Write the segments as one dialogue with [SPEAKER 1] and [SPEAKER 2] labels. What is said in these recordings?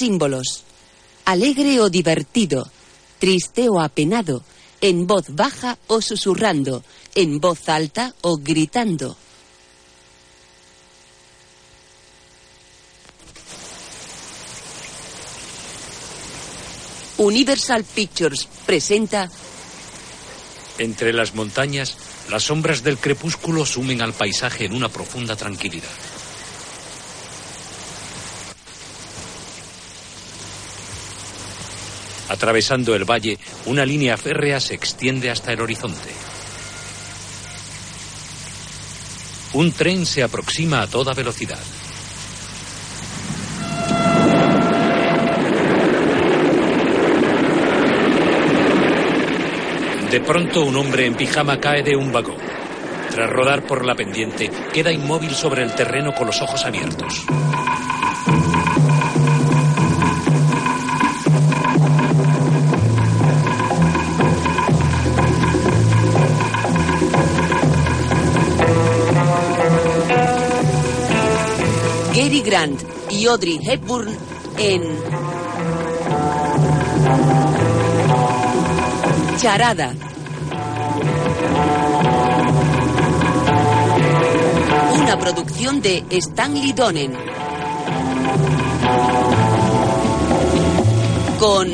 [SPEAKER 1] Símbolos. Alegre o divertido. Triste o apenado. En voz baja o susurrando. En voz alta o gritando. Universal Pictures presenta
[SPEAKER 2] Entre las montañas, las sombras del crepúsculo sumen al paisaje en una profunda tranquilidad. Atravesando el valle, una línea férrea se extiende hasta el horizonte. Un tren se aproxima a toda velocidad. De pronto un hombre en pijama cae de un vagón. Tras rodar por la pendiente, queda inmóvil sobre el terreno con los ojos abiertos.
[SPEAKER 1] Gary Grant y Audrey Hepburn en Charada. Una producción de Stanley Donen. Con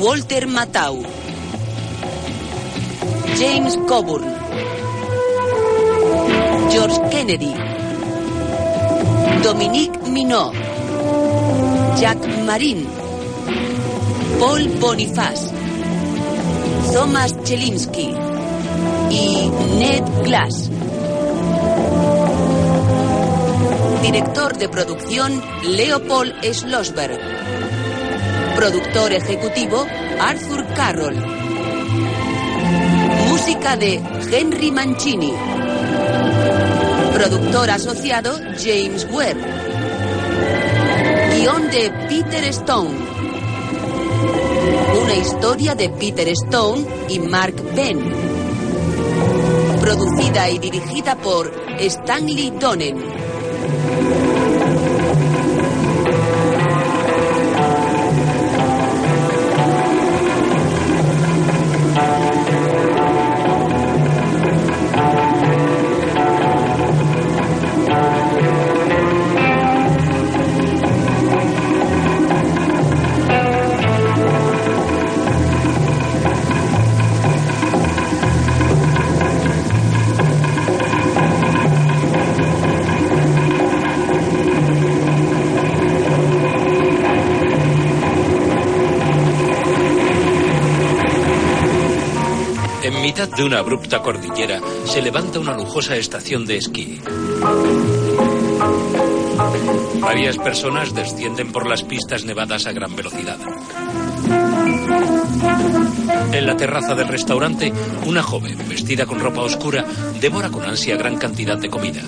[SPEAKER 1] Walter Matthau. James Coburn. George Kennedy. Dominique Minot. Jack Marin. Paul Bonifaz. Thomas Chelinsky y Ned Glass. Director de producción Leopold Schlossberg. Productor ejecutivo Arthur Carroll. Música de Henry Mancini. Productor asociado James Webb. Guión de Peter Stone. Una historia de Peter Stone y Mark Penn. Producida y dirigida por Stanley Donen.
[SPEAKER 2] En mitad de una abrupta cordillera se levanta una lujosa estación de esquí. Varias personas descienden por las pistas nevadas a gran velocidad. En la terraza del restaurante, una joven vestida con ropa oscura devora con ansia gran cantidad de comida.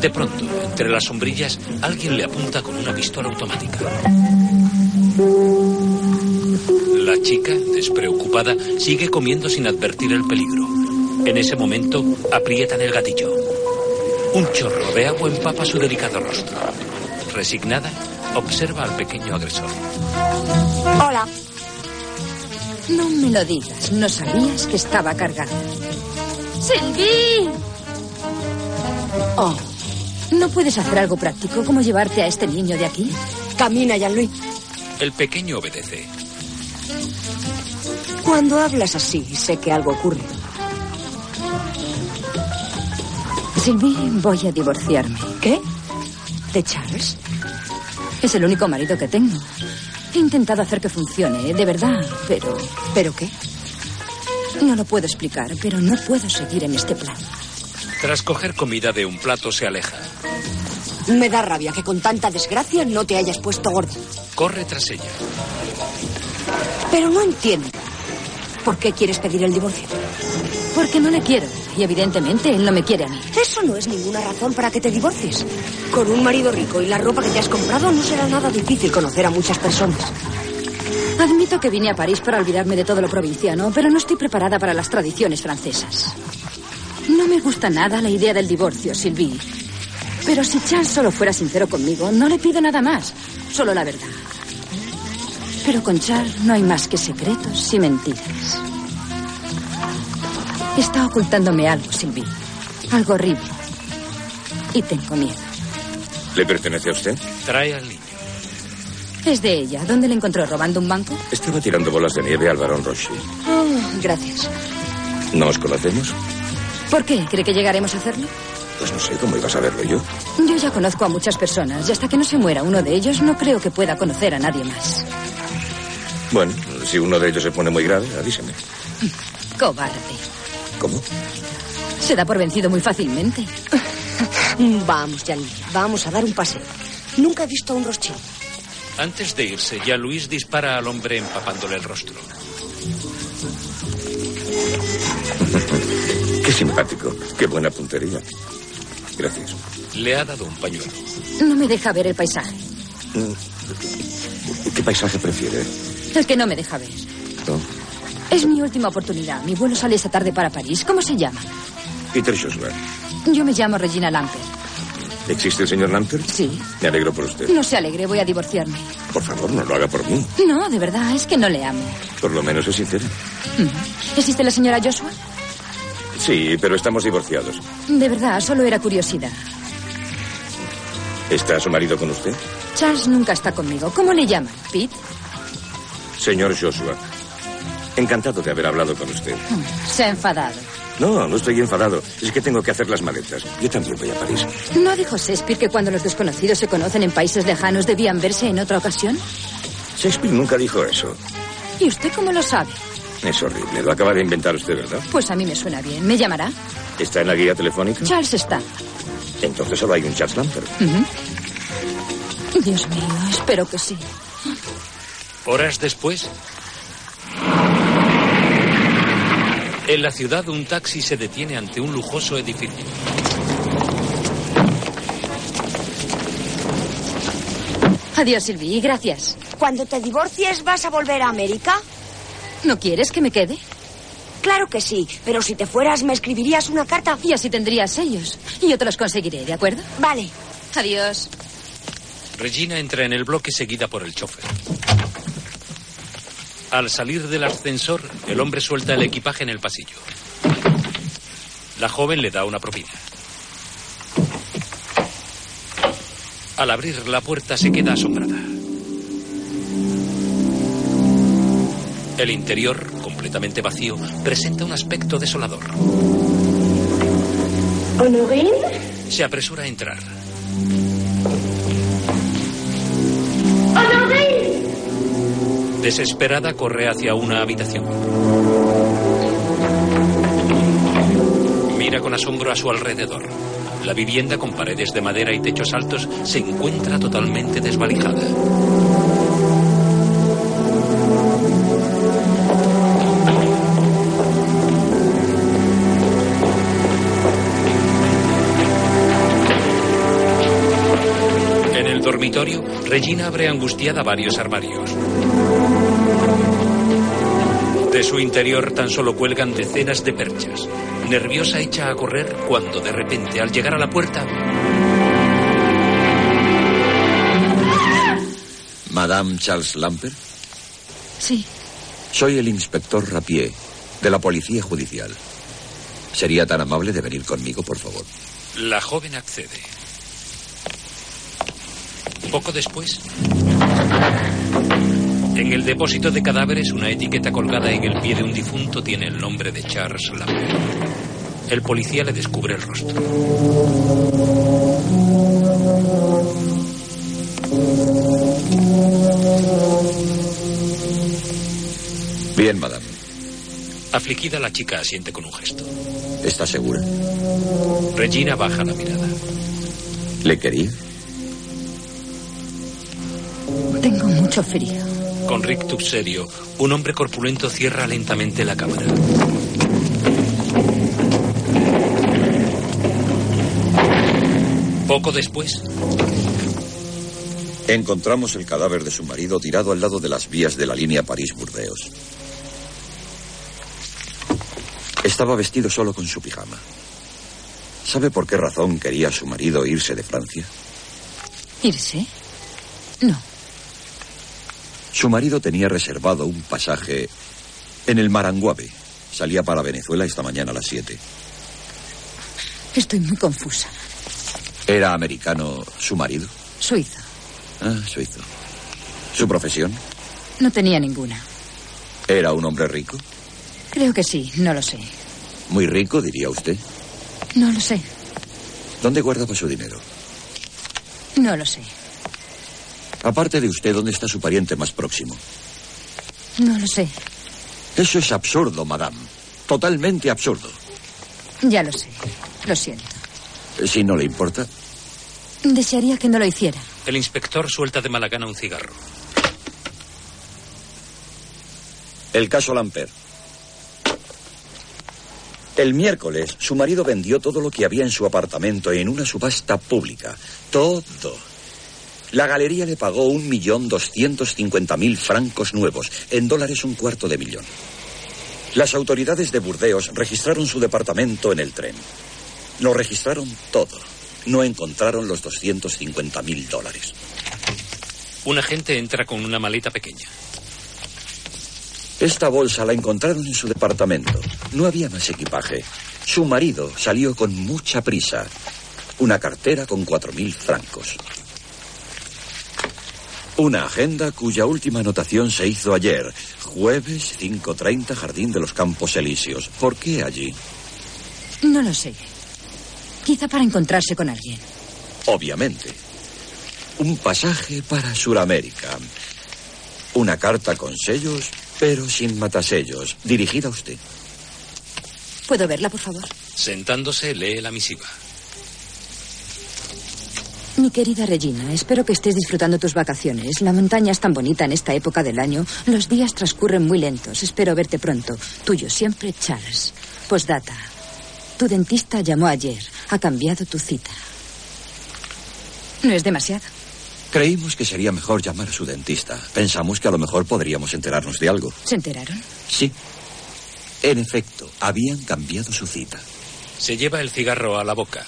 [SPEAKER 2] De pronto, entre las sombrillas, alguien le apunta con una pistola automática. La chica, despreocupada, sigue comiendo sin advertir el peligro. En ese momento, aprietan el gatillo. Un chorro de agua empapa su delicado rostro. Resignada, observa al pequeño agresor.
[SPEAKER 3] Hola. No me lo digas, no sabías que estaba cargada.
[SPEAKER 4] ¡Cindy!
[SPEAKER 3] Oh, ¿no puedes hacer algo práctico como llevarte a este niño de aquí? Camina, Jean-Louis.
[SPEAKER 2] El pequeño obedece.
[SPEAKER 3] Cuando hablas así, sé que algo ocurre. Silvi, voy a divorciarme. ¿Qué? ¿De Charles? Es el único marido que tengo. He intentado hacer que funcione, de verdad, pero... ¿Pero qué? No lo puedo explicar, pero no puedo seguir en este plan.
[SPEAKER 2] Tras coger comida de un plato, se aleja.
[SPEAKER 5] Me da rabia que con tanta desgracia no te hayas puesto gorda.
[SPEAKER 2] Corre tras ella.
[SPEAKER 5] Pero no entiendo. ¿Por qué quieres pedir el divorcio?
[SPEAKER 3] Porque no le quiero. Y evidentemente él no me quiere a mí.
[SPEAKER 5] Eso no es ninguna razón para que te divorcies. Con un marido rico y la ropa que te has comprado no será nada difícil conocer a muchas personas.
[SPEAKER 3] Admito que vine a París para olvidarme de todo lo provinciano, pero no estoy preparada para las tradiciones francesas. No me gusta nada la idea del divorcio, Sylvie. Pero si Charles solo fuera sincero conmigo, no le pido nada más. Solo la verdad. Pero con Charles no hay más que secretos y mentiras. Está ocultándome algo, Sylvie. Algo horrible. Y tengo miedo.
[SPEAKER 6] ¿Le pertenece a usted?
[SPEAKER 2] Trae al niño.
[SPEAKER 3] Es de ella. ¿Dónde la encontró? ¿Robando un banco?
[SPEAKER 6] Estaba tirando bolas de nieve al barón Roshi.
[SPEAKER 3] Oh, gracias.
[SPEAKER 6] ¿Nos conocemos?
[SPEAKER 3] ¿Por qué? ¿Cree que llegaremos a hacerlo?
[SPEAKER 6] Pues no sé cómo iba a saberlo yo.
[SPEAKER 3] Yo ya conozco a muchas personas y hasta que no se muera uno de ellos no creo que pueda conocer a nadie más.
[SPEAKER 6] Bueno, si uno de ellos se pone muy grave, avíseme.
[SPEAKER 3] Cobarde.
[SPEAKER 6] ¿Cómo?
[SPEAKER 3] Se da por vencido muy fácilmente.
[SPEAKER 7] Vamos, Jan, vamos a dar un paseo. Nunca he visto a un Rothschild.
[SPEAKER 2] Antes de irse, ya Luis dispara al hombre empapándole el rostro.
[SPEAKER 6] Qué simpático. Qué buena puntería. Gracias.
[SPEAKER 2] Le ha dado un pañuelo.
[SPEAKER 3] No me deja ver el paisaje.
[SPEAKER 6] ¿Qué paisaje prefiere?
[SPEAKER 3] El que no me deja ver.
[SPEAKER 6] ¿No?
[SPEAKER 3] Es mi última oportunidad. Mi vuelo sale esta tarde para París. ¿Cómo se llama?
[SPEAKER 6] Peter Schusler.
[SPEAKER 3] Yo me llamo Regina Lamper.
[SPEAKER 6] ¿Existe el señor Lamper?
[SPEAKER 3] Sí.
[SPEAKER 6] Me alegro por usted.
[SPEAKER 3] No se alegre, voy a divorciarme.
[SPEAKER 6] Por favor, no lo haga por mí.
[SPEAKER 3] No, de verdad, es que no le amo.
[SPEAKER 6] Por lo menos es sincero.
[SPEAKER 3] ¿Existe la señora Joshua?
[SPEAKER 6] Sí, pero estamos divorciados.
[SPEAKER 3] De verdad, solo era curiosidad.
[SPEAKER 6] ¿Está su marido con usted?
[SPEAKER 3] Charles nunca está conmigo. ¿Cómo le llaman? ¿Pete?
[SPEAKER 6] Señor Joshua. Encantado de haber hablado con usted.
[SPEAKER 3] Hmm, Se ha enfadado.
[SPEAKER 6] No, no estoy enfadado. Es que tengo que hacer las maletas. Yo también voy a París.
[SPEAKER 3] ¿No dijo Shakespeare que cuando los desconocidos se conocen en países lejanos debían verse en otra ocasión?
[SPEAKER 6] Shakespeare nunca dijo eso.
[SPEAKER 3] ¿Y usted cómo lo sabe?
[SPEAKER 6] Es horrible. Lo acaba de inventar usted, ¿verdad?
[SPEAKER 3] Pues a mí me suena bien. ¿Me llamará?
[SPEAKER 6] ¿Está en la guía telefónica?
[SPEAKER 3] Charles está.
[SPEAKER 6] Entonces solo hay un Charles Lamper.
[SPEAKER 3] Ujú. Dios mío, espero que sí.
[SPEAKER 2] Horas después. En la ciudad, un taxi se detiene ante un lujoso edificio.
[SPEAKER 3] Adiós, Silvi, y gracias.
[SPEAKER 7] Cuando te divorcies, ¿vas a volver a América?
[SPEAKER 3] ¿No quieres que me quede?
[SPEAKER 7] Claro que sí, pero si te fueras, me escribirías una carta.
[SPEAKER 3] Y así tendrías sellos. Y yo te los conseguiré, ¿de acuerdo?
[SPEAKER 7] Vale.
[SPEAKER 3] Adiós.
[SPEAKER 2] Regina entra en el bloque seguida por el chofer. Al salir del ascensor, el hombre suelta el equipaje en el pasillo. La joven le da una propina. Al abrir la puerta se queda asombrada. El interior, completamente vacío, presenta un aspecto desolador.
[SPEAKER 4] Honorine
[SPEAKER 2] Se apresura a entrar.
[SPEAKER 4] Honorine
[SPEAKER 2] Desesperada corre hacia una habitación. Mira con asombro a su alrededor. La vivienda con paredes de madera y techos altos se encuentra totalmente desvalijada. En el dormitorio, Regina abre angustiada varios armarios. De su interior tan solo cuelgan decenas de perchas. Nerviosa echa a correr cuando de repente al llegar a la puerta
[SPEAKER 8] Madame Charles Lamper,
[SPEAKER 3] Sí.
[SPEAKER 8] soy el inspector Rapier, de la Policía Judicial. ¿Sería tan amable de venir conmigo, por favor?
[SPEAKER 2] la joven accede. Poco después, en el depósito de cadáveres, una etiqueta colgada en el pie de un difunto tiene el nombre de Charles Lamper. El policía le descubre el rostro.
[SPEAKER 8] Bien, madame.
[SPEAKER 2] Afligida, la chica asiente con un gesto.
[SPEAKER 8] ¿Está segura?
[SPEAKER 2] Regina baja la mirada.
[SPEAKER 8] ¿Le quería?
[SPEAKER 3] Tengo mucho frío.
[SPEAKER 2] Con rictus serio, un hombre corpulento cierra lentamente la cámara. Poco después,
[SPEAKER 8] Encontramos el cadáver de su marido tirado al lado de las vías de la línea París-Burdeos. Estaba vestido solo con su pijama. ¿Sabe por qué razón quería su marido irse de Francia?
[SPEAKER 3] ¿Irse? No.
[SPEAKER 8] Su marido tenía reservado un pasaje en el Maranguave. Salía para Venezuela esta mañana a las 7.
[SPEAKER 3] Estoy muy confusa.
[SPEAKER 8] ¿Era americano su marido?
[SPEAKER 3] Suizo.
[SPEAKER 8] Ah, suizo. ¿Su profesión?
[SPEAKER 3] No tenía ninguna.
[SPEAKER 8] ¿Era un hombre rico?
[SPEAKER 3] Creo que sí, no lo sé.
[SPEAKER 8] Muy rico, diría usted.
[SPEAKER 3] No lo sé,
[SPEAKER 8] ¿Dónde guardaba su dinero?
[SPEAKER 3] no lo sé,
[SPEAKER 8] Aparte de usted, ¿dónde está su pariente más próximo?
[SPEAKER 3] no lo sé.
[SPEAKER 8] Eso es absurdo, madame. Totalmente absurdo.
[SPEAKER 3] Ya lo sé. Lo siento.
[SPEAKER 8] Si no le importa.
[SPEAKER 3] Desearía que no lo hiciera.
[SPEAKER 2] El inspector suelta de mala gana un cigarro.
[SPEAKER 8] El caso Lamper. El miércoles, su marido vendió todo lo que había en su apartamento en una subasta pública. Todo. La galería le pagó un millón doscientos cincuenta mil francos nuevos, en dólares un cuarto de millón. Las autoridades de Burdeos registraron su departamento en el tren. Lo registraron todo. No encontraron los doscientos cincuenta mil dólares.
[SPEAKER 2] Un agente entra con una maleta pequeña.
[SPEAKER 8] Esta bolsa la encontraron en su departamento. No había más equipaje. Su marido salió con mucha prisa. Una cartera con 4.000 francos. Una agenda cuya última anotación se hizo ayer, jueves 5.30, Jardín de los Campos Elíseos. ¿Por qué allí?
[SPEAKER 3] No lo sé. Quizá para encontrarse con alguien.
[SPEAKER 8] Obviamente. Un pasaje para Suramérica. Una carta con sellos, pero sin matasellos, dirigida a usted.
[SPEAKER 3] ¿Puedo verla, por favor?
[SPEAKER 2] Sentándose, lee la misiva.
[SPEAKER 3] Mi querida Regina, espero que estés disfrutando tus vacaciones. La montaña es tan bonita en esta época del año. Los días transcurren muy lentos. Espero verte pronto. Tuyo siempre, Charles. Postdata. Tu dentista llamó ayer. Ha cambiado tu cita. No es demasiado.
[SPEAKER 8] Creímos que sería mejor llamar a su dentista. Pensamos que a lo mejor podríamos enterarnos de algo.
[SPEAKER 3] ¿Se enteraron?
[SPEAKER 8] Sí. En efecto, habían cambiado su cita.
[SPEAKER 2] Se lleva el cigarro a la boca.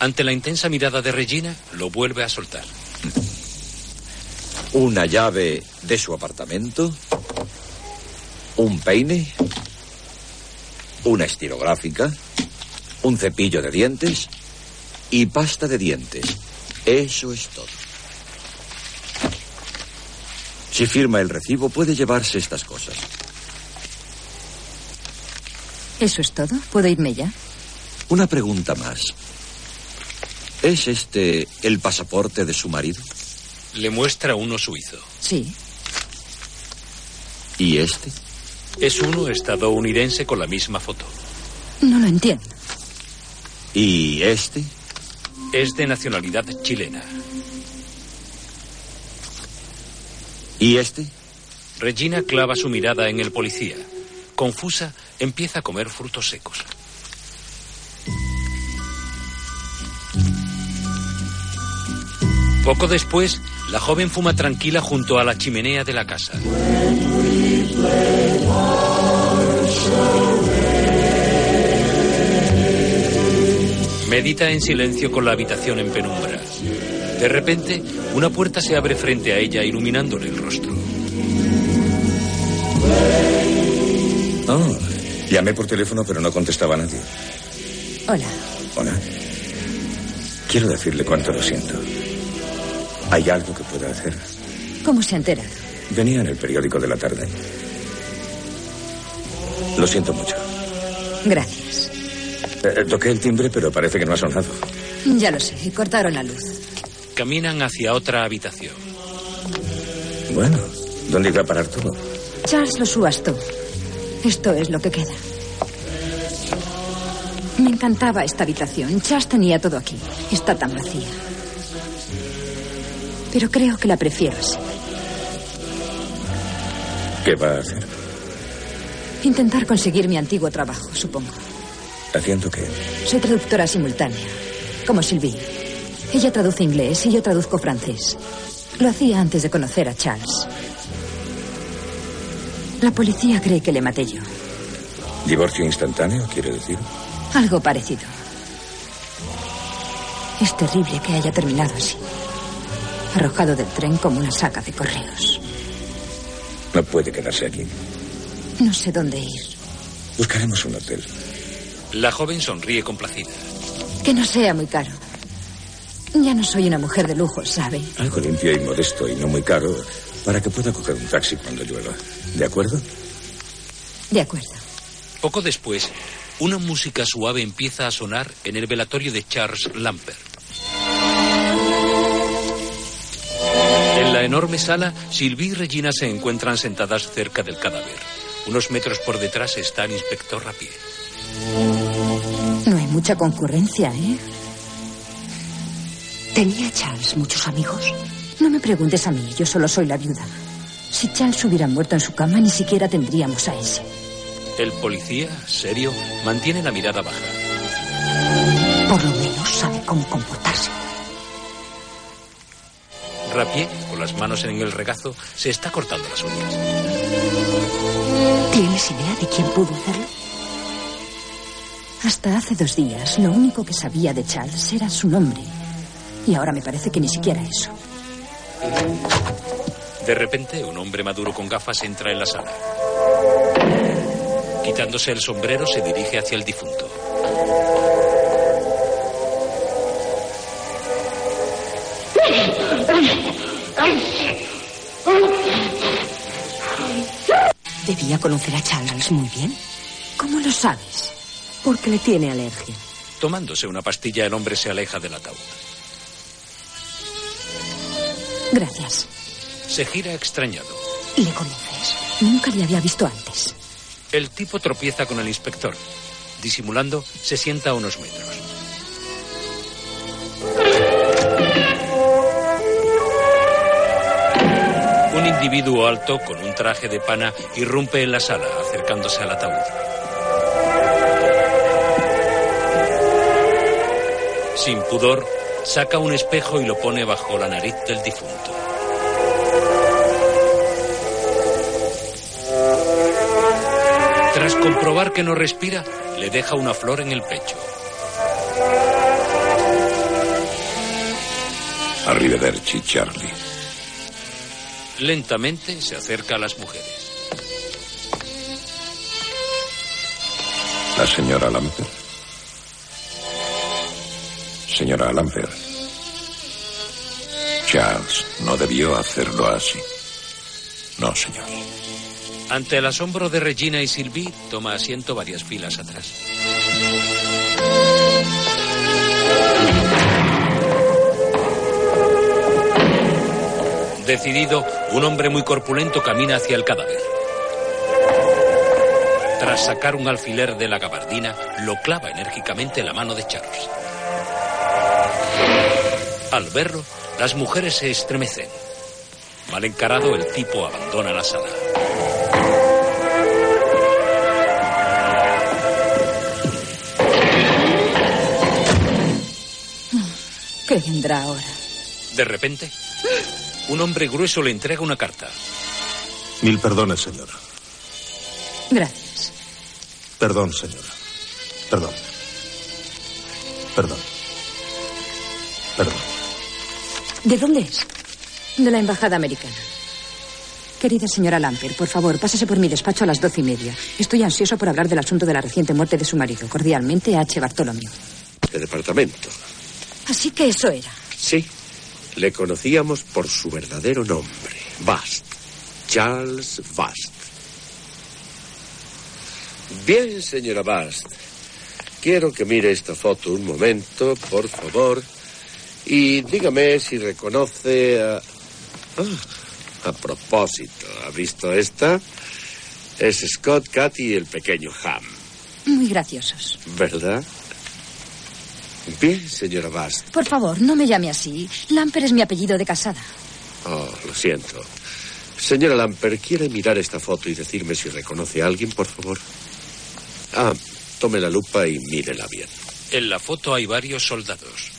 [SPEAKER 2] Ante la intensa mirada de Regina, lo vuelve a soltar.
[SPEAKER 8] Una llave de su apartamento. Un peine. Una estirográfica. Un cepillo de dientes. Y pasta de dientes. Eso es todo. Si firma el recibo, puede llevarse estas cosas.
[SPEAKER 3] ¿Eso es todo? ¿Puedo irme ya?
[SPEAKER 8] Una pregunta más. ¿Es este el pasaporte de su marido?
[SPEAKER 2] Le muestra uno suizo.
[SPEAKER 3] Sí.
[SPEAKER 8] ¿Y este?
[SPEAKER 2] Es uno estadounidense con la misma foto.
[SPEAKER 3] No lo entiendo.
[SPEAKER 8] ¿Y este?
[SPEAKER 2] Es de nacionalidad chilena.
[SPEAKER 8] ¿Y este?
[SPEAKER 2] Regina clava su mirada en el policía. Confusa, empieza a comer frutos secos. Poco después, la joven fuma tranquila junto a la chimenea de la casa. Medita en silencio con la habitación en penumbra. De repente, una puerta se abre frente a ella, iluminándole el rostro.
[SPEAKER 9] Oh, llamé por teléfono, pero no contestaba a nadie.
[SPEAKER 3] Hola.
[SPEAKER 9] Hola. Quiero decirle cuánto lo siento. ¿Hay algo que pueda hacer?
[SPEAKER 3] ¿Cómo se ha enterado?
[SPEAKER 9] Venía en el periódico de la tarde. Lo siento mucho.
[SPEAKER 3] Gracias.
[SPEAKER 9] Eh, toqué el timbre, pero parece que no ha sonado.
[SPEAKER 3] Ya lo sé. Cortaron la luz.
[SPEAKER 2] Caminan hacia otra habitación.
[SPEAKER 9] Bueno, ¿dónde iba a parar todo?
[SPEAKER 3] Charles lo subastó. Esto es lo que queda. Me encantaba esta habitación. Charles tenía todo aquí. Está tan vacía. Pero creo que la prefiero así.
[SPEAKER 9] ¿Qué va a hacer?
[SPEAKER 3] Intentar conseguir mi antiguo trabajo, supongo.
[SPEAKER 9] ¿Haciendo qué?
[SPEAKER 3] Soy traductora simultánea, como Sylvie. Ella traduce inglés y yo traduzco francés. Lo hacía antes de conocer a Charles. La policía cree que le maté yo.
[SPEAKER 9] ¿Divorcio instantáneo, quiere decir?
[SPEAKER 3] Algo parecido. Es terrible que haya terminado así. Arrojado del tren como una saca de correos.
[SPEAKER 9] No puede quedarse aquí.
[SPEAKER 3] No sé dónde ir.
[SPEAKER 9] Buscaremos un hotel.
[SPEAKER 2] La joven sonríe complacida.
[SPEAKER 3] Que no sea muy caro. Ya no soy una mujer de lujo, ¿sabe?
[SPEAKER 9] Algo limpio y modesto y no muy caro para que pueda coger un taxi cuando llueva. ¿De acuerdo?
[SPEAKER 3] De acuerdo.
[SPEAKER 2] Poco después, una música suave empieza a sonar en el velatorio de Charles Lambert. En la enorme sala, Sylvie y Regina se encuentran sentadas cerca del cadáver. Unos metros por detrás está el inspector Rapier.
[SPEAKER 3] No hay mucha concurrencia, ¿eh?
[SPEAKER 5] ¿Tenía Charles muchos amigos?
[SPEAKER 3] No me preguntes a mí, yo solo soy la viuda. Si Charles hubiera muerto en su cama, ni siquiera tendríamos a ese.
[SPEAKER 2] El policía, serio, mantiene la mirada baja.
[SPEAKER 5] Por lo menos sabe cómo comportarse.
[SPEAKER 2] Rapier, con las manos en el regazo, se está cortando las uñas.
[SPEAKER 5] ¿Tienes idea de quién pudo hacerlo?
[SPEAKER 3] Hasta hace dos días, lo único que sabía de Charles era su nombre. Y ahora me parece que ni siquiera eso.
[SPEAKER 2] De repente, un hombre maduro con gafas entra en la sala. Quitándose el sombrero, se dirige hacia el difunto.
[SPEAKER 5] Debía conocer a Charles muy bien.
[SPEAKER 3] ¿Cómo lo sabes?
[SPEAKER 5] Porque le tiene alergia.
[SPEAKER 2] Tomándose una pastilla, el hombre se aleja del ataúd.
[SPEAKER 3] Gracias.
[SPEAKER 2] Se gira extrañado.
[SPEAKER 5] ¿Le conoces?
[SPEAKER 3] Nunca le había visto antes.
[SPEAKER 2] El tipo tropieza con el inspector. Disimulando, se sienta a unos metros. Un individuo alto con un traje de pana irrumpe en la sala, acercándose al ataúd. Sin pudor, saca un espejo y lo pone bajo la nariz del difunto. Tras comprobar que no respira, le deja una flor en el pecho.
[SPEAKER 9] Arrivederci, Charlie.
[SPEAKER 2] Lentamente se acerca a las mujeres.
[SPEAKER 9] La señora Lamper. Señora Lamper. Charles no debió hacerlo así. No, señor.
[SPEAKER 2] Ante el asombro de Regina y Sylvie, toma asiento varias filas atrás. Decidido, un hombre muy corpulento camina hacia el cadáver. Tras sacar un alfiler de la gabardina, lo clava enérgicamente en la mano de Charles. Al verlo, las mujeres se estremecen. Mal encarado, el tipo abandona la sala.
[SPEAKER 3] ¿Qué vendrá ahora?
[SPEAKER 2] De repente, un hombre grueso le entrega una carta.
[SPEAKER 10] Mil perdones, señora.
[SPEAKER 3] Gracias.
[SPEAKER 10] Perdón, señora. Perdón. Perdón. Perdón.
[SPEAKER 3] ¿De dónde es? De la Embajada Americana. Querida señora Lamper, por favor, pásese por mi despacho a las doce y media. Estoy ansioso por hablar del asunto de la reciente muerte de su marido. Cordialmente, H. Bartolomeo.
[SPEAKER 11] de departamento.
[SPEAKER 3] Así que eso era.
[SPEAKER 11] Sí, le conocíamos por su verdadero nombre, Bast. Charles Bast. Bien, señora Bast. Quiero que mire esta foto un momento, por favor, y dígame si reconoce a... Ah, a propósito, ¿ha visto esta? Es Scott, Cathy y el pequeño Ham.
[SPEAKER 3] Muy graciosos.
[SPEAKER 11] ¿Verdad? Bien, señora Bast.
[SPEAKER 3] Por favor, no me llame así. Lamper es mi apellido de casada.
[SPEAKER 11] Oh, lo siento. Señora Lamper, ¿quiere mirar esta foto y decirme si reconoce a alguien, por favor? Ah, tome la lupa y mírela bien.
[SPEAKER 2] En la foto hay varios soldados.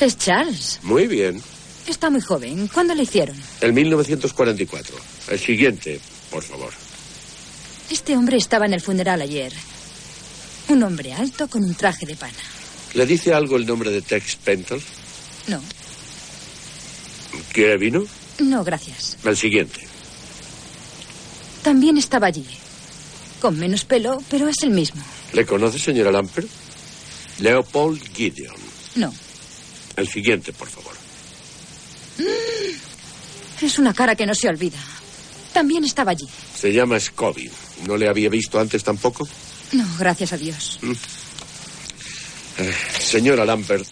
[SPEAKER 3] Es Charles.
[SPEAKER 11] Muy bien.
[SPEAKER 3] Está muy joven. ¿Cuándo le hicieron?
[SPEAKER 11] El 1944. El siguiente, por favor.
[SPEAKER 3] Este hombre estaba en el funeral ayer. Un hombre alto con un traje de pana.
[SPEAKER 11] ¿Le dice algo el nombre de Tex Pentel?
[SPEAKER 3] No,
[SPEAKER 11] ¿Quiere vino?
[SPEAKER 3] no, gracias.
[SPEAKER 11] El siguiente.
[SPEAKER 3] También estaba allí. Con menos pelo, pero es el mismo.
[SPEAKER 11] ¿Le conoce, señora Lamper? Leopold Gideon.
[SPEAKER 3] No.
[SPEAKER 11] El siguiente, por favor.
[SPEAKER 3] Es una cara que no se olvida. También estaba allí.
[SPEAKER 11] Se llama Scobie. ¿No le había visto antes tampoco?
[SPEAKER 3] No, gracias a Dios.
[SPEAKER 11] Eh, señora Lambert,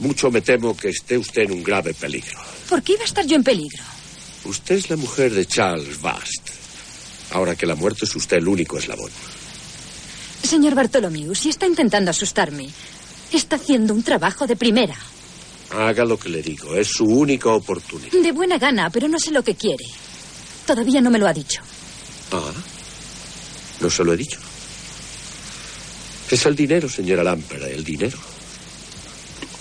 [SPEAKER 11] mucho me temo que esté usted en un grave peligro.
[SPEAKER 3] ¿Por qué iba a estar yo en peligro?
[SPEAKER 11] Usted es la mujer de Charles Bast. Ahora que la ha muerto es usted el único eslabón.
[SPEAKER 3] Señor Bartolomeu, si está intentando asustarme, está haciendo un trabajo de primera.
[SPEAKER 11] Haga lo que le digo, es su única oportunidad.
[SPEAKER 3] De buena gana, pero no sé lo que quiere. Todavía no me lo ha dicho.
[SPEAKER 11] Ah, no se lo he dicho. Es el dinero, señora Lampera, el dinero.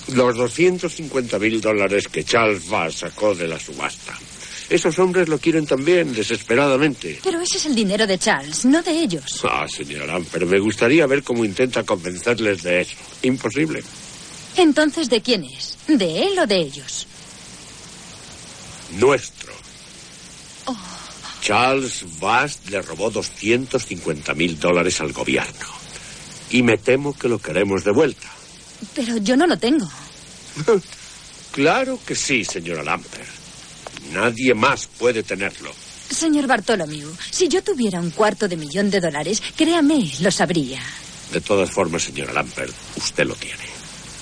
[SPEAKER 11] Los 250 mil dólares que Charles Bass sacó de la subasta. Esos hombres lo quieren también, desesperadamente.
[SPEAKER 3] Pero ese es el dinero de Charles, no de ellos.
[SPEAKER 11] Ah, señora Lampert, me gustaría ver cómo intenta convencerles de eso. Imposible.
[SPEAKER 3] Entonces, ¿de quién es? ¿De él o de ellos?
[SPEAKER 11] Nuestro. Charles Bass le robó 250 mil dólares al gobierno. Y me temo que lo queremos de vuelta.
[SPEAKER 3] Pero yo no lo tengo.
[SPEAKER 11] Claro que sí, señora Lampert. Nadie más puede tenerlo.
[SPEAKER 3] Señor Bartolomeu, si yo tuviera un cuarto de millón de dólares, créame, lo sabría.
[SPEAKER 11] De todas formas, señora Lampert, usted lo tiene.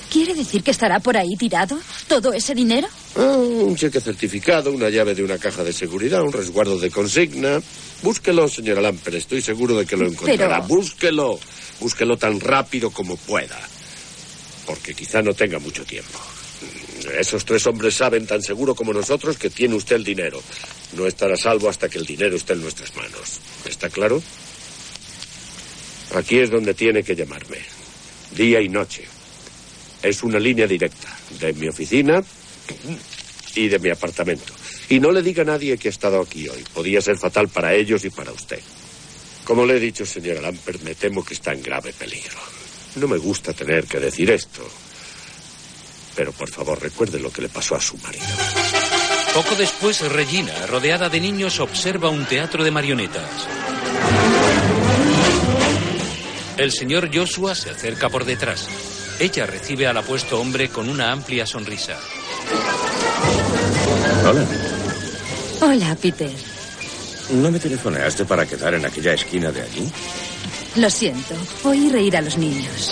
[SPEAKER 3] ¿Quiere decir que estará por ahí tirado todo ese dinero?
[SPEAKER 11] Ah, un cheque certificado, una llave de una caja de seguridad, un resguardo de consigna. Búsquelo, señora Lamper. Estoy seguro de que lo encontrará.
[SPEAKER 3] Pero-
[SPEAKER 11] Búsquelo. Búsquelo tan rápido como pueda. Porque quizá no tenga mucho tiempo. Esos tres hombres saben tan seguro como nosotros que tiene usted el dinero. No estará a salvo hasta que el dinero esté en nuestras manos. ¿Está claro? Aquí es donde tiene que llamarme. Día y noche. Es una línea directa de mi oficina y de mi apartamento. Y no le diga a nadie que he estado aquí hoy. Podía ser fatal para ellos y para usted. Como le he dicho, señora Lampert, me temo que está en grave peligro. No me gusta tener que decir esto. Pero por favor, recuerde lo que le pasó a su marido.
[SPEAKER 2] Poco después, Regina, rodeada de niños, observa un teatro de marionetas. El señor Joshua se acerca por detrás. Ella recibe al apuesto hombre con una amplia sonrisa.
[SPEAKER 9] Hola.
[SPEAKER 3] Hola, Peter.
[SPEAKER 9] ¿No me telefoneaste para quedar en aquella esquina de allí?
[SPEAKER 3] Lo siento, oí reír a los niños.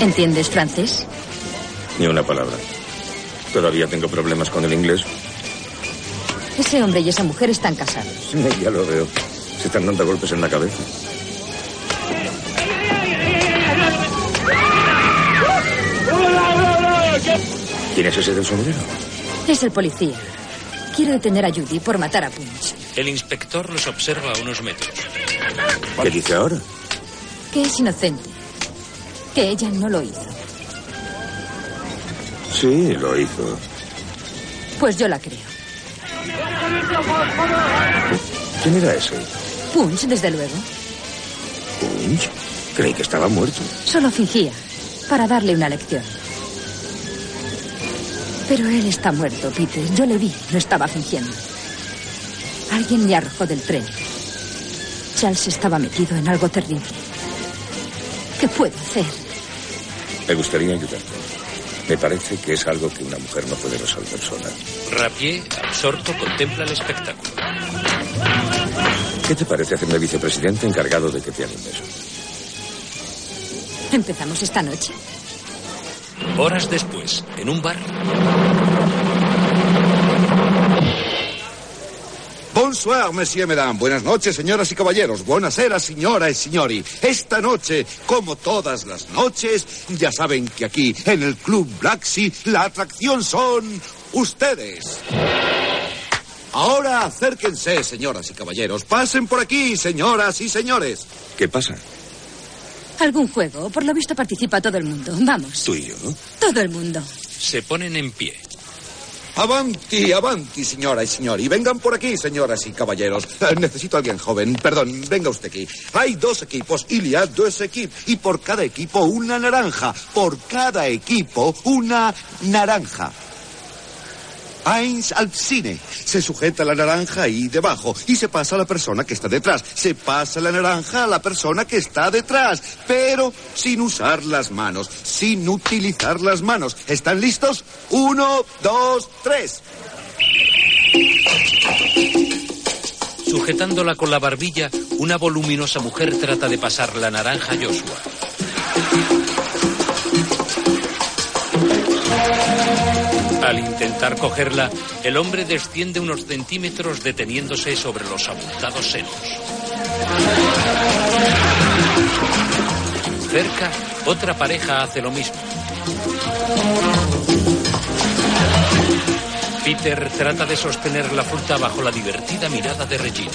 [SPEAKER 3] ¿Entiendes francés?
[SPEAKER 9] Ni una palabra. Todavía tengo problemas con el inglés.
[SPEAKER 3] Ese hombre y esa mujer están casados.
[SPEAKER 9] Sí, Ya lo veo. Se están dando golpes en la cabeza. ¿Quién es ese del sombrero?
[SPEAKER 3] Es el policía. Quiere detener a Judy por matar a Punch.
[SPEAKER 2] El inspector los observa a unos metros.
[SPEAKER 9] ¿Qué dice ahora?
[SPEAKER 3] Que es inocente. Que ella no lo hizo.
[SPEAKER 9] Sí, lo hizo.
[SPEAKER 3] Pues yo la creo.
[SPEAKER 9] ¿Quién era ese?
[SPEAKER 3] Punch, desde luego,
[SPEAKER 9] ¿Punch? Creí que estaba muerto.
[SPEAKER 3] solo fingía para darle una lección. Pero él está muerto, Peter. Yo le vi, no estaba fingiendo. Alguien le arrojó del tren. Charles estaba metido en algo terrible. ¿Qué puedo hacer?
[SPEAKER 9] Me gustaría ayudarte. Me parece que es algo que una mujer no puede resolver sola.
[SPEAKER 2] Rapier, absorto, contempla el espectáculo.
[SPEAKER 9] ¿Qué te parece hacerme vicepresidente encargado de que te animes?
[SPEAKER 3] ¿Empezamos esta noche?
[SPEAKER 2] Horas después, en un bar,
[SPEAKER 12] Bonsoir, monsieur, mesdames. Buenas noches, señoras y caballeros. Buenas eras, señora y signori. Esta noche, como todas las noches, ya saben que aquí, en el Club Blacksea, la atracción son ustedes. Ahora acérquense, señoras y caballeros. Pasen por aquí, señoras y señores.
[SPEAKER 9] ¿Qué pasa?
[SPEAKER 3] ¿Algún juego? Por lo visto participa todo el mundo. Vamos,
[SPEAKER 9] ¿Tú y yo?
[SPEAKER 3] todo el mundo.
[SPEAKER 2] se ponen en pie.
[SPEAKER 12] Avanti, avanti, señora y señor. Y vengan por aquí, señoras y caballeros. Eh, Necesito a alguien joven. Perdón, venga usted aquí. Hay dos equipos, Iliad, dos equipos. Y por cada equipo una naranja. Por cada equipo una naranja.
[SPEAKER 11] Eins al cine. Se sujeta la naranja ahí debajo y se pasa a la persona que está detrás. Se pasa la naranja a la persona que está detrás, pero sin usar las manos, sin utilizar las manos. ¿Están listos? Uno, dos, tres.
[SPEAKER 2] Sujetándola con la barbilla, una voluminosa mujer trata de pasar la naranja a Joshua. Al intentar cogerla, el hombre desciende unos centímetros deteniéndose sobre los abultados senos. Cerca, otra pareja hace lo mismo. Peter trata de sostener la fruta bajo la divertida mirada de Regina.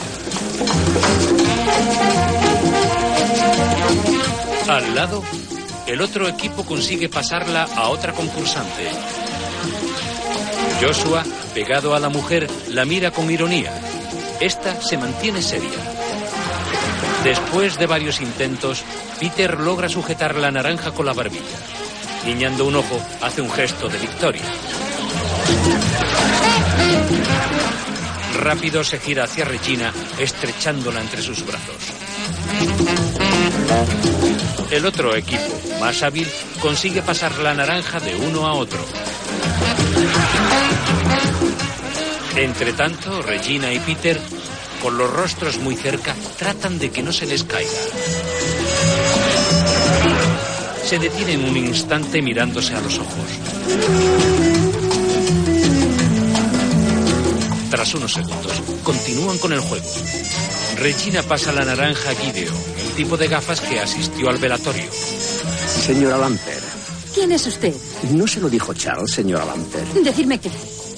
[SPEAKER 2] Al lado, el otro equipo consigue pasarla a otra concursante. Joshua, pegado a la mujer, la mira con ironía. Esta se mantiene seria. Después de varios intentos, Peter logra sujetar la naranja con la barbilla. Guiñando un ojo, hace un gesto de victoria. Rápido se gira hacia Regina, estrechándola entre sus brazos. El otro equipo, más hábil, consigue pasar la naranja de uno a otro. Entre tanto, Regina y Peter, con los rostros muy cerca, tratan de que no se les caiga. Se detienen un instante mirándose a los ojos. Tras unos segundos, continúan con el juego. Regina pasa la naranja a Guideo, el tipo de gafas que asistió al velatorio.
[SPEAKER 13] Señora Lamper,
[SPEAKER 3] ¿Quién es usted?
[SPEAKER 13] ¿no se lo dijo Charles, señora Lamper?
[SPEAKER 3] Decidme qué.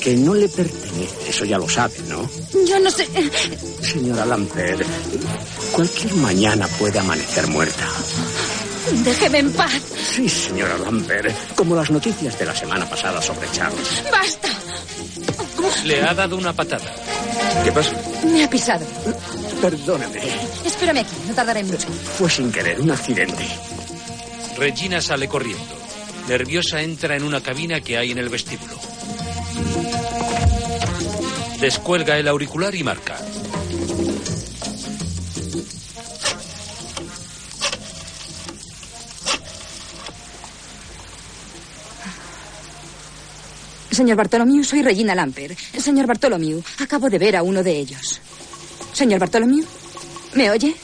[SPEAKER 13] Que no le pertenece, eso ya lo sabe, ¿no?
[SPEAKER 3] Yo no sé.
[SPEAKER 13] Señora Lamper, cualquier mañana puede amanecer muerta.
[SPEAKER 3] Déjeme en paz.
[SPEAKER 13] Sí, señora Lamper, como las noticias de la semana pasada sobre Charles.
[SPEAKER 3] ¡Basta!
[SPEAKER 2] Le ha dado una patada.
[SPEAKER 13] ¿Qué pasa?
[SPEAKER 3] Me ha pisado.
[SPEAKER 13] Perdóneme,
[SPEAKER 3] Espérame aquí, no tardaré mucho.
[SPEAKER 13] fue sin querer un accidente.
[SPEAKER 2] Regina sale corriendo. Nerviosa entra en una cabina que hay en el vestíbulo. Descuelga el auricular y marca.
[SPEAKER 3] Señor Bartolomeu, soy Regina Lamper. Señor Bartolomeu, acabo de ver a uno de ellos. Señor Bartolomeu, ¿me oye?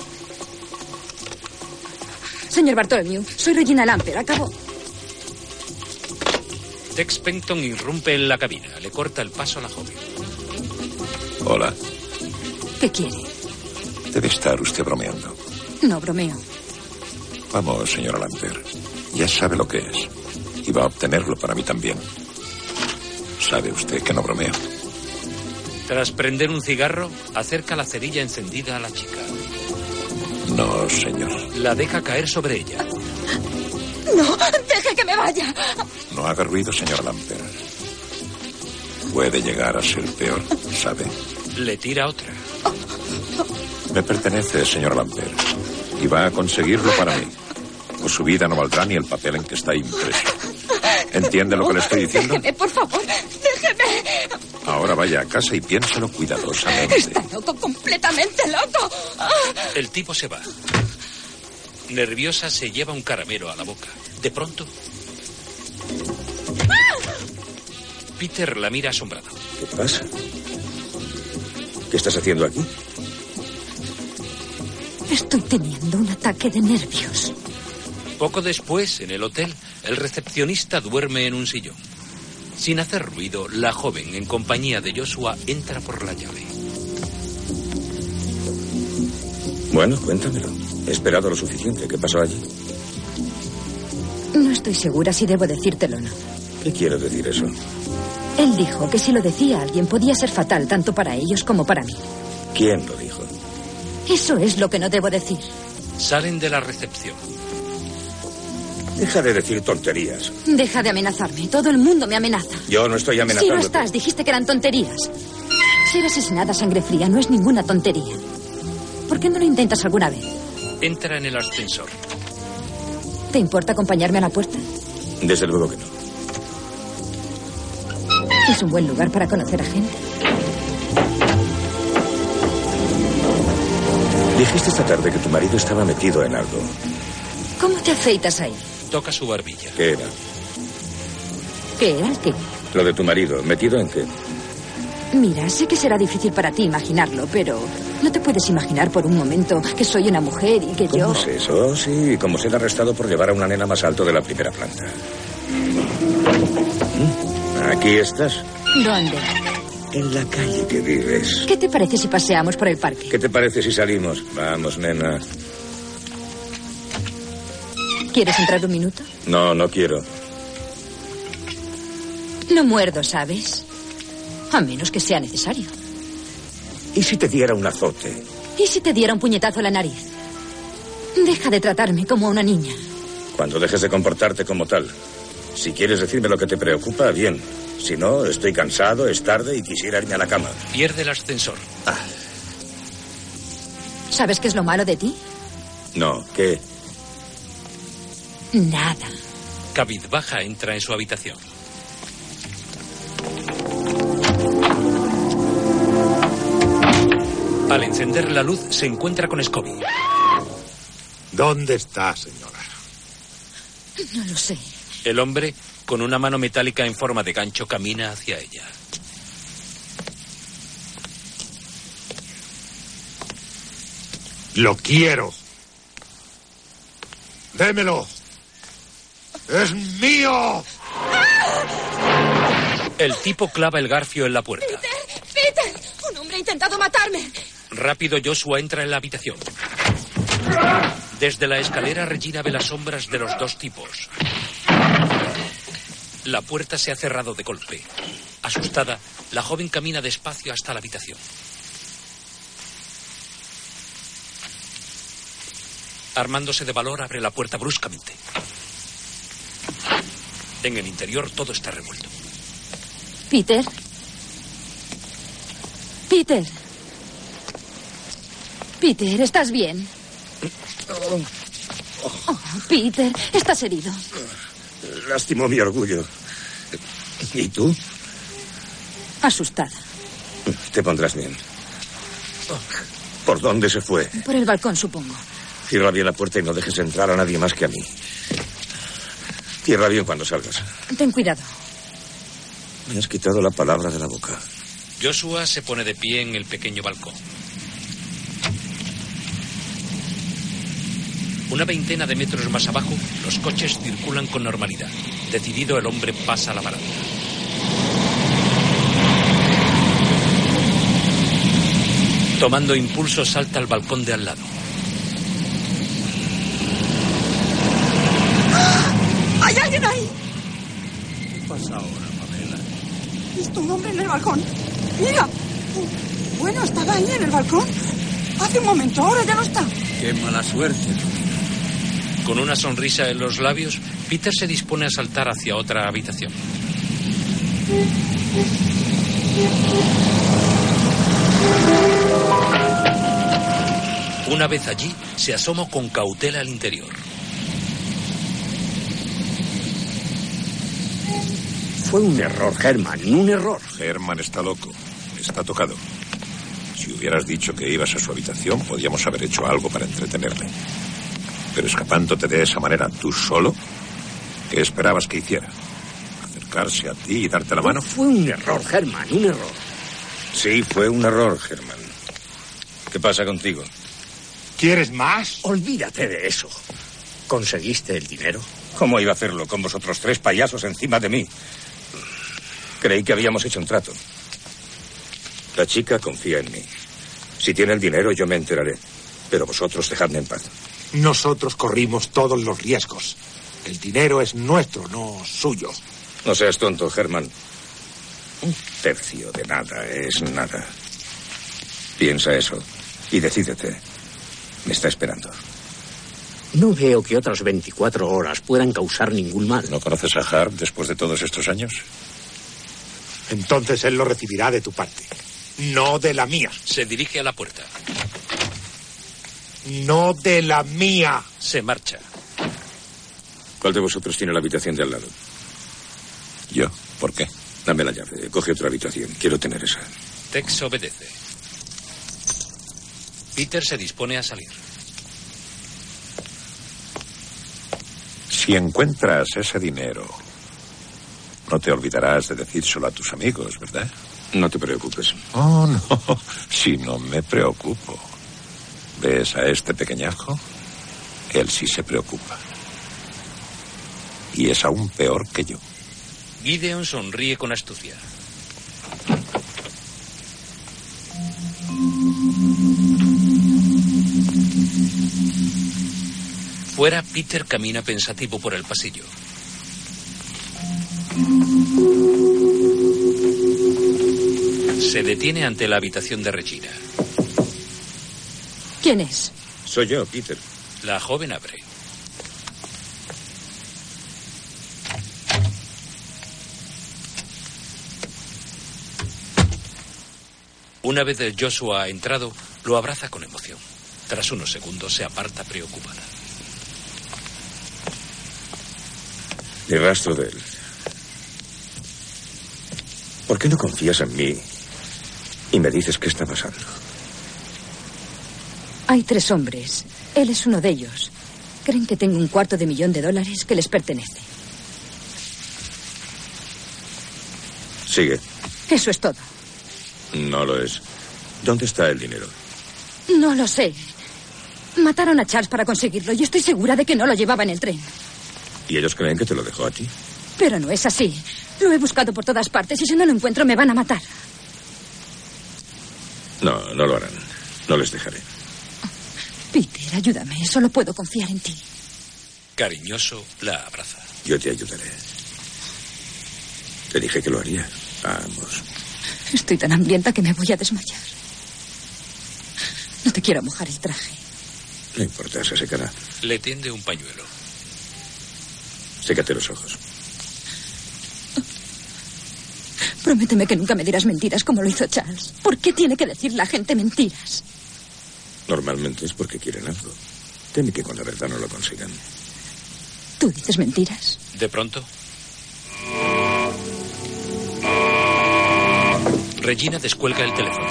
[SPEAKER 3] Señor Bartolomeu, soy Regina Lamper. Acabo.
[SPEAKER 2] Tex Penton irrumpe en la cabina. Le corta el paso a la joven.
[SPEAKER 9] Hola,
[SPEAKER 3] ¿Qué quiere?
[SPEAKER 9] debe estar usted bromeando.
[SPEAKER 3] No bromeo.
[SPEAKER 9] Vamos, señora Lamper. Ya sabe lo que es. Y va a obtenerlo para mí también. Sabe usted que no bromeo.
[SPEAKER 2] Tras prender un cigarro, acerca la cerilla encendida a la chica.
[SPEAKER 9] No, señor.
[SPEAKER 2] La deja caer sobre ella.
[SPEAKER 4] No, deje que me vaya.
[SPEAKER 9] No haga ruido, señora Lamper. Puede llegar a ser peor, ¿sabe?
[SPEAKER 2] Le tira otra.
[SPEAKER 9] Me pertenece, señora Lamper. Y va a conseguirlo para mí. O su vida no valdrá ni el papel en que está impreso. ¿Entiende lo que le estoy diciendo?
[SPEAKER 4] Déjeme, ¡Eh, por favor, déjeme.
[SPEAKER 9] Ahora vaya a casa y piénselo cuidadosamente.
[SPEAKER 4] Está loco, completamente loco.
[SPEAKER 2] El tipo se va. Nerviosa se lleva un caramelo a la boca. De pronto. Peter la mira asombrado.
[SPEAKER 9] ¿Qué pasa? ¿Qué estás haciendo aquí?
[SPEAKER 3] Estoy teniendo un ataque de nervios.
[SPEAKER 2] Poco después, en el hotel, el recepcionista duerme en un sillón. Sin hacer ruido, la joven, en compañía de Joshua, entra por la llave.
[SPEAKER 9] Bueno, cuéntamelo. He esperado lo suficiente. ¿Qué pasó allí?
[SPEAKER 3] No estoy segura si debo decírtelo o no.
[SPEAKER 9] ¿Qué quiere decir eso?
[SPEAKER 3] Él dijo que si lo decía a alguien podía ser fatal tanto para ellos como para mí.
[SPEAKER 9] ¿Quién lo dijo?
[SPEAKER 3] Eso es lo que no debo decir.
[SPEAKER 2] Salen de la recepción.
[SPEAKER 9] Deja de decir tonterías.
[SPEAKER 3] Deja de amenazarme. Todo el mundo me amenaza.
[SPEAKER 9] Yo no estoy
[SPEAKER 3] Si
[SPEAKER 9] amenazando.
[SPEAKER 3] no estás, dijiste que eran tonterías. Ser asesinada a sangre fría no es ninguna tontería. ¿Por qué no lo intentas alguna vez?
[SPEAKER 2] Entra en el ascensor.
[SPEAKER 3] ¿Te importa acompañarme a la puerta?
[SPEAKER 9] Desde luego que no.
[SPEAKER 3] Es un buen lugar para conocer a gente.
[SPEAKER 6] Dijiste esta tarde que tu marido estaba metido en algo.
[SPEAKER 3] ¿Cómo te afeitas ahí?
[SPEAKER 2] Toca su barbilla.
[SPEAKER 6] ¿Qué era?
[SPEAKER 3] ¿Qué era el qué?
[SPEAKER 6] Lo de tu marido. ¿Metido en qué?
[SPEAKER 3] Mira, sé que será difícil para ti imaginarlo, pero no te puedes imaginar por un momento que soy una mujer y que yo...
[SPEAKER 6] ¿Cómo es eso? Sí, como ser arrestado por llevar a una nena más alto de la primera planta. ¿Mm? Aquí estás,
[SPEAKER 3] ¿Dónde?
[SPEAKER 6] en la calle que vives.
[SPEAKER 3] ¿Qué te parece si paseamos por el parque?
[SPEAKER 6] ¿Qué te parece si salimos? Vamos, nena.
[SPEAKER 3] ¿Quieres entrar un minuto?
[SPEAKER 6] No, no quiero.
[SPEAKER 3] No muerdo, ¿sabes? A menos que sea necesario.
[SPEAKER 6] ¿Y si te diera un azote?
[SPEAKER 3] ¿Y si te diera un puñetazo en la nariz? Deja de tratarme como a una niña.
[SPEAKER 6] Cuando dejes de comportarte como tal. Si quieres decirme lo que te preocupa, bien. Si no, estoy cansado, es tarde y quisiera irme a la cama.
[SPEAKER 2] Pierde el ascensor.
[SPEAKER 3] ¿Sabes qué es lo malo de ti?
[SPEAKER 6] No, ¿qué?
[SPEAKER 3] Nada.
[SPEAKER 2] Cabizbaja entra en su habitación. Al encender la luz se encuentra con Scobie.
[SPEAKER 14] ¿Dónde está, señora?
[SPEAKER 3] No lo sé.
[SPEAKER 2] El hombre, con una mano metálica en forma de gancho, camina hacia ella.
[SPEAKER 14] Lo quiero. Démelo. Es mío.
[SPEAKER 2] El tipo clava el garfio en la puerta.
[SPEAKER 4] ¡Peter! ¡Un hombre ha intentado matarme!
[SPEAKER 2] Rápido Joshua entra en la habitación. Desde la escalera Regina ve las sombras de los dos tipos. La puerta se ha cerrado de golpe. Asustada, la joven camina despacio hasta la habitación. Armándose de valor, abre la puerta bruscamente. En el interior todo está revuelto.
[SPEAKER 3] Peter. Peter. Peter, ¿estás bien? Oh, Peter, estás herido.
[SPEAKER 6] Lastimó mi orgullo. ¿Y tú?
[SPEAKER 3] Asustada.
[SPEAKER 6] Te pondrás bien. ¿Por dónde se fue?
[SPEAKER 3] Por el balcón, supongo.
[SPEAKER 6] Cierra bien la puerta y no dejes entrar a nadie más que a mí. Cierra bien cuando salgas.
[SPEAKER 3] Ten cuidado.
[SPEAKER 6] Me has quitado la palabra de la boca.
[SPEAKER 2] Joshua se pone de pie en el pequeño balcón. Una veintena de metros más abajo, los coches circulan con normalidad. Decidido, el hombre pasa a la baranda. Tomando impulso, salta al balcón de al lado.
[SPEAKER 4] ¡Hay alguien ahí!
[SPEAKER 13] ¿Qué pasa ahora, Pamela?
[SPEAKER 4] He visto un hombre en el balcón. Mira. Bueno, estaba ahí en el balcón. Hace un momento, ahora ya no está.
[SPEAKER 13] Qué mala suerte.
[SPEAKER 2] Con una sonrisa en los labios, Peter se dispone a saltar hacia otra habitación. Una vez allí, se asoma con cautela al interior.
[SPEAKER 13] Fue un error, Germán, un error.
[SPEAKER 9] Herman está loco. Está tocado. Si hubieras dicho que ibas a su habitación, podíamos haber hecho algo para entretenerle. Pero escapándote de esa manera tú solo, ¿qué esperabas que hiciera? ¿Acercarse a ti y darte la mano?
[SPEAKER 13] Fue un error, Germán, un error.
[SPEAKER 6] Sí, fue un error, Germán. ¿Qué pasa contigo?
[SPEAKER 14] ¿Quieres más?
[SPEAKER 13] Olvídate de eso. ¿Conseguiste el dinero?
[SPEAKER 6] ¿Cómo iba a hacerlo con vosotros tres payasos encima de mí? Creí que habíamos hecho un trato. La chica confía en mí. Si tiene el dinero, yo me enteraré. Pero vosotros dejadme en paz.
[SPEAKER 14] Nosotros corrimos todos los riesgos. El dinero es nuestro, no suyo.
[SPEAKER 6] No seas tonto, Germán. Un tercio de nada es nada. Piensa eso y decídete. Me está esperando.
[SPEAKER 13] No veo que otras 24 horas puedan causar ningún mal.
[SPEAKER 9] ¿No conoces a Harp después de todos estos años?
[SPEAKER 14] Entonces él lo recibirá de tu parte. No de la mía.
[SPEAKER 2] Se dirige a la puerta.
[SPEAKER 14] No de la mía.
[SPEAKER 2] Se marcha.
[SPEAKER 6] ¿Cuál de vosotros tiene la habitación de al lado?
[SPEAKER 9] Yo. ¿Por qué? Dame la llave. Coge otra habitación. Quiero tener esa.
[SPEAKER 2] Tex obedece. Peter se dispone a salir.
[SPEAKER 9] Si encuentras ese dinero, no te olvidarás de decírselo a tus amigos, ¿verdad? No te preocupes. Oh, no. Si no me preocupo. ¿Ves a este pequeñajo? Él sí se preocupa. Y es aún peor que yo.
[SPEAKER 2] Gideon sonríe con astucia. Fuera, Peter camina pensativo por el pasillo. Se detiene ante la habitación de Regina.
[SPEAKER 3] ¿Quién es?
[SPEAKER 9] Soy yo, Peter.
[SPEAKER 2] La joven abre. Una vez el Joshua ha entrado, lo abraza con emoción. Tras unos segundos se aparta preocupada.
[SPEAKER 6] Ni rastro de él. ¿Por qué no confías en mí y me dices qué está pasando?
[SPEAKER 3] Hay tres hombres. Él es uno de ellos. Creen que tengo un cuarto de millón de dólares que les pertenece.
[SPEAKER 6] Sigue.
[SPEAKER 3] Eso es todo.
[SPEAKER 6] No lo es. ¿Dónde está el dinero?
[SPEAKER 3] No lo sé. Mataron a Charles para conseguirlo y estoy segura de que no lo llevaba en el tren.
[SPEAKER 6] ¿Y ellos creen que te lo dejó a ti?
[SPEAKER 3] Pero no es así. Lo he buscado por todas partes y si no lo encuentro me van a matar.
[SPEAKER 6] No, no lo harán. No les dejaré.
[SPEAKER 3] Peter, ayúdame. Solo puedo confiar en ti.
[SPEAKER 2] Cariñoso la abraza.
[SPEAKER 6] Yo te ayudaré. Te dije que lo haría. Vamos.
[SPEAKER 3] Estoy tan hambrienta que me voy a desmayar. No te quiero mojar el traje.
[SPEAKER 6] No importa, se secará.
[SPEAKER 2] Le tiende un pañuelo.
[SPEAKER 6] Sécate los ojos.
[SPEAKER 3] Prométeme que nunca me dirás mentiras como lo hizo Charles. ¿Por qué tiene que decir la gente mentiras?
[SPEAKER 6] Normalmente es porque quieren algo. Teme que con la verdad no lo consigan.
[SPEAKER 3] ¿Tú dices mentiras?
[SPEAKER 2] De pronto. Regina descuelga el teléfono.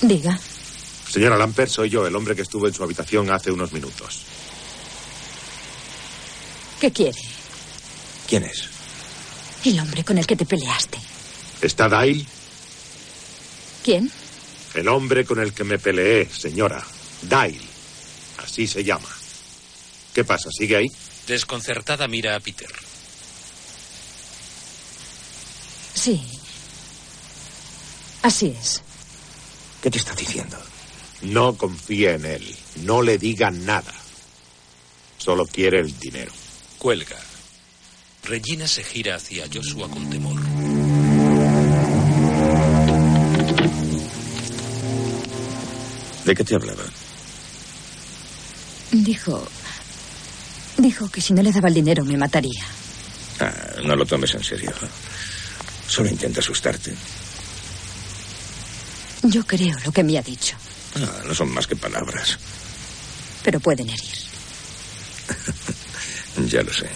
[SPEAKER 3] Diga.
[SPEAKER 10] Señora Lamper, soy yo, el hombre que estuvo en su habitación hace unos minutos.
[SPEAKER 3] ¿Qué quiere?
[SPEAKER 6] ¿Quién es?
[SPEAKER 3] El hombre con el que te peleaste.
[SPEAKER 10] ¿Está Dale?
[SPEAKER 3] ¿Quién?
[SPEAKER 10] El hombre con el que me peleé, señora. Dale. Así se llama. ¿Qué pasa? ¿Sigue ahí?
[SPEAKER 2] Desconcertada mira a Peter.
[SPEAKER 3] Sí. Así es.
[SPEAKER 6] ¿Qué te está diciendo?
[SPEAKER 10] No confía en él. No le diga nada. Solo quiere el dinero.
[SPEAKER 2] Cuelga. Regina se gira hacia Joshua con temor.
[SPEAKER 6] ¿De qué te hablaba?
[SPEAKER 3] Dijo. Dijo que si no le daba el dinero me mataría.
[SPEAKER 6] Ah, no lo tomes en serio. Solo intenta asustarte.
[SPEAKER 3] Yo creo lo que me ha dicho,
[SPEAKER 6] Ah, no son más que palabras.
[SPEAKER 3] pero pueden herir.
[SPEAKER 6] Ya lo sé.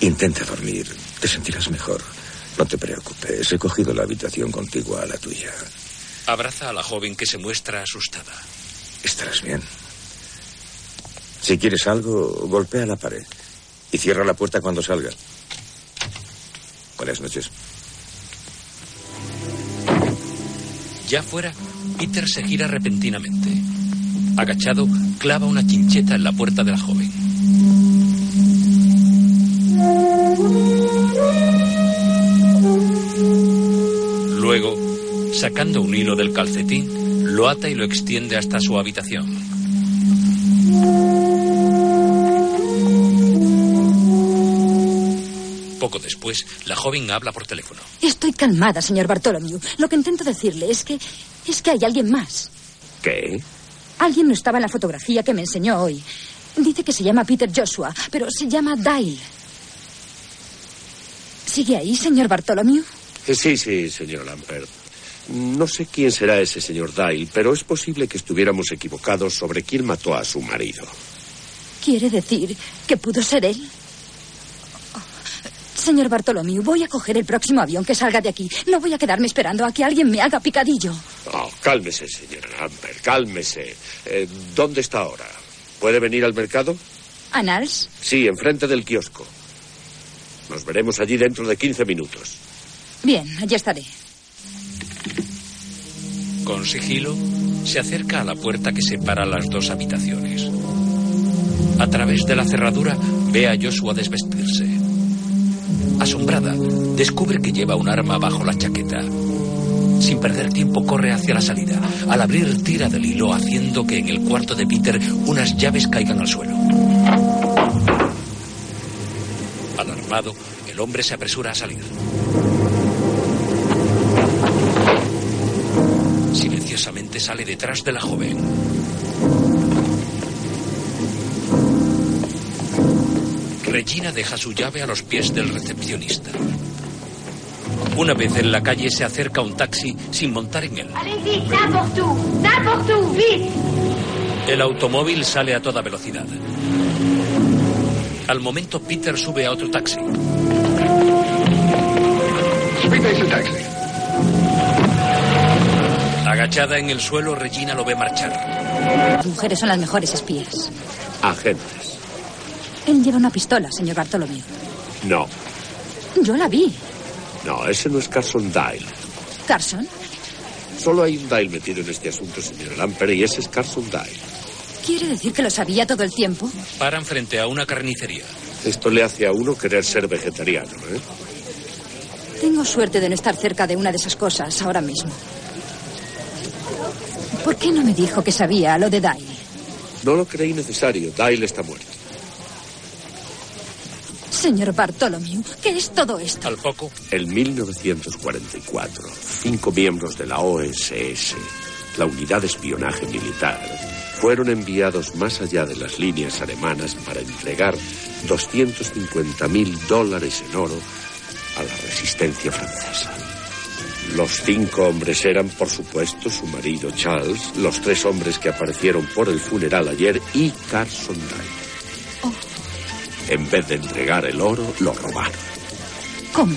[SPEAKER 6] Intenta dormir. Te sentirás mejor. No te preocupes. He cogido la habitación contigua a la tuya.
[SPEAKER 2] Abraza a la joven que se muestra asustada.
[SPEAKER 6] Estarás bien. Si quieres algo, golpea la pared. Y cierra la puerta cuando salga. Buenas noches.
[SPEAKER 2] Ya fuera, Peter se gira repentinamente. Agachado, clava una chincheta en la puerta de la joven. Luego, sacando un hilo del calcetín, lo ata y lo extiende hasta su habitación. Poco después, la joven habla por teléfono.
[SPEAKER 3] Estoy calmada, señor Bartolomeu. Lo que intento decirle es que. es que hay alguien más.
[SPEAKER 6] ¿Qué?
[SPEAKER 3] Alguien no estaba en la fotografía que me enseñó hoy. Dice que se llama Peter Joshua, pero se llama Dale. ¿Sigue ahí, señor Bartolomeu?
[SPEAKER 11] Eh, Sí, sí, señor Lampert. No sé quién será ese señor Dyle, pero es posible que estuviéramos equivocados sobre quién mató a su marido.
[SPEAKER 3] ¿Quiere decir que pudo ser él? Señor Bartolomé, voy a coger el próximo avión que salga de aquí. No voy a quedarme esperando a que alguien me haga picadillo.
[SPEAKER 11] Oh, cálmese, señora Lambert, cálmese. Eh, ¿Dónde está ahora? ¿Puede venir al mercado?
[SPEAKER 3] ¿Anals?
[SPEAKER 11] Sí, enfrente del kiosco. Nos veremos allí dentro de 15 minutos.
[SPEAKER 3] Bien, allí estaré.
[SPEAKER 2] Con sigilo, se acerca a la puerta que separa las dos habitaciones. A través de la cerradura ve a Joshua desvestirse. Asombrada, descubre que lleva un arma bajo la chaqueta. Sin perder tiempo corre hacia la salida. Al abrir tira del hilo haciendo que en el cuarto de Peter unas llaves caigan al suelo. Alarmado, el hombre se apresura a salir. Silenciosamente sale detrás de la joven. Regina deja su llave a los pies del recepcionista. Una vez en la calle se acerca un taxi sin montar en él.
[SPEAKER 15] Allez vite, n'importe où, n'importe où, vite
[SPEAKER 2] El automóvil sale a toda velocidad. Al momento Peter sube a otro taxi. Agachada en el suelo, Regina lo ve marchar.
[SPEAKER 3] Las mujeres son las mejores espías.
[SPEAKER 11] Agentes.
[SPEAKER 3] Él lleva una pistola, señor Bartolomé.
[SPEAKER 11] No,
[SPEAKER 3] Yo la vi.
[SPEAKER 11] no, ese no es Carson Dial.
[SPEAKER 3] ¿Carson?
[SPEAKER 11] Solo hay un Dial metido en este asunto, señora Lambert, y ese es Carson Dial.
[SPEAKER 3] ¿Quiere decir que lo sabía todo el tiempo?
[SPEAKER 2] Paran frente a una carnicería.
[SPEAKER 11] Esto le hace a uno querer ser vegetariano, ¿eh?
[SPEAKER 3] Tengo suerte de no estar cerca de una de esas cosas ahora mismo. ¿Por qué no me dijo que sabía lo de Dai?
[SPEAKER 11] No lo creí necesario. Dial está muerto.
[SPEAKER 3] Señor Bartolomé, ¿qué es todo esto?
[SPEAKER 2] Al poco.
[SPEAKER 11] En 1944, cinco miembros de la OSS, la unidad de espionaje militar, fueron enviados más allá de las líneas alemanas para entregar 250.000 dólares en oro a la resistencia francesa. Los cinco hombres eran, por supuesto, su marido Charles, los tres hombres que aparecieron por el funeral ayer y Carson Dyer. En vez de entregar el oro, lo robaron
[SPEAKER 3] ¿Cómo?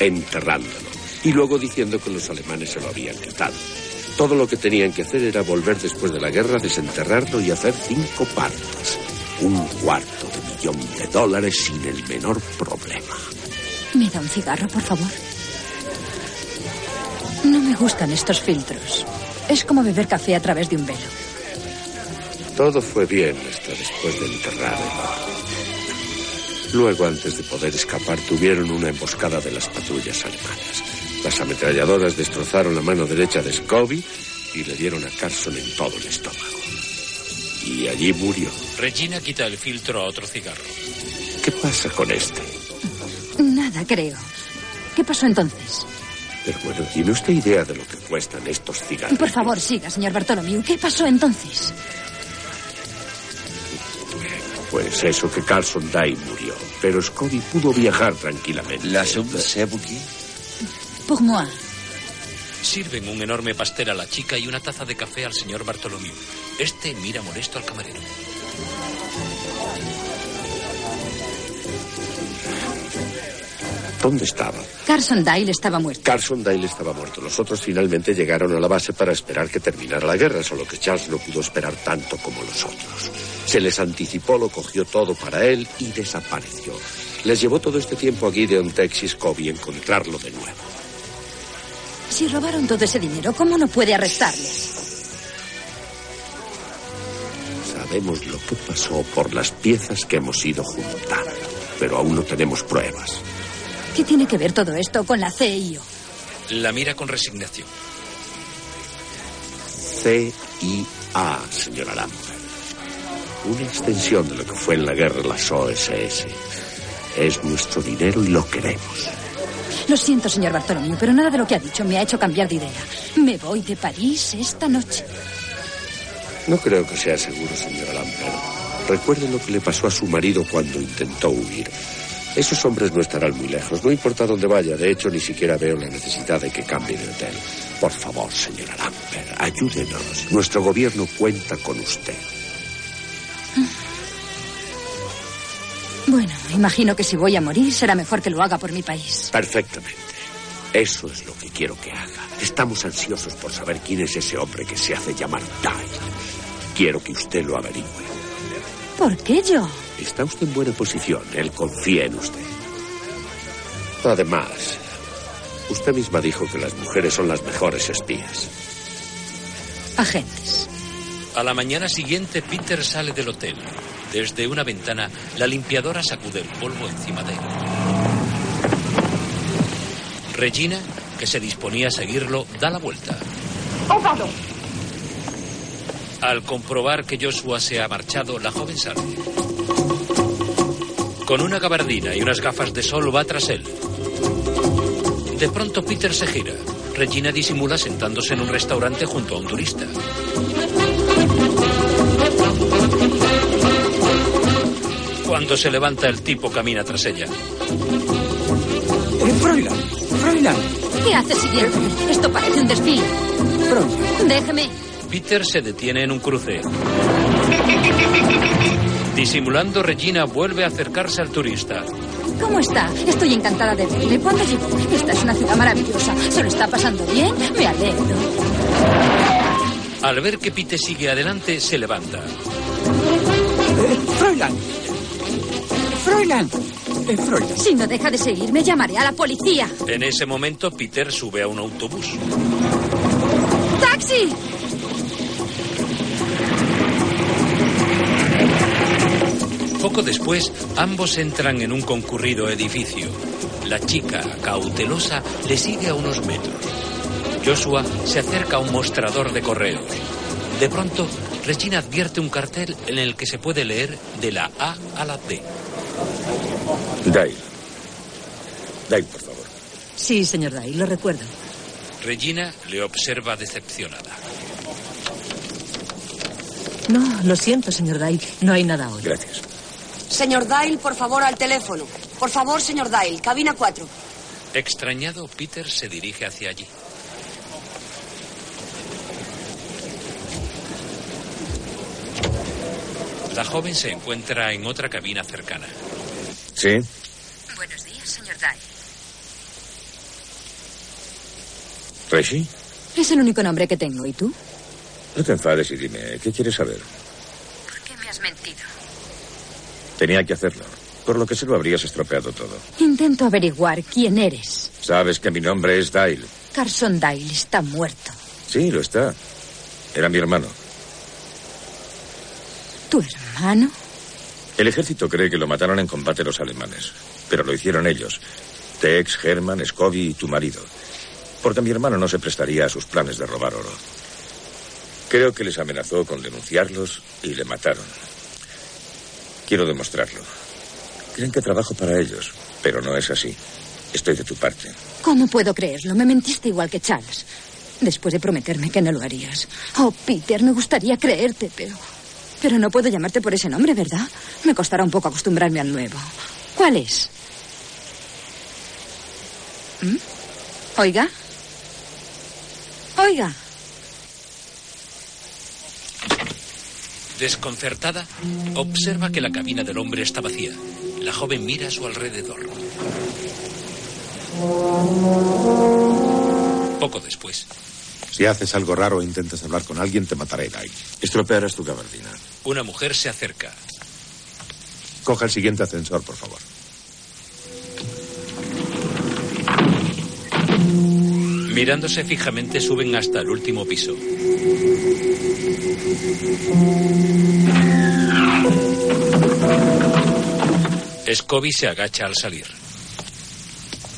[SPEAKER 11] enterrándolo y luego diciendo que los alemanes se lo habían quitado. Todo lo que tenían que hacer era volver después de la guerra, desenterrarlo y hacer cinco partes. Un cuarto de millón de dólares sin el menor problema.
[SPEAKER 3] ¿Me da un cigarro, por favor? No me gustan estos filtros. Es como beber café a través de un velo.
[SPEAKER 11] Todo fue bien hasta después de enterrar el oro. Luego, antes de poder escapar, tuvieron una emboscada de las patrullas alemanas. Las ametralladoras destrozaron la mano derecha de Scobie y le dieron a Carson en todo el estómago. Y allí murió.
[SPEAKER 2] Regina quita el filtro a otro cigarro.
[SPEAKER 11] ¿Qué pasa con este?
[SPEAKER 3] Nada, creo. ¿Qué pasó entonces?
[SPEAKER 11] Pero bueno, ¿tiene usted idea de lo que cuestan estos cigarros?
[SPEAKER 3] Por favor, siga, señor Bartolomé. ¿Qué pasó entonces?
[SPEAKER 11] Pues eso, que Carlson Day murió. Pero Scotty pudo viajar tranquilamente. ¿La Subsebuki?
[SPEAKER 3] Pour moi.
[SPEAKER 2] Sirven un enorme pastel a la chica y una taza de café al señor Bartolomé. Este mira molesto al camarero.
[SPEAKER 11] ¿Dónde estaba?
[SPEAKER 3] Carson Dyle estaba muerto.
[SPEAKER 11] Carson Dale estaba muerto. Los otros finalmente llegaron a la base para esperar que terminara la guerra, solo que Charles no pudo esperar tanto como los otros. Se les anticipó, lo cogió todo para él y desapareció. Les llevó todo este tiempo a Gideon, Texas, Kobe, encontrarlo de nuevo.
[SPEAKER 3] Si robaron todo ese dinero, ¿cómo no puede arrestarles?
[SPEAKER 11] Sabemos lo que pasó por las piezas que hemos ido juntando, pero aún no tenemos pruebas.
[SPEAKER 3] ¿Qué tiene que ver todo esto con la CIO?
[SPEAKER 2] La mira con resignación.
[SPEAKER 11] CIA, señora Lambert. Una extensión de lo que fue en la guerra las OSS. Es nuestro dinero y lo queremos.
[SPEAKER 3] Lo siento, señor Bartolomé, pero nada de lo que ha dicho me ha hecho cambiar de idea. Me voy de París esta noche.
[SPEAKER 11] No creo que sea seguro, señora Lambert. Recuerde lo que le pasó a su marido cuando intentó huir. Esos hombres no estarán muy lejos, no importa dónde vaya. De hecho, ni siquiera veo la necesidad de que cambie de hotel. Por favor, señora Lambert, ayúdenos. Nuestro gobierno cuenta con usted.
[SPEAKER 3] Bueno, imagino que si voy a morir será mejor que lo haga por mi país.
[SPEAKER 16] Perfectamente. Eso es lo que quiero que haga. Estamos ansiosos por saber quién es ese hombre que se hace llamar Dai. Quiero que usted lo averigüe.
[SPEAKER 3] ¿Por qué yo?
[SPEAKER 16] Está usted en buena posición. Él confía en usted. Además, usted misma dijo que las mujeres son las mejores espías.
[SPEAKER 3] Agentes.
[SPEAKER 2] A la mañana siguiente, Peter sale del hotel. Desde una ventana, la limpiadora sacude el polvo encima de él. Regina, que se disponía a seguirlo, da la vuelta.
[SPEAKER 15] Oh, pardon.
[SPEAKER 2] Al comprobar que Joshua se ha marchado, la joven sale. Con una gabardina y unas gafas de sol va tras él. De pronto Peter se gira. Regina disimula sentándose en un restaurante junto a un turista. Cuando se levanta el tipo camina tras ella.
[SPEAKER 17] Froilán, Froilán,
[SPEAKER 3] ¿Qué haces siguiéndome? Esto parece un desfile. Déjeme.
[SPEAKER 2] Peter se detiene en un cruce. Disimulando, Regina vuelve a acercarse al turista.
[SPEAKER 3] ¿Cómo está? Estoy encantada de verle. ¿Cuándo llegó? Esta es una ciudad maravillosa. ¿Se lo está pasando bien? Me alegro.
[SPEAKER 2] Al ver que Peter sigue adelante, se levanta.
[SPEAKER 17] Froilán. Froilán. Eh, Froilán.
[SPEAKER 3] Si no deja de seguirme, llamaré a la policía.
[SPEAKER 2] En ese momento, Peter sube a un autobús.
[SPEAKER 3] ¡Taxi!
[SPEAKER 2] Poco después, ambos entran en un concurrido edificio. La chica, cautelosa, le sigue a unos metros. Joshua se acerca a un mostrador de correos. De pronto, Regina advierte un cartel en el que se puede leer de la A a la D.
[SPEAKER 6] Dale. Dale, por favor.
[SPEAKER 3] Sí, señor Day, lo recuerdo.
[SPEAKER 2] Regina le observa decepcionada.
[SPEAKER 18] No, lo siento, señor Day. No hay nada hoy.
[SPEAKER 6] Gracias.
[SPEAKER 5] Señor Dyle, por favor, al teléfono. Por favor, señor Dyle, cabina 4.
[SPEAKER 2] Extrañado, Peter se dirige hacia allí. La joven se encuentra en otra cabina cercana.
[SPEAKER 6] ¿Sí?
[SPEAKER 3] Buenos días, señor Day.
[SPEAKER 6] ¿Reggie?
[SPEAKER 3] Es el único nombre que tengo. ¿Y tú?
[SPEAKER 6] No te enfades y dime, ¿qué quieres saber?
[SPEAKER 3] ¿Por qué me has mentido?
[SPEAKER 6] Tenía que hacerlo. Por lo que se lo habrías estropeado todo.
[SPEAKER 3] Intento averiguar quién eres.
[SPEAKER 6] Sabes que mi nombre es Dale.
[SPEAKER 3] Carson Dyle está muerto.
[SPEAKER 6] Sí, lo está. Era mi hermano.
[SPEAKER 3] ¿Tu hermano?
[SPEAKER 6] El ejército cree que lo mataron en combate los alemanes, pero lo hicieron ellos. Tex, Herman, Scobie y tu marido. Porque mi hermano no se prestaría a sus planes de robar oro. Creo que les amenazó con denunciarlos y le mataron. Quiero demostrarlo. Creen que trabajo para ellos, pero no es así. Estoy de tu parte.
[SPEAKER 3] ¿Cómo puedo creerlo? Me mentiste igual que Charles. Después de prometerme que no lo harías. Oh, Peter, me gustaría creerte, pero. Pero no puedo llamarte por ese nombre, ¿verdad? Me costará un poco acostumbrarme al nuevo. ¿Cuál es? ¿Mm? Oiga. Oiga.
[SPEAKER 2] Desconcertada, observa que la cabina del hombre está vacía. La joven mira a su alrededor. Poco después,
[SPEAKER 10] Si haces algo raro o intentas hablar con alguien, te mataré, Dyle.
[SPEAKER 6] Estropearás tu gabardina.
[SPEAKER 2] una mujer se acerca.
[SPEAKER 10] Coja el siguiente ascensor, por favor.
[SPEAKER 2] Mirándose fijamente, suben hasta el último piso. Scobie se agacha al salir.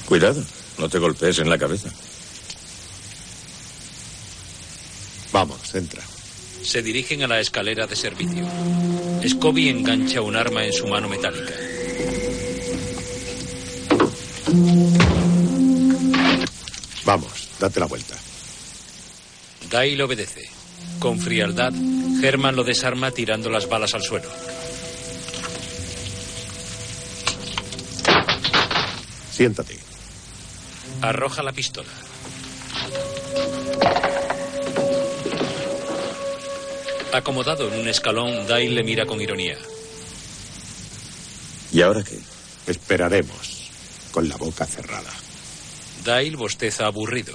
[SPEAKER 6] Cuidado, no te golpees en la cabeza.
[SPEAKER 10] Vamos, entra.
[SPEAKER 2] Se dirigen a la escalera de servicio. Scobie engancha un arma en su mano metálica.
[SPEAKER 10] Vamos, date la vuelta.
[SPEAKER 2] Dyle obedece. Con frialdad, Herman lo desarma tirando las balas al suelo.
[SPEAKER 10] Siéntate.
[SPEAKER 2] Arroja la pistola. Acomodado en un escalón, Dyle le mira con ironía.
[SPEAKER 6] ¿Y ahora qué?
[SPEAKER 10] Esperaremos, con la boca cerrada.
[SPEAKER 2] Dale bosteza aburrido.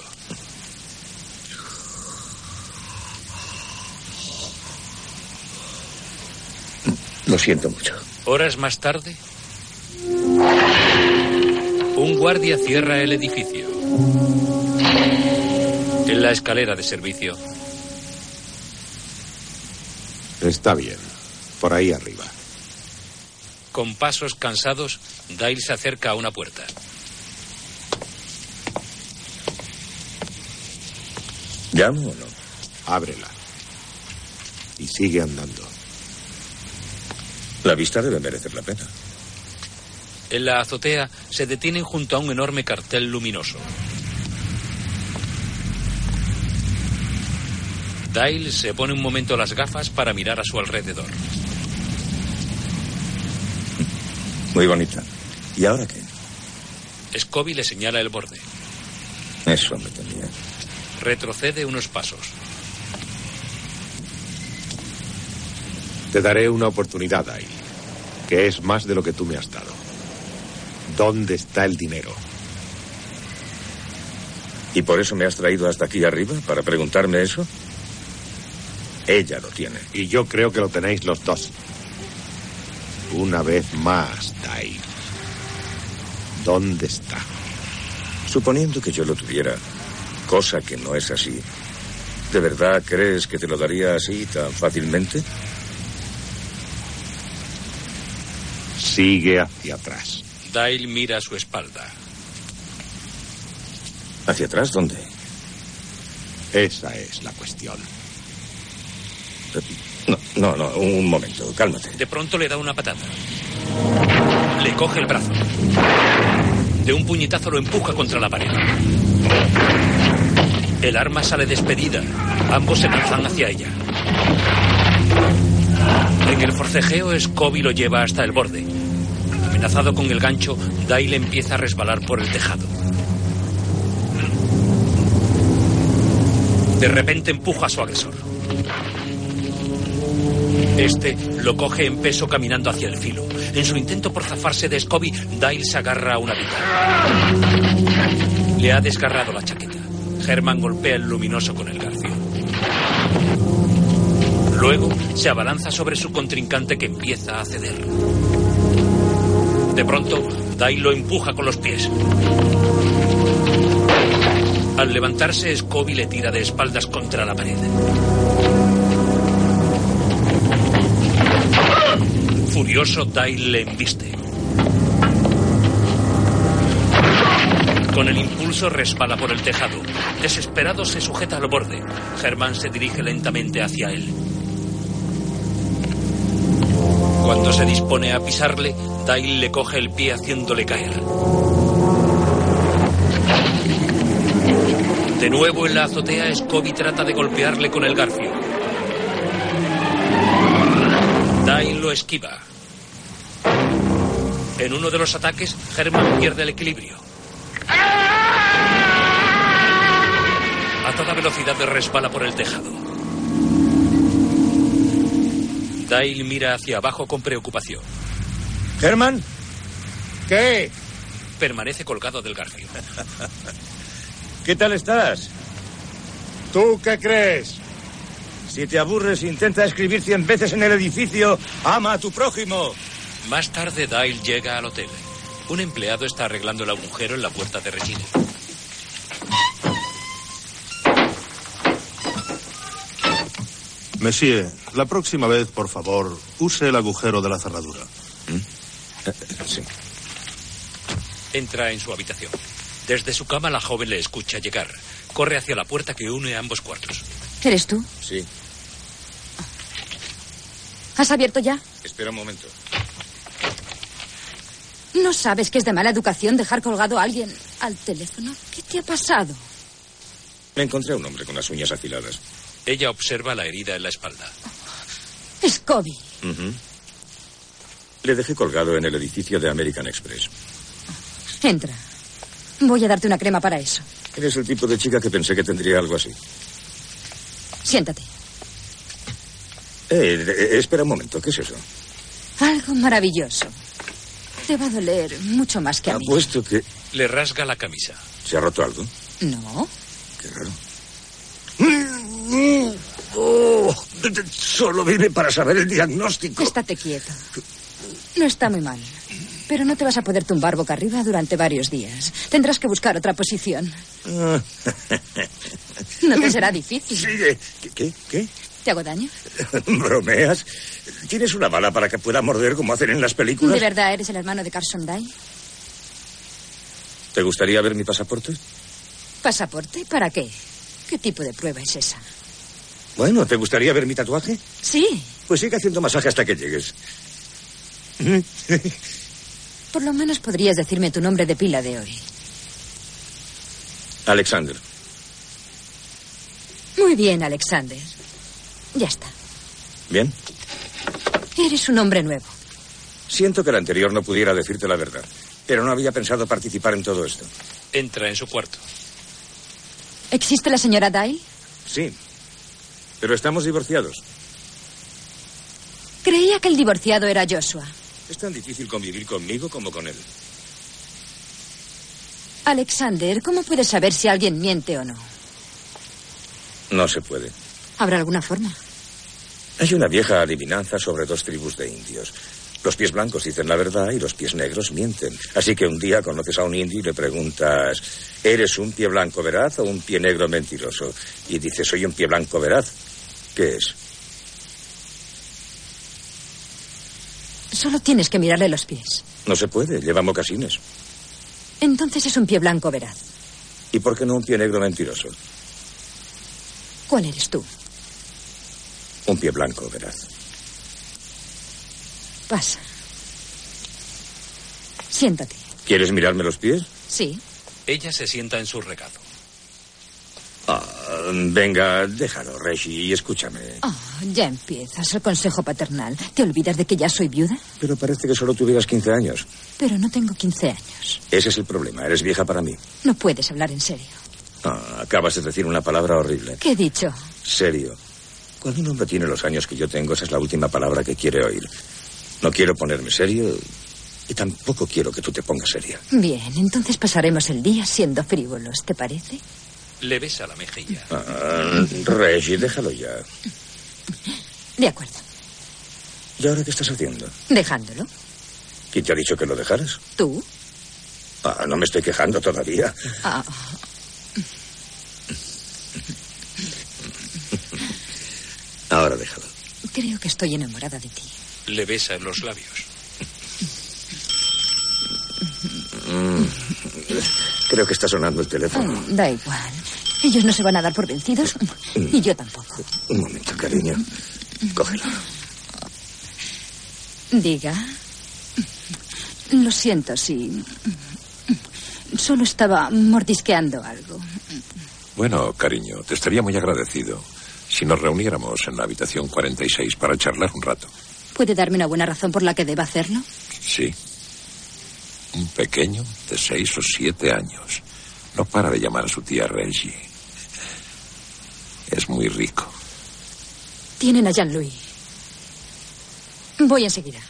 [SPEAKER 16] Lo siento mucho.
[SPEAKER 2] Horas más tarde, un guardia cierra el edificio. En la escalera de servicio,
[SPEAKER 10] Está bien. Por ahí arriba.
[SPEAKER 2] con pasos cansados, Dale se acerca a una puerta.
[SPEAKER 6] ¿Llamo o no?
[SPEAKER 10] Ábrela. Y sigue andando.
[SPEAKER 6] La vista debe merecer la pena.
[SPEAKER 2] En la azotea se detienen junto a un enorme cartel luminoso. Dale se pone un momento las gafas para mirar a su alrededor.
[SPEAKER 6] Muy bonita. ¿Y ahora qué?
[SPEAKER 2] Scobie le señala el borde.
[SPEAKER 6] Eso me tenía.
[SPEAKER 2] Retrocede unos pasos.
[SPEAKER 10] Te daré una oportunidad, ahí, que es más de lo que tú me has dado. ¿Dónde está el dinero?
[SPEAKER 6] ¿Y por eso me has traído hasta aquí arriba? ¿Para preguntarme eso? Ella lo tiene.
[SPEAKER 10] Y yo creo que lo tenéis los dos. Una vez más, Dai. ¿Dónde está?
[SPEAKER 6] Suponiendo que yo lo tuviera, cosa que no es así, ¿de verdad crees que te lo daría así tan fácilmente?
[SPEAKER 10] Sigue hacia atrás.
[SPEAKER 2] Dale mira a su espalda.
[SPEAKER 6] ¿Hacia atrás dónde?
[SPEAKER 10] Esa es la cuestión.
[SPEAKER 6] No, no, no, un momento, cálmate.
[SPEAKER 2] De pronto le da una patada. Le coge el brazo. De un puñetazo lo empuja contra la pared. El arma sale despedida. Ambos se lanzan hacia ella. En el forcejeo, Scobie lo lleva hasta el borde. Amenazado con el gancho, Dale empieza a resbalar por el tejado. De repente empuja a su agresor. Este lo coge en peso caminando hacia el filo. En su intento por zafarse de Scobie, Dale se agarra a una viga. Le ha desgarrado la chaqueta. Herman golpea el luminoso con el garfio. Luego se abalanza sobre su contrincante que empieza a ceder. De pronto, Dale lo empuja con los pies. Al levantarse, Scobie le tira de espaldas contra la pared. Furioso, Dale le embiste. Con el impulso resbala por el tejado. Desesperado se sujeta al borde. Germán se dirige lentamente hacia él. Cuando se dispone a pisarle, Dale le coge el pie haciéndole caer. De nuevo en la azotea, Scobie trata de golpearle con el garfio. Dai lo esquiva. En uno de los ataques, Herman pierde el equilibrio. A toda velocidad resbala por el tejado. Dale mira hacia abajo con preocupación.
[SPEAKER 6] ¿Herman? ¿Qué?
[SPEAKER 2] Permanece colgado del garfio.
[SPEAKER 6] ¿Qué tal estás?
[SPEAKER 10] ¿Tú qué crees?
[SPEAKER 6] Si te aburres, intenta escribir cien veces en el edificio. Ama a tu prójimo.
[SPEAKER 2] Más tarde, Dale llega al hotel. Un empleado está arreglando el agujero en la puerta de Regina.
[SPEAKER 19] Monsieur, la próxima vez, por favor, use el agujero de la cerradura.
[SPEAKER 6] Sí.
[SPEAKER 2] Entra en su habitación. Desde su cama, la joven le escucha llegar. Corre hacia la puerta que une ambos cuartos.
[SPEAKER 3] ¿Eres tú?
[SPEAKER 6] Sí.
[SPEAKER 3] ¿Has abierto ya?
[SPEAKER 6] Espera un momento.
[SPEAKER 3] ¿No sabes que es de mala educación dejar colgado a alguien al teléfono? ¿Qué te ha pasado?
[SPEAKER 6] Me encontré a un hombre con las uñas afiladas.
[SPEAKER 2] Ella observa la herida en la espalda.
[SPEAKER 3] Scobie.
[SPEAKER 6] Ujú. Le dejé colgado en el edificio de American Express.
[SPEAKER 3] Entra. Voy a darte una crema para eso.
[SPEAKER 6] Eres el tipo de chica que pensé que tendría algo así.
[SPEAKER 3] Siéntate.
[SPEAKER 6] Eh, eh, espera un momento, ¿qué es eso?
[SPEAKER 3] Algo maravilloso. Te va a doler mucho más que a mí.
[SPEAKER 6] Apuesto que...
[SPEAKER 2] Le rasga la camisa.
[SPEAKER 6] ¿Se ha roto algo?
[SPEAKER 3] No.
[SPEAKER 6] Qué raro.
[SPEAKER 8] Oh, solo vive para saber el diagnóstico.
[SPEAKER 3] Estate quieto. No está muy mal. Pero no te vas a poder tumbar boca arriba durante varios días. Tendrás que buscar otra posición. No te será difícil.
[SPEAKER 8] Sigue. ¿Qué? ¿Qué? qué?
[SPEAKER 3] ¿Te hago daño?
[SPEAKER 8] ¿Bromeas? ¿Tienes una bala para que pueda morder como hacen en las películas?
[SPEAKER 3] ¿De verdad eres el hermano de Carson Dye?
[SPEAKER 6] ¿Te gustaría ver mi pasaporte?
[SPEAKER 3] ¿Pasaporte? ¿Para qué? ¿Qué tipo de prueba es esa?
[SPEAKER 6] Bueno, ¿te gustaría ver mi tatuaje?
[SPEAKER 3] Sí,
[SPEAKER 6] Pues sigue haciendo masaje hasta que llegues.
[SPEAKER 3] por lo menos podrías decirme tu nombre de pila de hoy.
[SPEAKER 6] Alexander.
[SPEAKER 3] Muy bien, Alexander. Ya está.
[SPEAKER 6] ¿Bien?
[SPEAKER 3] Eres un hombre nuevo.
[SPEAKER 6] Siento que el anterior no pudiera decirte la verdad, pero no había pensado participar en todo esto.
[SPEAKER 2] Entra en su cuarto.
[SPEAKER 3] ¿Existe la señora Dyle?
[SPEAKER 6] Sí, pero estamos divorciados.
[SPEAKER 3] Creía que el divorciado era Joshua.
[SPEAKER 6] Es tan difícil convivir conmigo como con él.
[SPEAKER 3] Alexander, ¿cómo puedes saber si alguien miente o no?
[SPEAKER 6] No se puede.
[SPEAKER 3] ¿Habrá alguna forma?
[SPEAKER 6] Hay una vieja adivinanza sobre dos tribus de indios. Los pies blancos dicen la verdad y los pies negros mienten. Así que un día conoces a un indio y le preguntas, ¿eres un pie blanco veraz o un pie negro mentiroso? Y dice, soy un pie blanco veraz. ¿Qué es?
[SPEAKER 3] Solo tienes que mirarle los pies.
[SPEAKER 6] No se puede, lleva mocasines.
[SPEAKER 3] Entonces es un pie blanco veraz.
[SPEAKER 6] ¿Y por qué no un pie negro mentiroso?
[SPEAKER 3] ¿Cuál eres tú?
[SPEAKER 6] Un pie blanco veraz.
[SPEAKER 3] Pasa. Siéntate.
[SPEAKER 6] ¿Quieres mirarme los pies?
[SPEAKER 3] Sí.
[SPEAKER 2] Ella se sienta en su regazo.
[SPEAKER 6] Ah, venga, déjalo, Reggie, y escúchame.
[SPEAKER 3] Oh, ya empiezas el consejo paternal. ¿Te olvidas de que ya soy viuda?
[SPEAKER 6] Pero parece que solo tuvieras 15 años.
[SPEAKER 3] Pero no tengo 15 años.
[SPEAKER 6] Ese es el problema, eres vieja para mí.
[SPEAKER 3] No puedes hablar en serio.
[SPEAKER 6] Ah, acabas de decir una palabra horrible.
[SPEAKER 3] ¿Qué he dicho?
[SPEAKER 6] Serio. Cuando un hombre tiene los años que yo tengo, esa es la última palabra que quiere oír. No quiero ponerme serio y tampoco quiero que tú te pongas seria.
[SPEAKER 3] Bien, entonces pasaremos el día siendo frívolos, ¿te parece?
[SPEAKER 2] Le besa la mejilla.
[SPEAKER 6] Ah, Reggie, déjalo ya.
[SPEAKER 3] De acuerdo.
[SPEAKER 6] ¿Y ahora qué estás haciendo?
[SPEAKER 3] Dejándolo.
[SPEAKER 6] ¿Quién te ha dicho que lo dejaras?
[SPEAKER 3] ¿Tú?
[SPEAKER 6] Ah, no me estoy quejando todavía.
[SPEAKER 3] Ah,
[SPEAKER 6] Ahora déjalo.
[SPEAKER 3] creo que estoy enamorada de ti.
[SPEAKER 2] Le besa en los labios.
[SPEAKER 6] Mm. Creo que está sonando el teléfono.
[SPEAKER 3] Mm, Da igual. Ellos no se van a dar por vencidos. Y yo tampoco.
[SPEAKER 6] Un momento, cariño. Cógelo.
[SPEAKER 3] Diga. Lo siento si. Solo estaba mordisqueando algo.
[SPEAKER 9] Bueno, cariño, te estaría muy agradecido si nos reuniéramos en la habitación 46 para charlar un rato.
[SPEAKER 3] ¿Puede darme una buena razón por la que deba hacerlo?
[SPEAKER 9] Sí. Un pequeño de seis o siete años. No para de llamar a su tía Reggie. Es muy rico.
[SPEAKER 3] Tienen a Jean-Louis. Voy enseguida.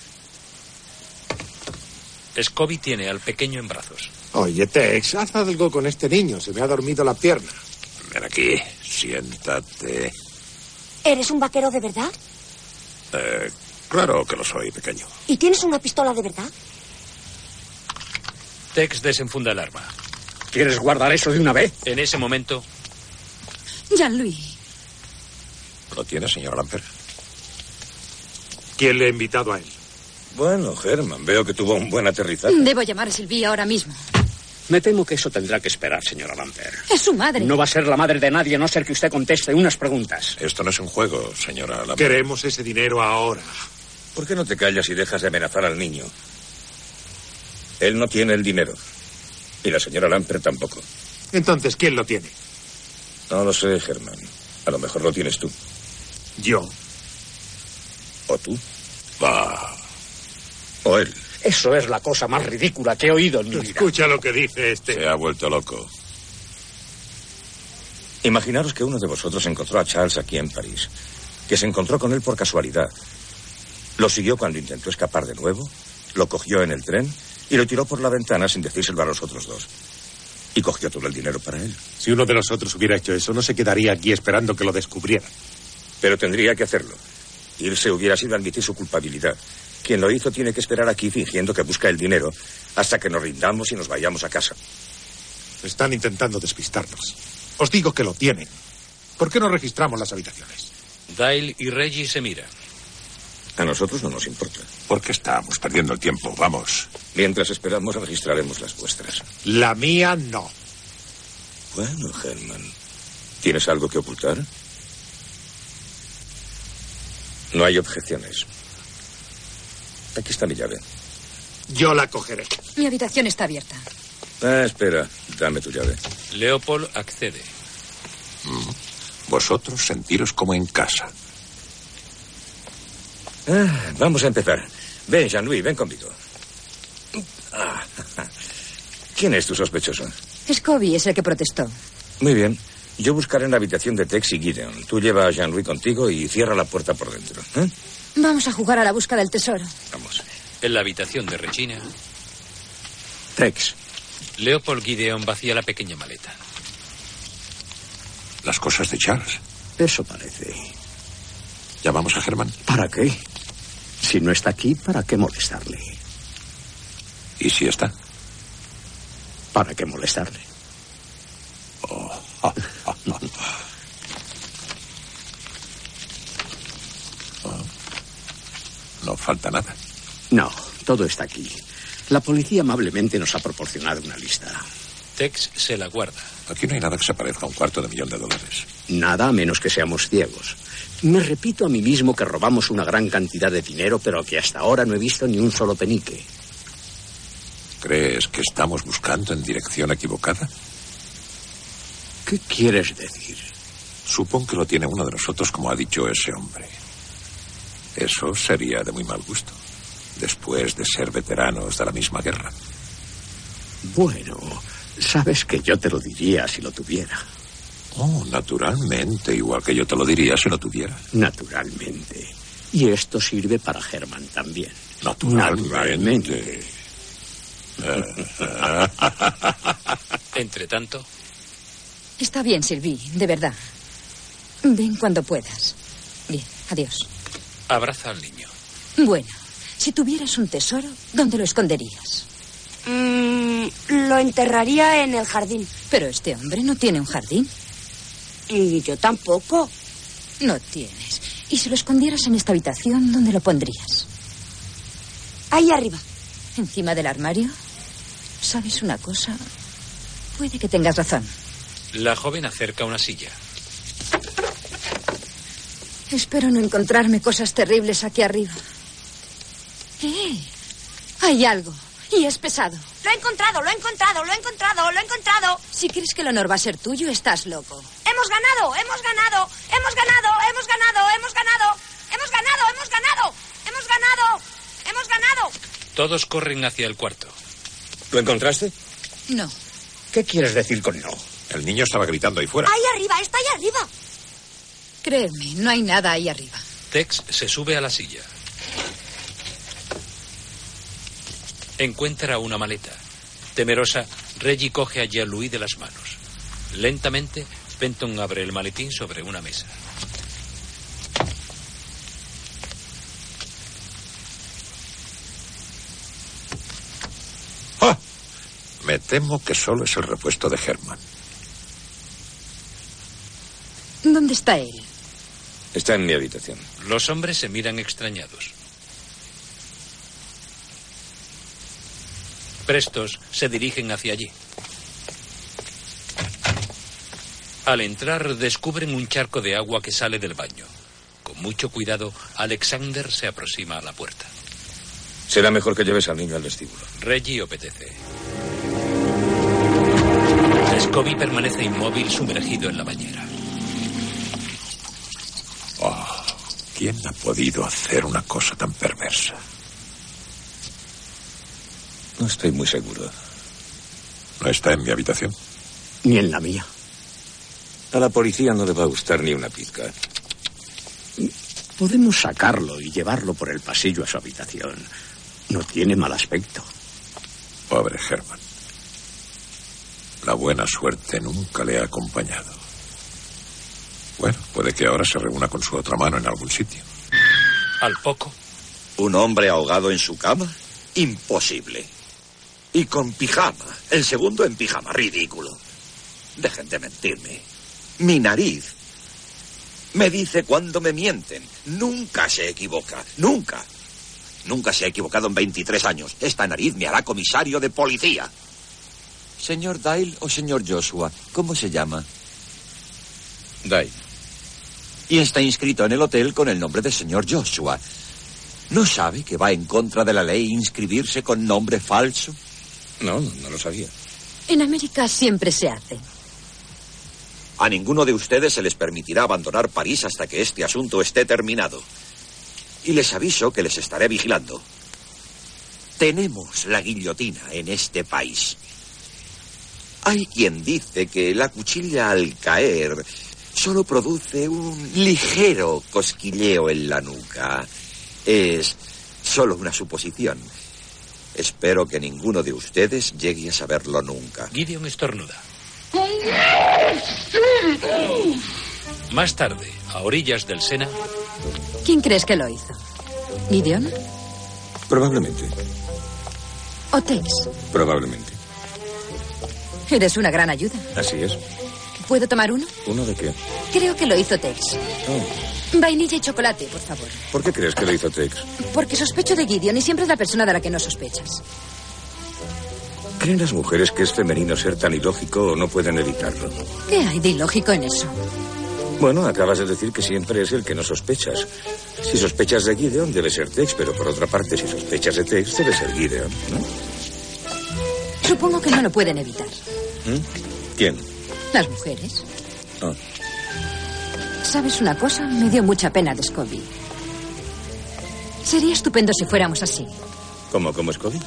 [SPEAKER 2] Scobie tiene al pequeño en brazos.
[SPEAKER 20] Oye, Tex, haz algo con este niño. Se me ha dormido la pierna.
[SPEAKER 9] Ven aquí, siéntate.
[SPEAKER 5] ¿Eres un vaquero de verdad?
[SPEAKER 9] Eh, claro que lo soy, pequeño.
[SPEAKER 5] ¿Y tienes una pistola de verdad?
[SPEAKER 2] Tex desenfunda el arma.
[SPEAKER 16] ¿Quieres guardar eso de una vez?
[SPEAKER 2] En ese momento,
[SPEAKER 3] Jean-Louis.
[SPEAKER 9] ¿Lo tiene, señor Lamper?
[SPEAKER 6] ¿Quién le ha invitado a él? Bueno, Germán, veo que tuvo un buen aterrizaje.
[SPEAKER 3] Debo llamar a Sylvie ahora mismo.
[SPEAKER 16] Me temo que eso tendrá que esperar, señora Lamper.
[SPEAKER 3] Es su madre.
[SPEAKER 16] No va a ser la madre de nadie a no ser que usted conteste unas preguntas.
[SPEAKER 9] Esto no es un juego, señora Lamper.
[SPEAKER 6] Queremos ese dinero ahora. ¿Por qué no te callas y dejas de amenazar al niño? Él no tiene el dinero. Y la señora Lamper tampoco.
[SPEAKER 20] Entonces, ¿quién lo tiene?
[SPEAKER 6] No lo sé, Germán. A lo mejor lo tienes tú.
[SPEAKER 20] Yo.
[SPEAKER 6] ¿O tú?
[SPEAKER 9] Va.
[SPEAKER 6] O él.
[SPEAKER 16] Eso es la cosa más ridícula que he oído en mi vida.
[SPEAKER 20] Escucha lo que dice este.
[SPEAKER 9] Se ha vuelto loco.
[SPEAKER 6] Imaginaros que uno de vosotros encontró a Charles aquí en París, que se encontró con él por casualidad. Lo siguió cuando intentó escapar de nuevo, lo cogió en el tren y lo tiró por la ventana sin decírselo a los otros dos. Y cogió todo el dinero para él.
[SPEAKER 10] Si uno de nosotros hubiera hecho eso, no se quedaría aquí esperando que lo descubrieran.
[SPEAKER 6] Pero tendría que hacerlo. Irse hubiera sido admitir su culpabilidad. Quien lo hizo tiene que esperar aquí fingiendo que busca el dinero hasta que nos rindamos y nos vayamos a casa.
[SPEAKER 20] Están intentando despistarnos. Os digo que lo tienen. ¿Por qué no registramos las habitaciones?
[SPEAKER 2] Dale y Reggie se miran.
[SPEAKER 6] A nosotros no nos importa.
[SPEAKER 9] Porque estábamos perdiendo el tiempo. Vamos.
[SPEAKER 6] Mientras esperamos, registraremos las vuestras.
[SPEAKER 20] La mía no.
[SPEAKER 6] Bueno, Herman. ¿Tienes algo que ocultar? No hay objeciones. Aquí está mi llave.
[SPEAKER 20] Yo la cogeré.
[SPEAKER 3] Mi habitación está abierta.
[SPEAKER 6] Ah, espera. Dame tu llave.
[SPEAKER 2] Leopold accede.
[SPEAKER 9] Vosotros sentiros como en casa.
[SPEAKER 6] Ah, vamos a empezar. Ven, Jean-Louis, ven conmigo. Ah, ¿Quién es tu sospechoso?
[SPEAKER 3] Scobie es el que protestó.
[SPEAKER 6] Muy bien. Yo buscaré en la habitación de Tex y Gideon. Tú lleva a Jean-Louis contigo y cierra la puerta por dentro. ¿eh?
[SPEAKER 3] Vamos a jugar a la busca del tesoro.
[SPEAKER 2] Vamos. En la habitación de Regina,
[SPEAKER 6] Tex.
[SPEAKER 2] Leopold Gideon vacía la pequeña maleta.
[SPEAKER 9] Las cosas de Charles.
[SPEAKER 13] Eso parece.
[SPEAKER 9] ¿Llamamos a Germán?
[SPEAKER 13] ¿Para qué? Si no está aquí, ¿para qué molestarle?
[SPEAKER 9] ¿Y si está?
[SPEAKER 13] ¿Para qué molestarle?
[SPEAKER 9] No falta nada.
[SPEAKER 13] No, todo está aquí. La policía amablemente nos ha proporcionado una lista.
[SPEAKER 2] Tex se la guarda.
[SPEAKER 9] Aquí no hay nada que se parezca a un cuarto de millón de dólares.
[SPEAKER 13] Nada a menos que seamos ciegos. Me repito a mí mismo que robamos una gran cantidad de dinero, pero que hasta ahora no he visto ni un solo penique.
[SPEAKER 9] ¿Crees que estamos buscando en dirección equivocada?
[SPEAKER 13] ¿Qué quieres decir?
[SPEAKER 9] Supón que lo tiene uno de nosotros, como ha dicho ese hombre. Eso sería de muy mal gusto, después de ser veteranos de la misma guerra.
[SPEAKER 13] Bueno, sabes que yo te lo diría si lo tuviera.
[SPEAKER 9] Oh, naturalmente, igual que yo te lo diría si lo tuviera.
[SPEAKER 13] Naturalmente. Y esto sirve para Germán también.
[SPEAKER 9] Naturalmente.
[SPEAKER 2] Entre tanto,
[SPEAKER 3] Está bien, Silvi, de verdad. Ven cuando puedas. Bien, adiós.
[SPEAKER 2] abraza al niño.
[SPEAKER 3] Bueno, si tuvieras un tesoro, ¿dónde lo esconderías?
[SPEAKER 4] Mm,
[SPEAKER 5] lo enterraría en el jardín.
[SPEAKER 3] Pero este hombre no tiene un jardín.
[SPEAKER 5] Y yo tampoco.
[SPEAKER 3] No tienes. ¿Y si lo escondieras en esta habitación, dónde lo pondrías?
[SPEAKER 5] Ahí arriba.
[SPEAKER 3] ¿Encima del armario? ¿Sabes una cosa? Puede que tengas razón.
[SPEAKER 2] La joven acerca una silla.
[SPEAKER 3] Espero no encontrarme cosas terribles aquí arriba. ¿Qué? Hay algo. Y es pesado.
[SPEAKER 15] Lo he encontrado, lo he encontrado, lo he encontrado, lo he encontrado.
[SPEAKER 3] Si crees que el honor va a ser tuyo, estás loco.
[SPEAKER 15] Hemos ganado, hemos ganado, hemos ganado, hemos ganado, hemos ganado, hemos ganado, hemos ganado, hemos ganado, hemos ganado.
[SPEAKER 2] Todos corren hacia el cuarto.
[SPEAKER 6] ¿Lo encontraste?
[SPEAKER 3] No.
[SPEAKER 13] ¿Qué quieres decir con no?
[SPEAKER 9] El niño estaba gritando ahí fuera.
[SPEAKER 15] Ahí arriba, está ahí arriba.
[SPEAKER 3] Créeme, no hay nada ahí arriba.
[SPEAKER 2] Tex se sube a la silla. Encuentra una maleta. Temerosa, Reggie coge a Jean-Louis de las manos. Lentamente, Benton abre el maletín sobre una mesa.
[SPEAKER 9] Me temo que solo es el repuesto de Herman.
[SPEAKER 3] ¿Dónde está él?
[SPEAKER 6] Está en mi habitación.
[SPEAKER 2] Los hombres se miran extrañados. Prestos se dirigen hacia allí. Al entrar descubren un charco de agua que sale del baño. Con mucho cuidado, Alexander se aproxima a la puerta.
[SPEAKER 6] Será mejor que lleves al niño al vestíbulo.
[SPEAKER 2] Reggie obedece. Scobie permanece inmóvil sumergido en la bañera.
[SPEAKER 9] Oh, ¿Quién ha podido hacer una cosa tan perversa?
[SPEAKER 6] No estoy muy seguro.
[SPEAKER 9] No está en mi habitación.
[SPEAKER 13] Ni en la mía.
[SPEAKER 6] A la policía no le va a gustar ni una pizca.
[SPEAKER 13] Podemos sacarlo y llevarlo por el pasillo a su habitación. No tiene mal aspecto.
[SPEAKER 9] Pobre Herman. La buena suerte nunca le ha acompañado. Bueno, puede que ahora se reúna con su otra mano en algún sitio.
[SPEAKER 2] Al poco.
[SPEAKER 8] ¿Un hombre ahogado en su cama? Imposible. Y con pijama. El segundo en pijama. Ridículo. Dejen de mentirme. Mi nariz. Me dice cuando me mienten. Nunca se equivoca. Nunca. Nunca se ha equivocado en 23 años. Esta nariz me hará comisario de policía.
[SPEAKER 21] Señor Dale o señor Joshua, ¿cómo se llama?
[SPEAKER 8] Dale.
[SPEAKER 21] Y está inscrito en el hotel con el nombre de señor Joshua. ¿No sabe que va en contra de la ley inscribirse con nombre falso?
[SPEAKER 8] No, no lo sabía.
[SPEAKER 3] En América siempre se hace.
[SPEAKER 8] A ninguno de ustedes se les permitirá abandonar París hasta que este asunto esté terminado. Y les aviso que les estaré vigilando. Tenemos la guillotina en este país. Hay quien dice que la cuchilla al caer solo produce un ligero cosquilleo en la nuca. Es solo una suposición. Espero que ninguno de ustedes llegue a saberlo nunca.
[SPEAKER 2] Gideon estornuda. Más tarde, a orillas del Sena,
[SPEAKER 3] ¿Quién crees que lo hizo? ¿Gideon?
[SPEAKER 6] Probablemente,
[SPEAKER 3] ¿O Tex?
[SPEAKER 6] probablemente.
[SPEAKER 3] Eres una gran ayuda.
[SPEAKER 6] Así es.
[SPEAKER 3] ¿Puedo tomar uno?
[SPEAKER 6] ¿Uno de qué?
[SPEAKER 3] Creo que lo hizo Tex.
[SPEAKER 6] Oh,
[SPEAKER 3] Vainilla y chocolate, por favor.
[SPEAKER 6] ¿Por qué crees que lo hizo Tex?
[SPEAKER 3] Porque sospecho de Gideon y siempre es la persona de la que no sospechas.
[SPEAKER 6] ¿Creen las mujeres que es femenino ser tan ilógico o no pueden evitarlo?
[SPEAKER 3] ¿Qué hay de ilógico en eso?
[SPEAKER 6] Bueno, acabas de decir que siempre es el que no sospechas. Si sospechas de Gideon, debe ser Tex, pero por otra parte, si sospechas de Tex, debe ser Gideon, ¿no?
[SPEAKER 3] Supongo que no lo pueden evitar.
[SPEAKER 6] ¿Quién?
[SPEAKER 3] Las mujeres.
[SPEAKER 6] Ah.
[SPEAKER 3] ¿Sabes una cosa? Me dio mucha pena de Scobie. Sería estupendo si fuéramos así.
[SPEAKER 6] ¿Cómo, cómo Scobie?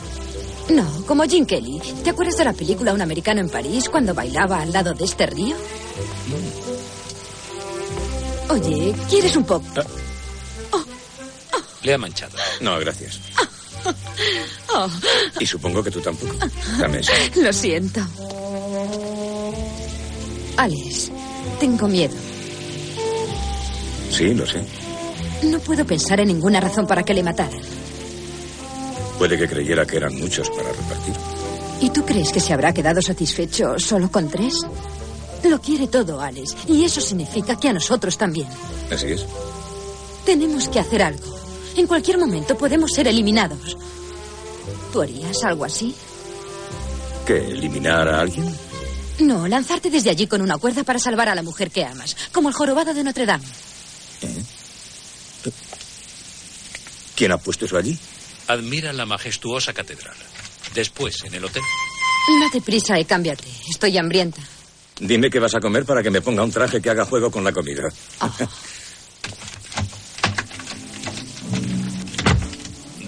[SPEAKER 3] No, como Jim Kelly. ¿Te acuerdas de la película Un americano en París cuando bailaba al lado de este río? Oye, ¿quieres un pop?
[SPEAKER 6] Ah.
[SPEAKER 2] le ha manchado.
[SPEAKER 6] No, gracias.
[SPEAKER 3] Oh,
[SPEAKER 6] Y supongo que tú tampoco. Dame eso.
[SPEAKER 3] lo siento. Alex, tengo miedo.
[SPEAKER 6] Sí, lo sé.
[SPEAKER 3] No puedo pensar en ninguna razón para que le matara.
[SPEAKER 6] Puede que creyera que eran muchos para repartir.
[SPEAKER 3] ¿Y tú crees que se habrá quedado satisfecho solo con tres? Lo quiere todo, Alex, y eso significa que a nosotros también.
[SPEAKER 6] Así es.
[SPEAKER 3] Tenemos que hacer algo. En cualquier momento podemos ser eliminados. ¿Tú harías algo así?
[SPEAKER 6] ¿Que eliminar a alguien?
[SPEAKER 3] No, lanzarte desde allí con una cuerda para salvar a la mujer que amas, como el jorobado de Notre Dame.
[SPEAKER 6] ¿Quién ha puesto eso allí?
[SPEAKER 2] admira la majestuosa catedral. Después, en el hotel,
[SPEAKER 3] Date prisa y cámbiate. Estoy hambrienta.
[SPEAKER 6] Dime qué vas a comer para que me ponga un traje que haga juego con la comida.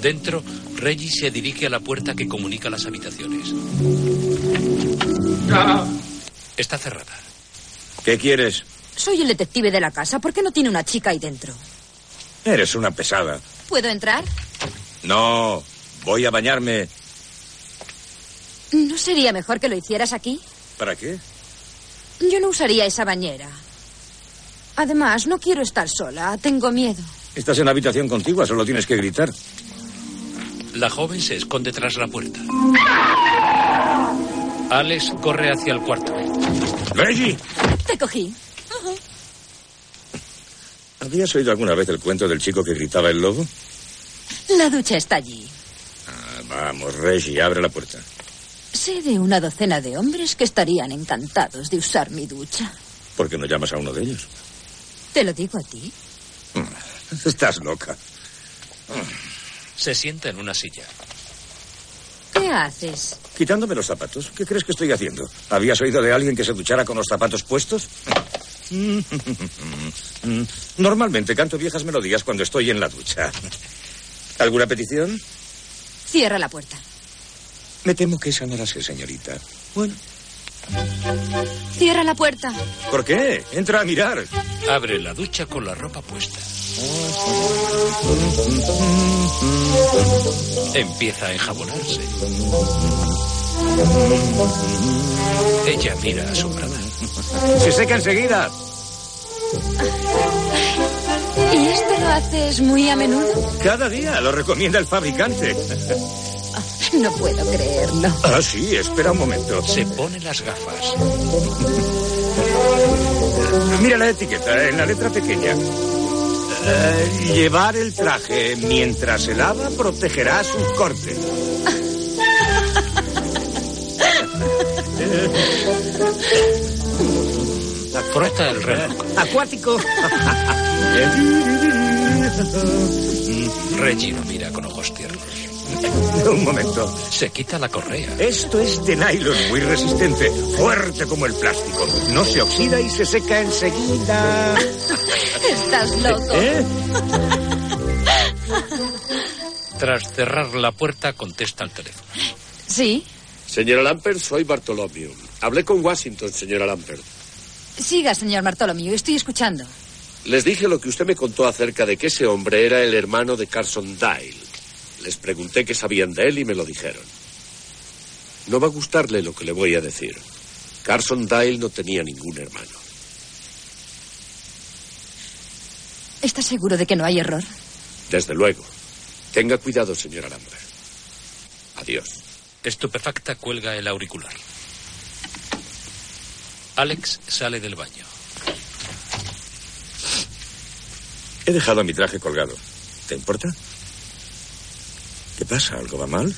[SPEAKER 2] dentro, Reggie se dirige a la puerta que comunica las habitaciones. Está cerrada.
[SPEAKER 6] ¿Qué quieres?
[SPEAKER 3] Soy el detective de la casa. ¿Por qué no tiene una chica ahí dentro?
[SPEAKER 6] Eres una pesada.
[SPEAKER 3] ¿Puedo entrar?
[SPEAKER 6] No, voy a bañarme.
[SPEAKER 3] ¿No sería mejor que lo hicieras aquí?
[SPEAKER 6] ¿Para qué?
[SPEAKER 3] Yo no usaría esa bañera. Además, no quiero estar sola. Tengo miedo.
[SPEAKER 6] Estás en la habitación contigua, solo tienes que gritar.
[SPEAKER 2] La joven se esconde tras la puerta. Alex corre hacia el cuarto.
[SPEAKER 6] ¡Reggie!
[SPEAKER 3] Te cogí.
[SPEAKER 6] ¿Habías oído alguna vez el cuento del chico que gritaba el lobo?
[SPEAKER 3] La ducha está allí.
[SPEAKER 6] Ah, vamos, Reggie, abre la puerta.
[SPEAKER 3] Sé de una docena de hombres que estarían encantados de usar mi ducha.
[SPEAKER 6] ¿Por qué no llamas a uno de ellos?
[SPEAKER 3] Te lo digo a ti.
[SPEAKER 6] Estás loca.
[SPEAKER 2] Se sienta en una silla.
[SPEAKER 3] ¿Qué haces?
[SPEAKER 6] Quitándome los zapatos. ¿Qué crees que estoy haciendo? ¿Habías oído de alguien que se duchara con los zapatos puestos? Normalmente canto viejas melodías cuando estoy en la ducha. ¿Alguna petición?
[SPEAKER 3] Cierra la puerta.
[SPEAKER 6] Me temo que esa no la sé, señorita. Bueno.
[SPEAKER 3] Cierra la puerta.
[SPEAKER 6] ¿Por qué? Entra a mirar.
[SPEAKER 2] Abre la ducha con la ropa puesta. Empieza a enjabonarse. Ella mira asombrada.
[SPEAKER 16] Se seca enseguida.
[SPEAKER 22] ¿Y esto lo haces muy a menudo?
[SPEAKER 6] Cada día lo recomienda el fabricante.
[SPEAKER 22] No puedo creerlo.
[SPEAKER 6] Ah, sí, espera un momento.
[SPEAKER 2] Se pone las gafas.
[SPEAKER 6] Mira la etiqueta, en la letra pequeña. Eh, llevar el traje mientras se lava protegerá sus cortes.
[SPEAKER 2] Frota el reloj.
[SPEAKER 13] Acuático.
[SPEAKER 2] Reggie lo mira con ojos tiernos.
[SPEAKER 6] Un momento.
[SPEAKER 2] Se quita la correa.
[SPEAKER 6] Esto es de nylon muy resistente, fuerte como el plástico. No se oxida y se seca enseguida.
[SPEAKER 22] Estás loco.
[SPEAKER 6] ¿Eh?
[SPEAKER 2] Tras cerrar la puerta, contesta al teléfono.
[SPEAKER 22] Sí,
[SPEAKER 11] Señora Lampert, soy Bartolomeo. Hablé con Washington, señora Lampert.
[SPEAKER 3] Siga, señor Bartolomeo, estoy escuchando.
[SPEAKER 11] Les dije lo que usted me contó acerca de que ese hombre era el hermano de Carson Dyle. Les pregunté qué sabían de él y me lo dijeron. No va a gustarle lo que le voy a decir. Carson Dyle no tenía ningún hermano.
[SPEAKER 3] ¿Estás seguro de que no hay error?
[SPEAKER 11] Desde luego. Tenga cuidado, señora Lambert. Adiós.
[SPEAKER 2] Estupefacta cuelga el auricular. Alex sale del baño.
[SPEAKER 6] He dejado mi traje colgado. ¿Te importa? ¿Qué pasa? ¿Algo va mal?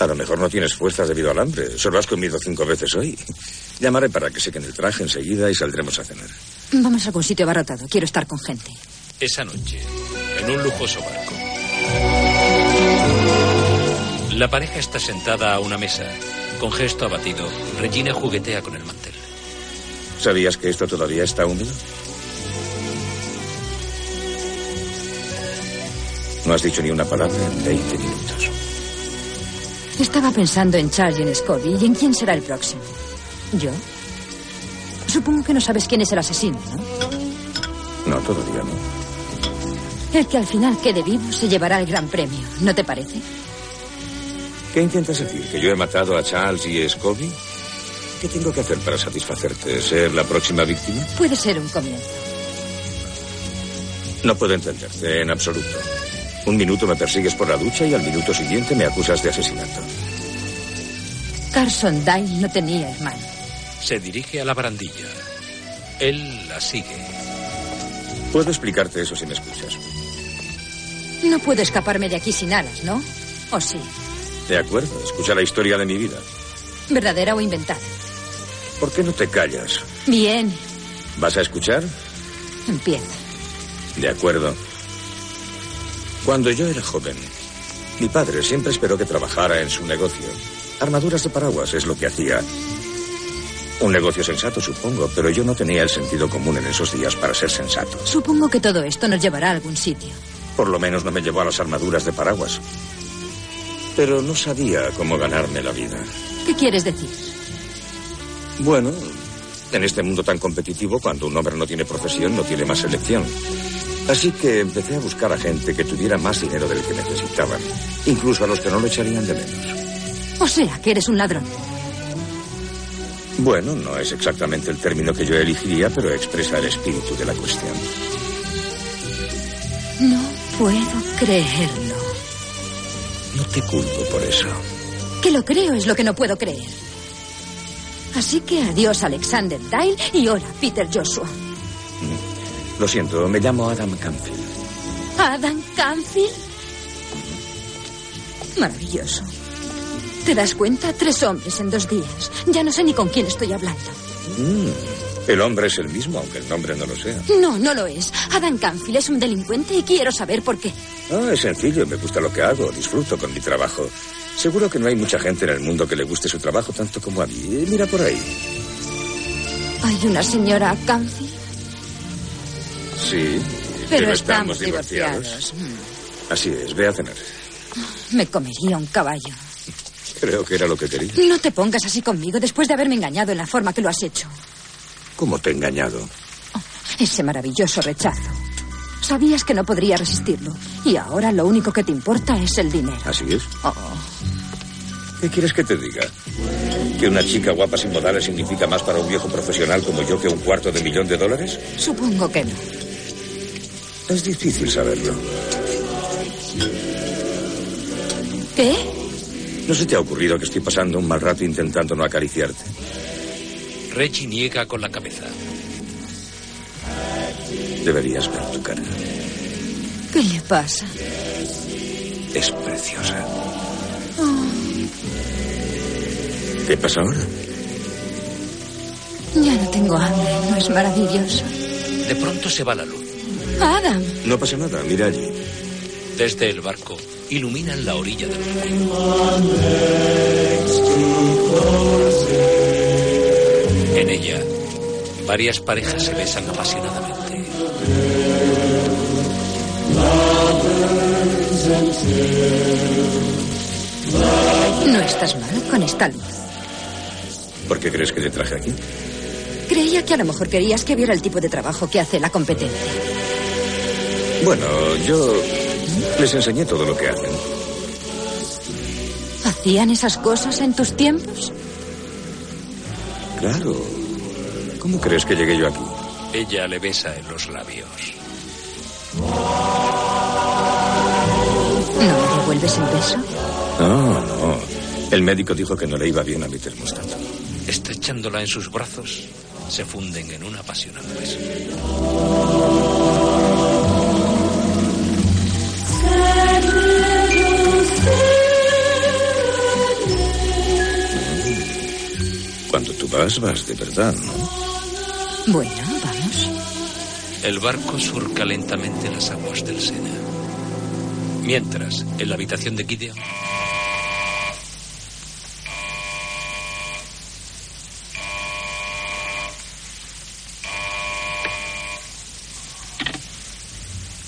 [SPEAKER 6] A lo mejor no tienes fuerzas debido al hambre. Solo has comido cinco veces hoy. Llamaré para que sequen el traje enseguida y saldremos a cenar.
[SPEAKER 3] Vamos a algún sitio abarrotado. Quiero estar con gente.
[SPEAKER 2] Esa noche, en un lujoso barco. La pareja está sentada a una mesa. Con gesto abatido, Regina juguetea con el mantel.
[SPEAKER 6] ¿Sabías que esto todavía está húmedo? No has dicho ni una palabra en 20 minutos.
[SPEAKER 3] Estaba pensando en Charles y en Scotty y en quién será el próximo. ¿Yo? Supongo que no sabes quién es el asesino, ¿no?
[SPEAKER 6] No, todavía no.
[SPEAKER 3] El que al final quede vivo se llevará el gran premio, ¿no te parece?
[SPEAKER 6] ¿Qué intentas decir? ¿Que yo he matado a Charles y Scobie? ¿Qué tengo que hacer para satisfacerte? ¿Ser la próxima víctima?
[SPEAKER 3] Puede ser un comienzo.
[SPEAKER 6] No puedo entenderte, en absoluto. Un minuto me persigues por la ducha y al minuto siguiente me acusas de asesinato.
[SPEAKER 3] Carson Dyle no tenía hermano.
[SPEAKER 2] Se dirige a la barandilla. Él la sigue.
[SPEAKER 6] Puedo explicarte eso si me escuchas.
[SPEAKER 3] No puedo escaparme de aquí sin alas, ¿no? ¿O sí?
[SPEAKER 6] De acuerdo, escucha la historia de mi vida.
[SPEAKER 3] ¿Verdadera o inventada?
[SPEAKER 6] ¿Por qué no te callas?
[SPEAKER 3] Bien,
[SPEAKER 6] ¿Vas a escuchar?
[SPEAKER 3] empieza.
[SPEAKER 6] De acuerdo. Cuando yo era joven, mi padre siempre esperó que trabajara en su negocio. Armaduras de paraguas es lo que hacía. Un negocio sensato, supongo, pero yo no tenía el sentido común en esos días para ser sensato.
[SPEAKER 3] Supongo que todo esto nos llevará a algún sitio.
[SPEAKER 6] Por lo menos no me llevó a las armaduras de paraguas. Pero no sabía cómo ganarme la vida.
[SPEAKER 3] ¿Qué quieres decir?
[SPEAKER 6] Bueno, en este mundo tan competitivo, cuando un hombre no tiene profesión, no tiene más elección. Así que empecé a buscar a gente que tuviera más dinero del que necesitaban, incluso a los que no lo echarían de menos.
[SPEAKER 3] O sea, que eres un ladrón.
[SPEAKER 6] Bueno, no es exactamente el término que yo elegiría, pero expresa el espíritu de la cuestión.
[SPEAKER 3] No puedo creerlo.
[SPEAKER 6] No te culpo por eso.
[SPEAKER 3] Que lo creo es lo que no puedo creer. Así que adiós Alexander Dyle y hola Peter Joshua.
[SPEAKER 6] Lo siento, me llamo Adam Canfield.
[SPEAKER 3] Adam Canfield. Maravilloso. ¿Te das cuenta? Tres hombres en dos días. Ya no sé ni con quién estoy hablando.
[SPEAKER 6] Mm, El hombre es el mismo, aunque el nombre no lo sea.
[SPEAKER 3] No, no lo es. Adam Canfield es un delincuente y quiero saber por qué.
[SPEAKER 6] Ah, es sencillo, me gusta lo que hago, disfruto con mi trabajo. Seguro que no hay mucha gente en el mundo que le guste su trabajo tanto como a mí. Eh, Mira por ahí.
[SPEAKER 3] Hay una señora Canfield,
[SPEAKER 6] Sí,
[SPEAKER 3] pero, estamos, divorciados.
[SPEAKER 6] Así es, ve a cenar.
[SPEAKER 3] Mm, Me comería un caballo.
[SPEAKER 6] Creo que era lo que quería.
[SPEAKER 3] No te pongas así conmigo después de haberme engañado en la forma que lo has hecho.
[SPEAKER 6] ¿Cómo te he engañado?
[SPEAKER 3] Ese maravilloso rechazo. Sabías que no podría resistirlo. Y ahora lo único que te importa es el dinero.
[SPEAKER 6] Así es.
[SPEAKER 3] Oh,
[SPEAKER 6] ¿Qué quieres que te diga? ¿Que una chica guapa sin modales significa más para un viejo profesional como yo que un cuarto de millón de dólares?
[SPEAKER 3] supongo que no.
[SPEAKER 6] Es difícil saberlo.
[SPEAKER 3] ¿Qué?
[SPEAKER 6] ¿No se te ha ocurrido que estoy pasando un mal rato intentando no acariciarte?
[SPEAKER 2] Reggie niega con la cabeza.
[SPEAKER 6] Deberías ver tu cara.
[SPEAKER 3] ¿Qué le pasa?
[SPEAKER 6] Es preciosa.
[SPEAKER 3] Oh,
[SPEAKER 6] ¿Qué pasa ahora?
[SPEAKER 3] ya no tengo hambre. No es maravilloso.
[SPEAKER 2] De pronto se va la luz.
[SPEAKER 3] Adam.
[SPEAKER 6] No pasa nada, mira allí.
[SPEAKER 2] Desde el barco iluminan la orilla del río. En ella, varias parejas se besan apasionadamente.
[SPEAKER 3] No estás mal con esta luz.
[SPEAKER 6] ¿Por qué crees que te traje aquí?
[SPEAKER 3] Creía que a lo mejor querías que viera el tipo de trabajo que hace la competencia.
[SPEAKER 6] Bueno, yo les enseñé todo lo que hacen.
[SPEAKER 3] ¿Hacían esas cosas en tus tiempos?
[SPEAKER 6] Claro. ¿Cómo crees que llegué yo aquí?
[SPEAKER 2] Ella le besa en los labios.
[SPEAKER 3] ¿No me devuelves el beso?
[SPEAKER 6] No, no. El médico dijo que no le iba bien a mi termostato.
[SPEAKER 2] Estrechándola en sus brazos, se funden en un apasionante beso.
[SPEAKER 6] Cuando tú vas, vas de verdad, ¿no?
[SPEAKER 3] Bueno, vamos.
[SPEAKER 2] El barco surca lentamente las aguas del Sena. Mientras, en la habitación de Gideon,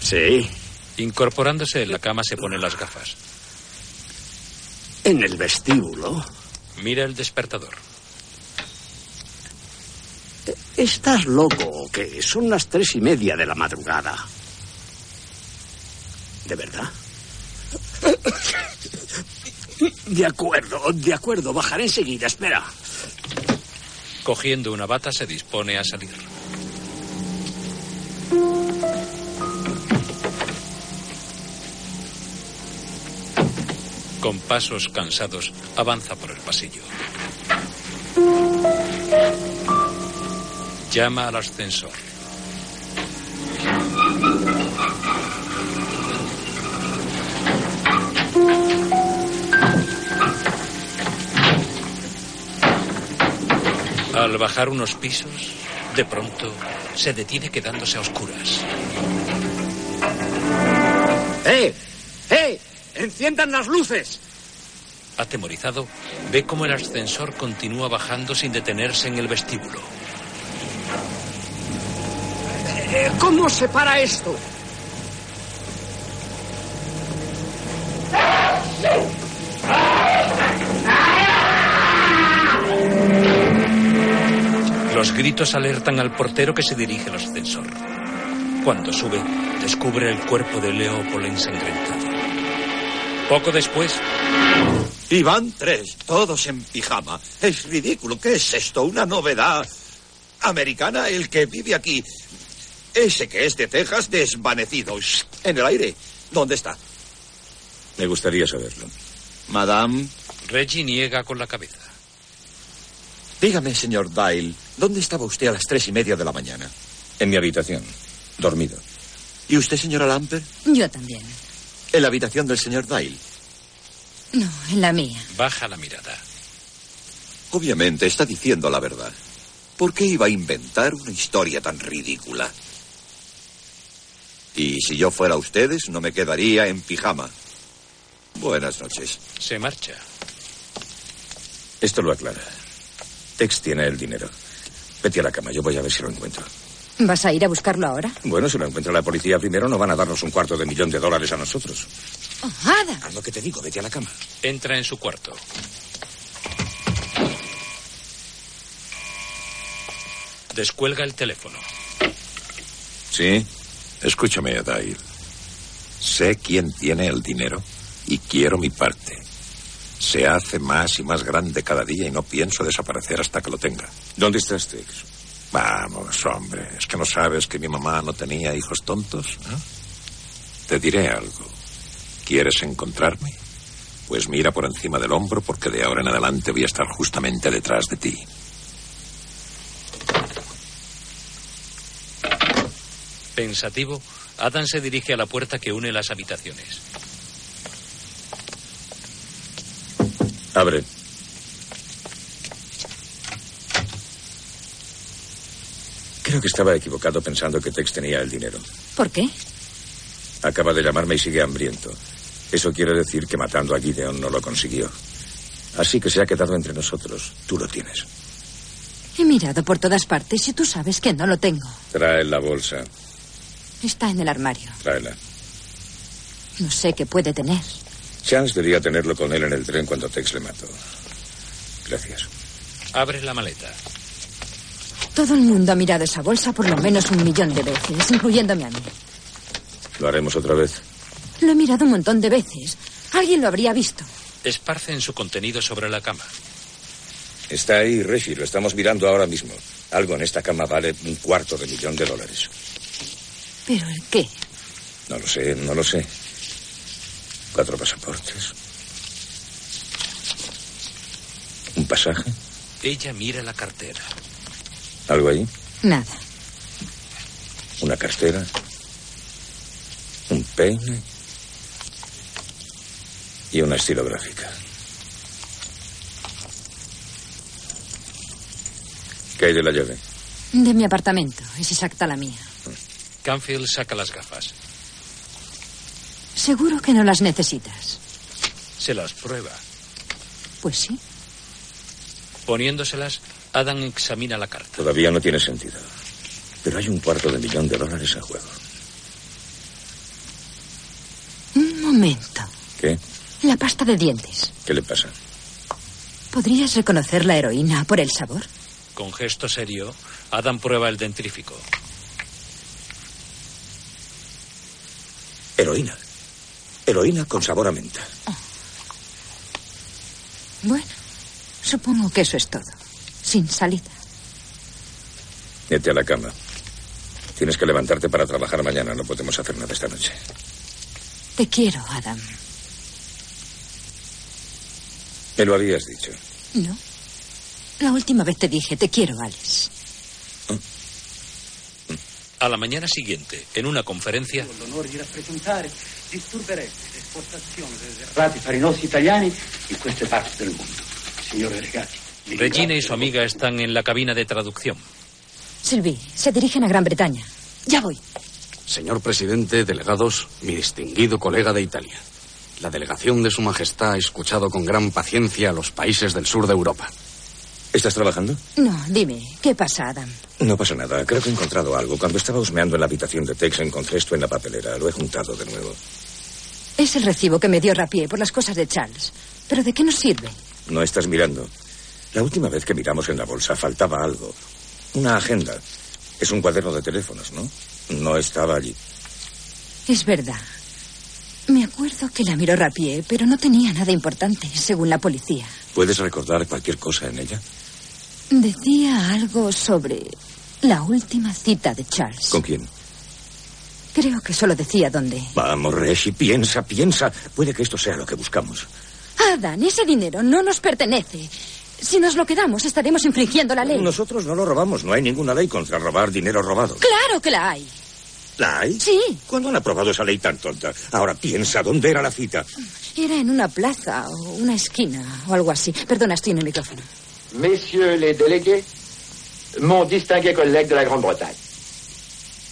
[SPEAKER 13] Sí.
[SPEAKER 2] incorporándose en la cama, se pone las gafas.
[SPEAKER 13] En el vestíbulo.
[SPEAKER 2] Mira el despertador.
[SPEAKER 13] ¿Estás loco o qué? Son las tres y media de la madrugada. ¿De verdad? De acuerdo, de acuerdo. Bajaré enseguida. Espera.
[SPEAKER 2] Cogiendo una bata, se dispone a salir. Con pasos cansados, avanza por el pasillo. Llama al ascensor. Al bajar unos pisos, de pronto se detiene quedándose a oscuras.
[SPEAKER 23] ¡Eh! ¡Eh! ¡Enciendan las luces!
[SPEAKER 2] Atemorizado, ve cómo el ascensor continúa bajando sin detenerse en el vestíbulo.
[SPEAKER 23] Eh, ¿Cómo se para esto?
[SPEAKER 2] Los gritos alertan al portero que se dirige al ascensor. Cuando sube, descubre el cuerpo de Leopold ensangrentado. Poco después,
[SPEAKER 8] Y van tres, todos en pijama. Es ridículo. ¿Qué es esto? Una novedad americana. El que vive aquí, ese que es de Texas, desvanecido, Shh, en el aire. ¿Dónde está?
[SPEAKER 6] Me gustaría saberlo.
[SPEAKER 8] Madame.
[SPEAKER 2] Reggie niega con la cabeza.
[SPEAKER 8] Dígame, señor Dyle, ¿dónde estaba usted a las tres y media de la mañana?
[SPEAKER 6] En mi habitación, dormido.
[SPEAKER 8] ¿Y usted, señora Lamper?
[SPEAKER 3] Yo también.
[SPEAKER 8] En la habitación del señor Dyle.
[SPEAKER 3] No, en la mía.
[SPEAKER 2] baja la mirada.
[SPEAKER 8] Obviamente está diciendo la verdad. ¿Por qué iba a inventar una historia tan ridícula? Y si yo fuera ustedes, no me quedaría en pijama. Buenas noches.
[SPEAKER 2] Se marcha.
[SPEAKER 6] Esto lo aclara. Tex tiene el dinero. Vete a la cama, yo voy a ver si lo encuentro.
[SPEAKER 3] ¿Vas a ir a buscarlo ahora?
[SPEAKER 6] Bueno, si lo encuentra la policía primero, no van a darnos un cuarto de millón de dólares a nosotros.
[SPEAKER 3] Oh, Adam.
[SPEAKER 6] Haz lo que te digo, vete a la cama.
[SPEAKER 2] Entra en su cuarto. Descuelga el teléfono.
[SPEAKER 6] ¿Sí?
[SPEAKER 9] Escúchame, Adair. Sé quién tiene el dinero y quiero mi parte. Se hace más y más grande cada día y no pienso desaparecer hasta que lo tenga.
[SPEAKER 6] ¿Dónde estás, Tex?
[SPEAKER 9] Vamos, hombre. ¿Es que no sabes que mi mamá no tenía hijos tontos? ¿eh? Te diré algo. ¿Quieres encontrarme? Pues mira por encima del hombro porque de ahora en adelante voy a estar justamente detrás de ti.
[SPEAKER 2] Pensativo, Adam se dirige a la puerta que une las habitaciones.
[SPEAKER 6] Abre. Creo que estaba equivocado pensando que Tex tenía el dinero.
[SPEAKER 3] ¿Por qué?
[SPEAKER 6] Acaba de llamarme y sigue hambriento. Eso quiere decir que matando a Gideon no lo consiguió. Así que se ha quedado entre nosotros. Tú lo tienes.
[SPEAKER 3] He mirado por todas partes y tú sabes que no lo tengo.
[SPEAKER 6] Trae la bolsa.
[SPEAKER 3] Está en el armario.
[SPEAKER 6] Tráela.
[SPEAKER 3] No sé qué puede tener.
[SPEAKER 6] Chance debía tenerlo con él en el tren cuando Tex le mató. Gracias.
[SPEAKER 2] Abre la maleta.
[SPEAKER 3] Todo el mundo ha mirado esa bolsa por lo menos un millón de veces, incluyéndome a mí.
[SPEAKER 6] Lo haremos otra vez.
[SPEAKER 3] Lo he mirado un montón de veces. Alguien lo habría visto.
[SPEAKER 2] Esparcen su contenido sobre la cama.
[SPEAKER 6] Está ahí, Reggie. Lo estamos mirando ahora mismo. Algo en esta cama vale un cuarto de millón de dólares.
[SPEAKER 3] ¿Pero el qué?
[SPEAKER 6] No lo sé, no lo sé. Cuatro pasaportes. ¿Un pasaje?
[SPEAKER 2] Ella mira la cartera.
[SPEAKER 6] ¿Algo ahí?
[SPEAKER 3] Nada.
[SPEAKER 6] ¿Una cartera? ¿Un peine? Y una estilográfica. ¿Qué hay de la llave?
[SPEAKER 3] De mi apartamento. Es exacta la mía.
[SPEAKER 2] Canfield saca las gafas.
[SPEAKER 3] Seguro que no las necesitas.
[SPEAKER 2] Se las prueba.
[SPEAKER 3] Pues sí.
[SPEAKER 2] Poniéndoselas, Adam examina la carta.
[SPEAKER 6] Todavía no tiene sentido. Pero hay un cuarto de millón de dólares en juego.
[SPEAKER 3] Un momento.
[SPEAKER 6] ¿Qué?
[SPEAKER 3] La pasta de dientes.
[SPEAKER 6] ¿Qué le pasa?
[SPEAKER 3] ¿Podrías reconocer la heroína por el sabor?
[SPEAKER 2] Con gesto serio, Adam prueba el dentrífico.
[SPEAKER 6] Heroína. Heroína con sabor a menta.
[SPEAKER 3] Bueno, supongo que eso es todo. Sin salida.
[SPEAKER 6] Vete a la cama. Tienes que levantarte para trabajar mañana. No podemos hacer nada esta noche.
[SPEAKER 3] Te quiero, Adam.
[SPEAKER 6] Me lo habías dicho.
[SPEAKER 3] ¿No? La última vez te dije, te quiero, Alex.
[SPEAKER 2] A la mañana siguiente, en una conferencia,
[SPEAKER 1] l'onore di rappresentare, disturberebbe l'esportazione dei derrati farinosi italiani in queste parti del mondo. Signore Regati. vi
[SPEAKER 2] Regina y su amiga están en la cabina de traducción.
[SPEAKER 3] Sylvie, se dirigen a Gran Bretaña. Ya voy.
[SPEAKER 24] Señor presidente, delegados, mi distinguido colega de Italia. La delegación de Su Majestad ha escuchado con gran paciencia a los países del sur de Europa.
[SPEAKER 6] ¿Estás trabajando?
[SPEAKER 3] No, dime, ¿qué pasa, Adam?
[SPEAKER 6] No pasa nada. Creo que he encontrado algo. Cuando estaba husmeando en la habitación de Tex, encontré esto en la papelera. Lo he juntado de nuevo.
[SPEAKER 3] Es el recibo que me dio Rapier por las cosas de Charles. ¿Pero de qué nos sirve?
[SPEAKER 6] No estás mirando. La última vez que miramos en la bolsa faltaba algo. Una agenda. Es un cuaderno de teléfonos, ¿no? No estaba allí.
[SPEAKER 3] Es verdad. Me acuerdo que la miró Rapier, pero no tenía nada importante, según la policía.
[SPEAKER 6] ¿Puedes recordar cualquier cosa en ella?
[SPEAKER 3] Decía algo sobre la última cita de Charles.
[SPEAKER 6] ¿Con quién?
[SPEAKER 3] Creo que solo decía dónde.
[SPEAKER 6] Vamos, Reshi, piensa, piensa. Puede que esto sea lo que buscamos.
[SPEAKER 3] Adam, ese dinero no nos pertenece. Si nos lo quedamos, estaremos infringiendo la ley.
[SPEAKER 6] Nosotros no lo robamos. No hay ninguna ley contra robar dinero robado.
[SPEAKER 3] Claro que la hay.
[SPEAKER 6] ¿La hay?
[SPEAKER 3] Sí.
[SPEAKER 6] ¿Cuándo han aprobado esa ley tan tonta? Ahora piensa, ¿dónde era la cita?
[SPEAKER 3] Era en una plaza o una esquina o algo así. Perdona, estoy en el micrófono.
[SPEAKER 25] messieurs les délégués, mon distingué collègue de la Grande-Bretagne.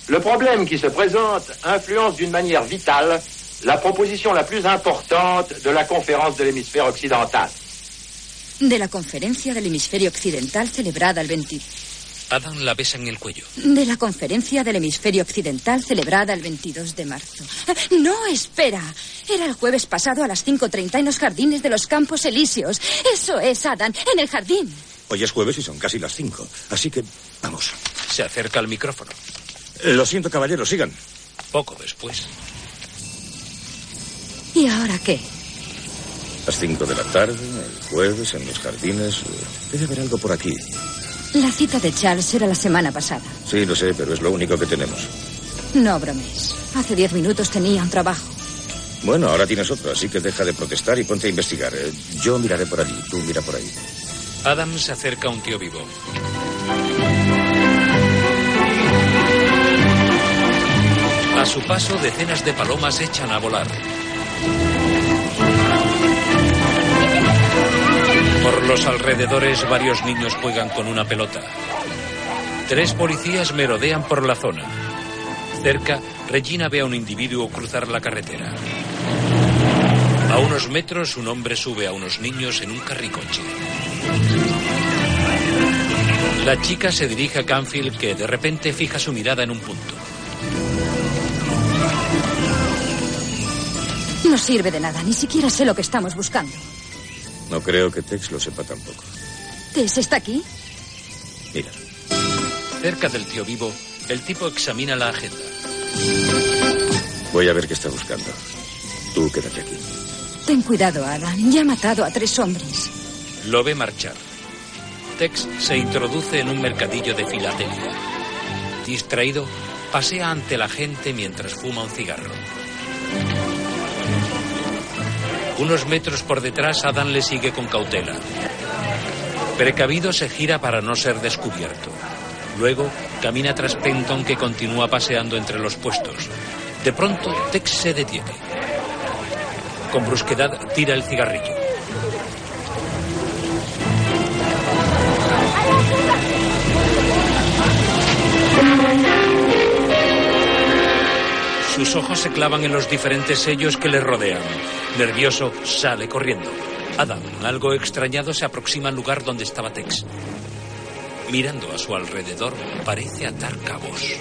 [SPEAKER 25] Le problème qui se présente influence d'une manière vitale la proposition la plus importante de la conférence de l'hémisphère occidental.
[SPEAKER 3] De la conferencia del hemisferio occidental celebrada el 20.
[SPEAKER 2] Adam la besa en el cuello.
[SPEAKER 3] De la conferencia del hemisferio occidental celebrada el 22 de marzo. No, espera. Era el jueves pasado a las 5.30 en los jardines de los Campos Elíseos. Eso es, Adam, en el jardín.
[SPEAKER 6] Hoy es jueves y son casi las cinco. Así que, vamos.
[SPEAKER 2] Se acerca al micrófono.
[SPEAKER 6] Lo siento, caballeros, sigan.
[SPEAKER 2] Poco después,
[SPEAKER 3] ¿Y ahora qué?
[SPEAKER 6] Las 5 de la tarde, el jueves, en los jardines. eh, Debe haber algo por aquí.
[SPEAKER 3] La cita de Charles era la semana pasada.
[SPEAKER 6] Sí, lo sé, pero es lo único que tenemos.
[SPEAKER 3] No bromes. Hace diez minutos tenía un trabajo.
[SPEAKER 6] Bueno, ahora tienes otro, así que deja de protestar y ponte a investigar. Eh, Yo miraré por allí, tú mira por ahí.
[SPEAKER 2] Adam se acerca a un tío vivo. A su paso, decenas de palomas echan a volar. Por los alrededores, varios niños juegan con una pelota. Tres policías merodean por la zona. Cerca, Regina ve a un individuo cruzar la carretera. A unos metros, un hombre sube a unos niños en un carricoche. La chica se dirige a Canfield, que de repente fija su mirada en un punto.
[SPEAKER 3] No sirve de nada, ni siquiera sé lo que estamos buscando.
[SPEAKER 6] No creo que Tex lo sepa tampoco.
[SPEAKER 3] ¿Tess está aquí?
[SPEAKER 6] Mira.
[SPEAKER 2] Cerca del tío vivo, el tipo examina la agenda.
[SPEAKER 6] Voy a ver qué está buscando. Tú quédate aquí.
[SPEAKER 3] Ten cuidado, Adam. Ya ha matado a tres hombres.
[SPEAKER 2] Lo ve marchar. Tex se introduce en un mercadillo de filatelia. Distraído, pasea ante la gente mientras fuma un cigarro. Unos metros por detrás, Adam le sigue con cautela. Precavido se gira para no ser descubierto. Luego camina tras Penton que continúa paseando entre los puestos. De pronto, Tex se detiene. Con brusquedad tira el cigarrillo. Sus ojos se clavan en los diferentes sellos que le rodean. Nervioso, sale corriendo. Adam, algo extrañado, se aproxima al lugar donde estaba Tex. Mirando a su alrededor, parece atar cabos.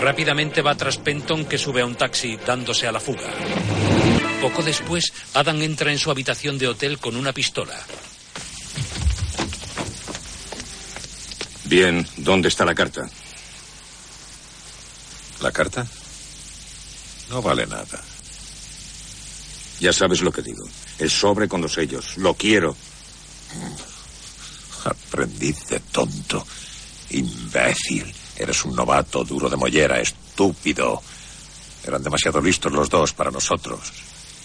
[SPEAKER 2] Rápidamente va tras Penton que sube a un taxi dándose a la fuga. Poco después, Adam entra en su habitación de hotel con una pistola.
[SPEAKER 6] Bien, ¿dónde está la carta? ¿La carta? No vale nada. Ya sabes lo que digo. El sobre con los sellos. Lo quiero.
[SPEAKER 9] Aprendiz de tonto. Imbécil. Eres un novato duro de mollera, estúpido. Eran demasiado listos los dos para nosotros.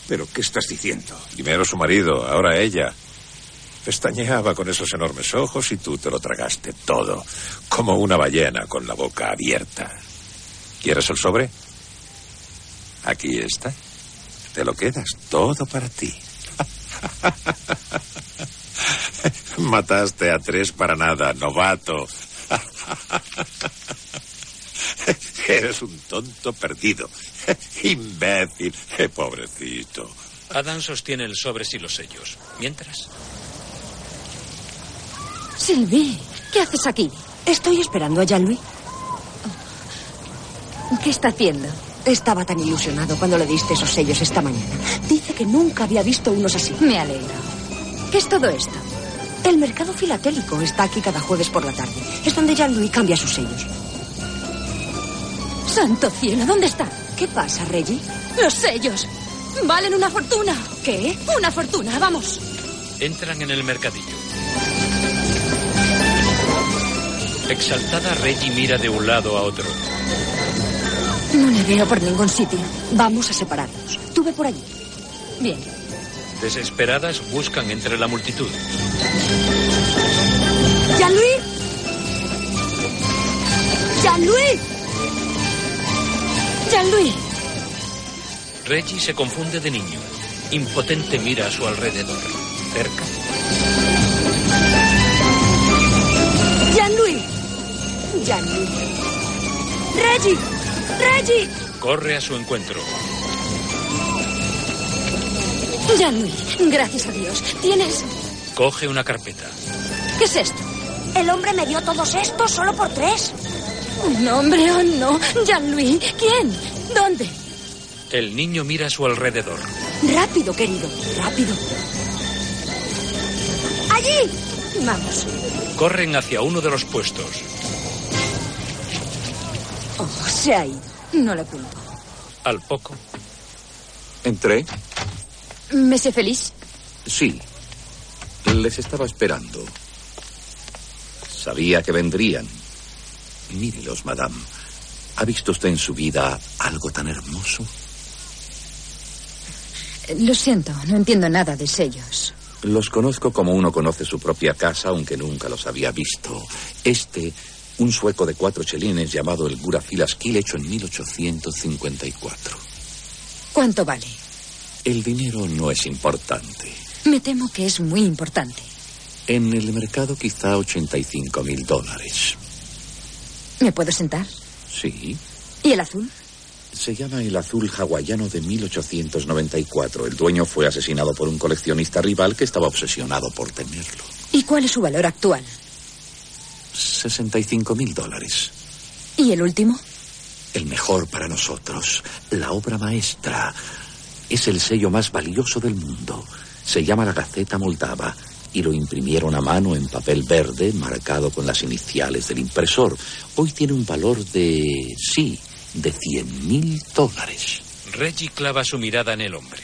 [SPEAKER 6] ¿Pero qué estás diciendo?
[SPEAKER 9] Primero su marido, ahora ella. Pestañeaba con esos enormes ojos y tú te lo tragaste todo, como una ballena con la boca abierta. ¿Quieres el sobre? Aquí está. Te lo quedas todo para ti. Mataste a tres para nada, novato. Eres un tonto perdido. Imbécil. Pobrecito.
[SPEAKER 2] Adam sostiene el sobre y los sellos. Mientras,
[SPEAKER 3] Silvi, ¿qué haces aquí?
[SPEAKER 5] Estoy esperando a Oh. Jean-Louis.
[SPEAKER 3] ¿Qué está haciendo?
[SPEAKER 5] Estaba tan ilusionado cuando le diste esos sellos esta mañana. Dice que nunca había visto unos así.
[SPEAKER 3] Me alegro. ¿Qué es todo esto?
[SPEAKER 5] El mercado filatélico está aquí cada jueves por la tarde. Es donde Jean-Louis cambia sus sellos.
[SPEAKER 3] Santo cielo, ¿dónde está?
[SPEAKER 5] ¿Qué pasa, Reggie?
[SPEAKER 3] Los sellos. Valen una fortuna.
[SPEAKER 5] ¿Qué?
[SPEAKER 3] Una fortuna, vamos.
[SPEAKER 2] entran en el mercadillo. Exaltada, Reggie mira de un lado a otro.
[SPEAKER 5] No le veo por ningún sitio. Vamos a separarnos. Tú ve por allí.
[SPEAKER 3] Bien.
[SPEAKER 2] Desesperadas, buscan entre la multitud.
[SPEAKER 5] ¡Jean-Louis! ¡Jean-Louis!
[SPEAKER 3] Jean-Louis,
[SPEAKER 2] Reggie se confunde de niño. Impotente mira a su alrededor. Cerca,
[SPEAKER 5] Jean-Louis. Jean-Louis. Reggie. Reggie.
[SPEAKER 2] corre a su encuentro.
[SPEAKER 3] Jean-Louis, gracias a Dios. ¿Tienes...?
[SPEAKER 2] Coge una carpeta.
[SPEAKER 3] ¿Qué es esto?
[SPEAKER 5] El hombre me dio todos estos solo por tres.
[SPEAKER 3] Un hombre, oh no. Jean-Louis, ¿quién? ¿Dónde?
[SPEAKER 2] El niño mira a su alrededor.
[SPEAKER 5] Rápido, querido. Rápido.
[SPEAKER 15] ¡Allí
[SPEAKER 26] allí! Vamos.
[SPEAKER 2] Corren hacia uno de los puestos.
[SPEAKER 3] Oh, se ha ido. No le culpo.
[SPEAKER 2] Al poco.
[SPEAKER 11] ¿Entré?
[SPEAKER 3] ¿Me sé feliz?
[SPEAKER 11] Sí. Les estaba esperando. Sabía que vendrían. Mírelos, madame. ¿Ha visto usted en su vida algo tan hermoso?
[SPEAKER 3] Eh, Lo siento, no entiendo nada de sellos.
[SPEAKER 11] Los conozco como uno conoce su propia casa, aunque nunca los había visto. Este, un sueco de cuatro chelines llamado el Gura Filaskil, hecho en 1854.
[SPEAKER 3] ¿Cuánto vale?
[SPEAKER 11] El dinero no es importante.
[SPEAKER 3] Me temo que es muy importante.
[SPEAKER 11] En el mercado quizá 85 mil dólares.
[SPEAKER 3] ¿Me puedo sentar?
[SPEAKER 11] Sí.
[SPEAKER 3] ¿Y el azul?
[SPEAKER 11] Se llama el azul hawaiano de 1894. El dueño fue asesinado por un coleccionista rival que estaba obsesionado por tenerlo.
[SPEAKER 3] ¿Y cuál es su valor actual?
[SPEAKER 11] 65 mil dólares.
[SPEAKER 3] ¿Y el último?
[SPEAKER 11] El mejor para nosotros. La obra maestra. Es el sello más valioso del mundo. Se llama la Gaceta Moldava y lo imprimieron a mano en papel verde marcado con las iniciales del impresor. Hoy tiene un valor de... sí, de 100 mil dólares.
[SPEAKER 2] Reggie clava su mirada en el hombre.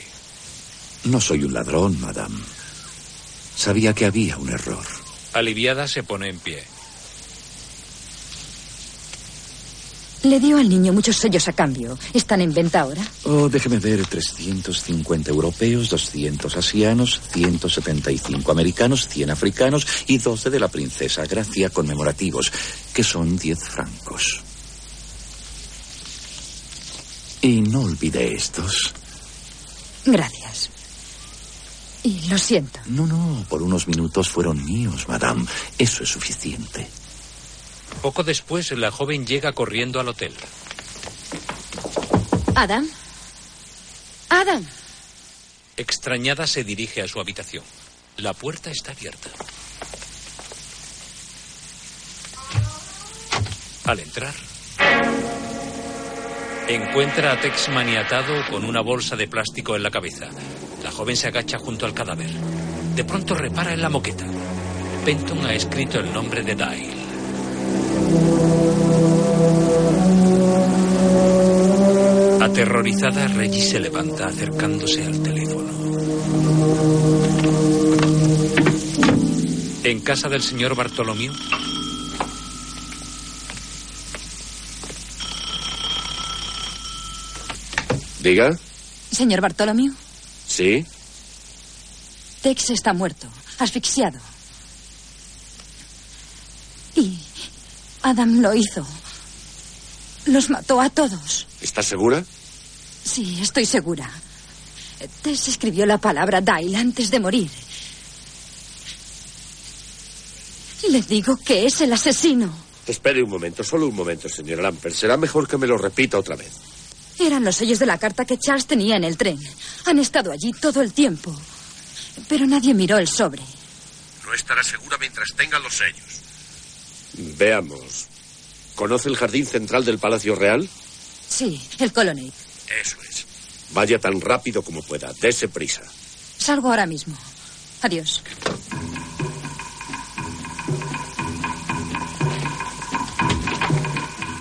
[SPEAKER 11] No soy un ladrón, madame. Sabía que había un error.
[SPEAKER 2] Aliviada se pone en pie.
[SPEAKER 3] Le dio al niño muchos sellos a cambio. ¿Están en venta ahora?
[SPEAKER 11] Oh, déjeme ver, 350 europeos, 200 asianos, 175 americanos, 100 africanos y 12 de la princesa Gracia conmemorativos, que son 10 francos. Y no olvide estos.
[SPEAKER 3] Gracias. Y lo siento.
[SPEAKER 11] No, no, por unos minutos fueron míos, madame. Eso es suficiente.
[SPEAKER 2] Poco después, la joven llega corriendo al hotel.
[SPEAKER 3] ¿Adam? ¿Adam?
[SPEAKER 2] Extrañada se dirige a su habitación. La puerta está abierta. Al entrar, encuentra a Tex maniatado con una bolsa de plástico en la cabeza. La joven se agacha junto al cadáver. De pronto repara en la moqueta. Penton ha escrito el nombre de Dale. Aterrorizada, Reggie se levanta acercándose al teléfono. En casa del señor Bartolomé.
[SPEAKER 27] Diga,
[SPEAKER 3] Señor Bartolomé,
[SPEAKER 27] sí.
[SPEAKER 3] Tex está muerto, asfixiado. Y Adam lo hizo. Los mató a todos.
[SPEAKER 27] ¿Estás segura?
[SPEAKER 3] Sí, estoy segura. Tess escribió la palabra Dale antes de morir. Le digo que es el asesino.
[SPEAKER 27] Espere un momento, solo un momento, señor Lamper. Será mejor que me lo repita otra vez.
[SPEAKER 3] Eran los sellos de la carta que Charles tenía en el tren. Han estado allí todo el tiempo. Pero nadie miró el sobre.
[SPEAKER 11] No estará segura mientras tenga los sellos.
[SPEAKER 27] Veamos. ¿Conoce el jardín central del Palacio Real?
[SPEAKER 3] Sí, el Colonnade.
[SPEAKER 11] Eso es.
[SPEAKER 27] Vaya tan rápido como pueda. Dese prisa.
[SPEAKER 3] Salgo ahora mismo. Adiós.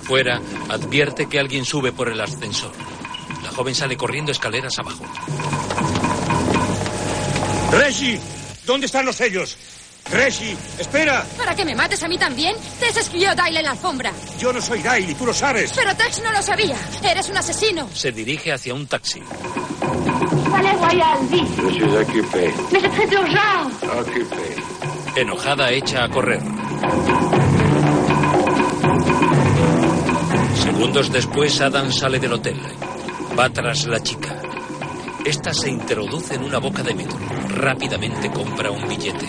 [SPEAKER 2] Fuera, advierte que alguien sube por el ascensor. La joven sale corriendo escaleras abajo.
[SPEAKER 6] ¡Reggie! ¿Dónde están los sellos? ¡Reggie! ¡Espera!
[SPEAKER 28] ¿Para que me mates a mí también? Tess escribió Dale en la alfombra.
[SPEAKER 6] Yo no soy Dale, tú lo sabes.
[SPEAKER 28] Pero Tex no lo sabía. Eres un asesino.
[SPEAKER 2] Se dirige hacia un taxi.
[SPEAKER 4] Palais Royal, vite.
[SPEAKER 29] Je suis occupé,
[SPEAKER 4] Mais c'est très urgent.
[SPEAKER 29] occupé.
[SPEAKER 2] Enojada, echa a correr. Segundos después, Adam sale del hotel. Va tras la chica. Esta se introduce en una boca de metro. Rápidamente compra un billete.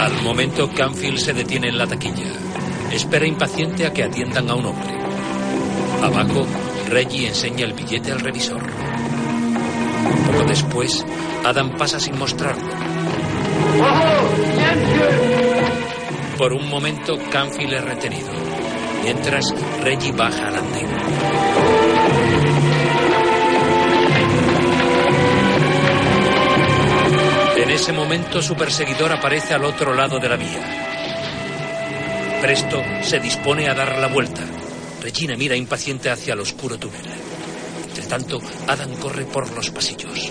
[SPEAKER 2] Al momento, Canfield se detiene en la taquilla. Espera impaciente a que atiendan a un hombre. Abajo, Reggie enseña el billete al revisor. Poco después, Adam pasa sin mostrarlo. Por un momento, Canfield es retenido. Mientras, Reggie baja al andén. ese momento su perseguidor aparece al otro lado de la vía. Presto se dispone a dar la vuelta. Regina mira impaciente hacia el oscuro túnel. Entre tanto, Adam corre por los pasillos.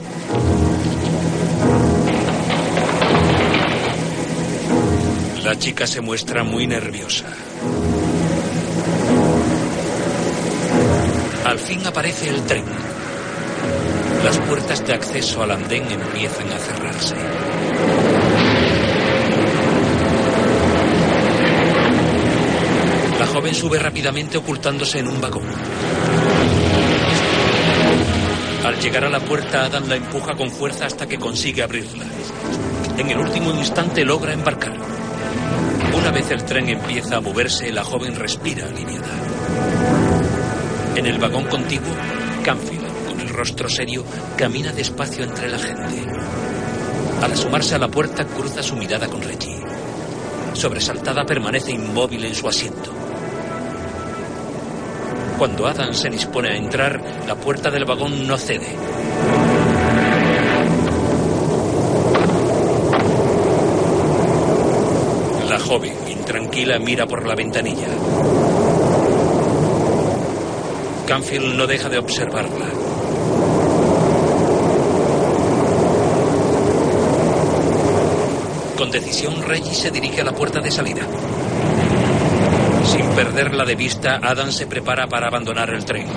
[SPEAKER 2] La chica se muestra muy nerviosa. Al fin aparece el tren. Las puertas de acceso al andén empiezan a cerrarse. La joven sube rápidamente ocultándose en un vagón. Al llegar a la puerta, Adam la empuja con fuerza hasta que consigue abrirla. En el último instante logra embarcar. Una vez el tren empieza a moverse, la joven respira aliviada. En el vagón contiguo, Canfield, con el rostro serio, camina despacio entre la gente. Al asomarse a la puerta, cruza su mirada con Reggie. Sobresaltada, permanece inmóvil en su asiento. Cuando Adam se dispone a entrar, la puerta del vagón no cede. La joven, intranquila, mira por la ventanilla. Canfield no deja de observarla. Con decisión, Reggie se dirige a la puerta de salida. Sin perderla de vista, Adam se prepara para abandonar el tren.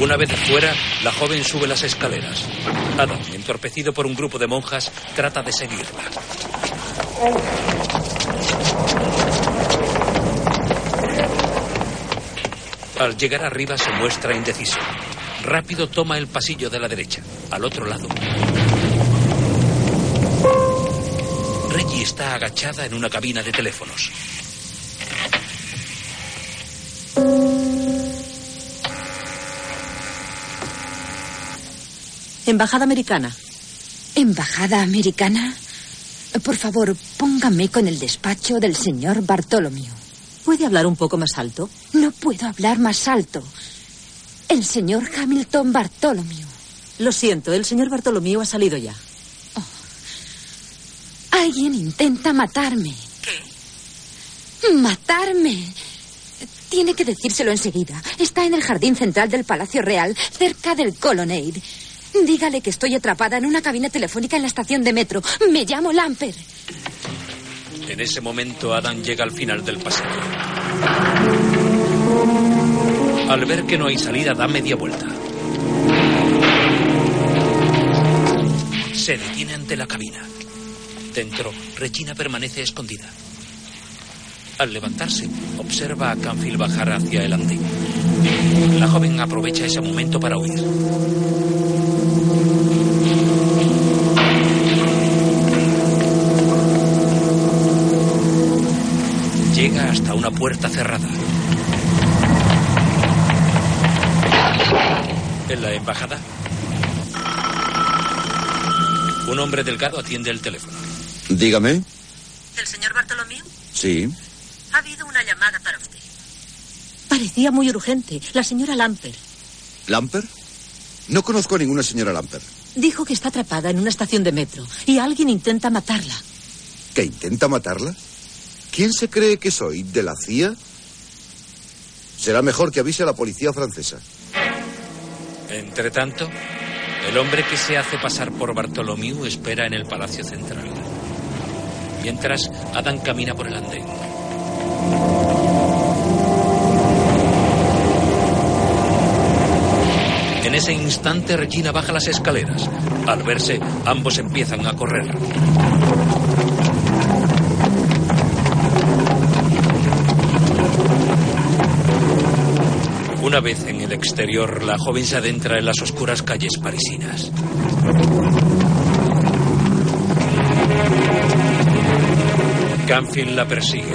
[SPEAKER 2] Una vez fuera, la joven sube las escaleras. Adam, entorpecido por un grupo de monjas, trata de seguirla. Al llegar arriba se muestra indeciso. Rápido toma el pasillo de la derecha, al otro lado. Reggie está agachada en una cabina de teléfonos.
[SPEAKER 12] Embajada americana.
[SPEAKER 3] ¿Embajada americana? Por favor, póngame con el despacho del señor Bartolomeo.
[SPEAKER 12] ¿Puede hablar un poco más alto?
[SPEAKER 3] No puedo hablar más alto. El señor Hamilton Bartolomeo.
[SPEAKER 12] Lo siento, el señor Bartolomeo ha salido ya.
[SPEAKER 3] Alguien intenta matarme. ¿Qué? Matarme. Tiene que decírselo enseguida. Está en el jardín central del Palacio Real, cerca del Colonnade. Dígale que estoy atrapada en una cabina telefónica en la estación de metro. Me llamo Lamper.
[SPEAKER 2] En ese momento, Adam llega al final del pasillo. Al ver que no hay salida, da media vuelta. Se detiene ante la cabina. Dentro, Regina permanece escondida. Al levantarse, observa a Canfield bajar hacia el andén. La joven aprovecha ese momento para huir. Llega hasta una puerta cerrada. En la embajada, un hombre delgado atiende el teléfono.
[SPEAKER 8] Dígame.
[SPEAKER 12] ¿El señor Bartolomeo?
[SPEAKER 8] Sí.
[SPEAKER 12] Ha habido una llamada para usted. Parecía muy urgente. La señora Lamper
[SPEAKER 8] ¿Lamper? No conozco a ninguna señora Lamper.
[SPEAKER 12] dijo que está atrapada en una estación de metro y alguien intenta matarla.
[SPEAKER 8] ¿Que intenta matarla? ¿Quién se cree que soy? ¿De la CIA? Será mejor que avise a la policía francesa.
[SPEAKER 2] Entre tanto, el hombre que se hace pasar por Bartolomeu espera en el Palacio Central. Mientras, Adam camina por el andén. En ese instante, Regina baja las escaleras. Al verse, ambos empiezan a correr. Una vez en el exterior, la joven se adentra en las oscuras calles parisinas. Canfield la persigue.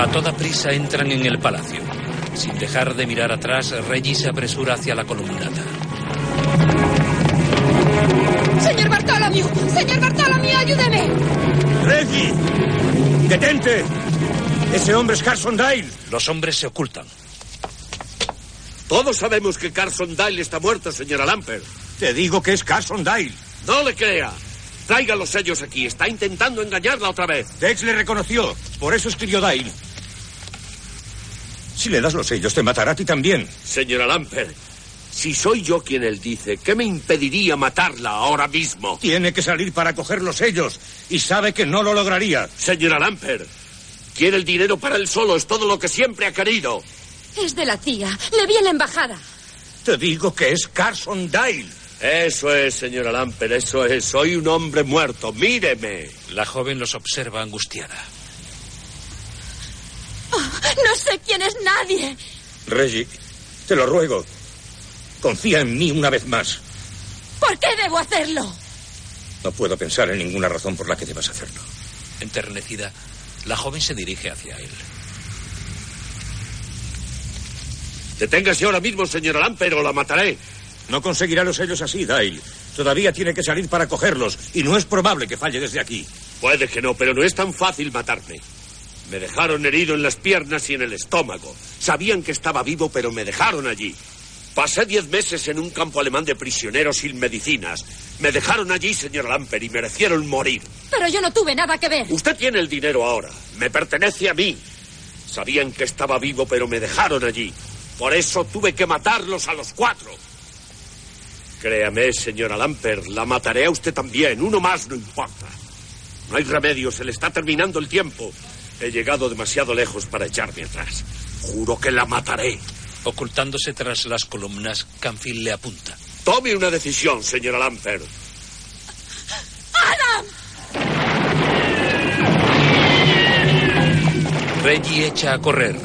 [SPEAKER 2] A toda prisa entran en el palacio. Sin dejar de mirar atrás, Reggie se apresura hacia la columnata.
[SPEAKER 4] Señor Bartolomeo, señor Bartolomeo, ayúdeme.
[SPEAKER 21] ¡Reggie! ¡Detente! Ese hombre es Carson Dale.
[SPEAKER 2] Los hombres se ocultan.
[SPEAKER 11] Todos sabemos que Carson Dyle está muerto, señora Lamper. Te digo que es Carson Dyle. No le crea. Traiga los sellos aquí. Está intentando engañarla otra vez.
[SPEAKER 21] Dex le reconoció. Por eso escribió Dyle. Si le das los sellos, te matará a ti también.
[SPEAKER 11] Señora Lamper, si soy yo quien él dice, ¿qué me impediría matarla ahora mismo?
[SPEAKER 21] Tiene que salir para coger los sellos. Y sabe que no lo lograría.
[SPEAKER 11] Señora Lamper, quiere el dinero para él solo. Es todo lo que siempre ha querido.
[SPEAKER 22] Es de la tía. Le vi en la embajada.
[SPEAKER 21] Te digo que es Carson Dyle.
[SPEAKER 11] Eso es, señora Lamper, eso es. Soy un hombre muerto. Míreme.
[SPEAKER 2] La joven los observa angustiada.
[SPEAKER 22] No sé quién es nadie.
[SPEAKER 21] Reggie, te lo ruego. Confía en mí una vez más.
[SPEAKER 22] ¿Por qué debo hacerlo?
[SPEAKER 21] No puedo pensar en ninguna razón por la que debas hacerlo.
[SPEAKER 2] Enternecida, la joven se dirige hacia él.
[SPEAKER 11] Deténgase ahora mismo, señora Lamper, o la mataré.
[SPEAKER 21] No conseguirá los sellos así, Dale. Todavía tiene que salir para cogerlos y no es probable que falle desde aquí.
[SPEAKER 11] Puede que no, pero no es tan fácil matarme. Me dejaron herido en las piernas y en el estómago. Sabían que estaba vivo, pero me dejaron allí. Pasé diez meses en un campo alemán de prisioneros sin medicinas. Me dejaron allí, señora Lamper, y merecieron morir.
[SPEAKER 22] Pero yo no tuve nada que ver.
[SPEAKER 11] Usted tiene el dinero ahora. Me pertenece a mí. Sabían que estaba vivo, pero me dejaron allí. Por eso tuve que matarlos a los cuatro. Créame, señora Lamper, la mataré a usted también. Uno más no importa. No hay remedio, se le está terminando el tiempo. He llegado demasiado lejos para echarme atrás. Juro que la mataré.
[SPEAKER 2] Ocultándose tras las columnas, Canfield le apunta.
[SPEAKER 11] Tome una decisión, señora Lamper.
[SPEAKER 22] ¡Adam!
[SPEAKER 2] Reggie echa a correr.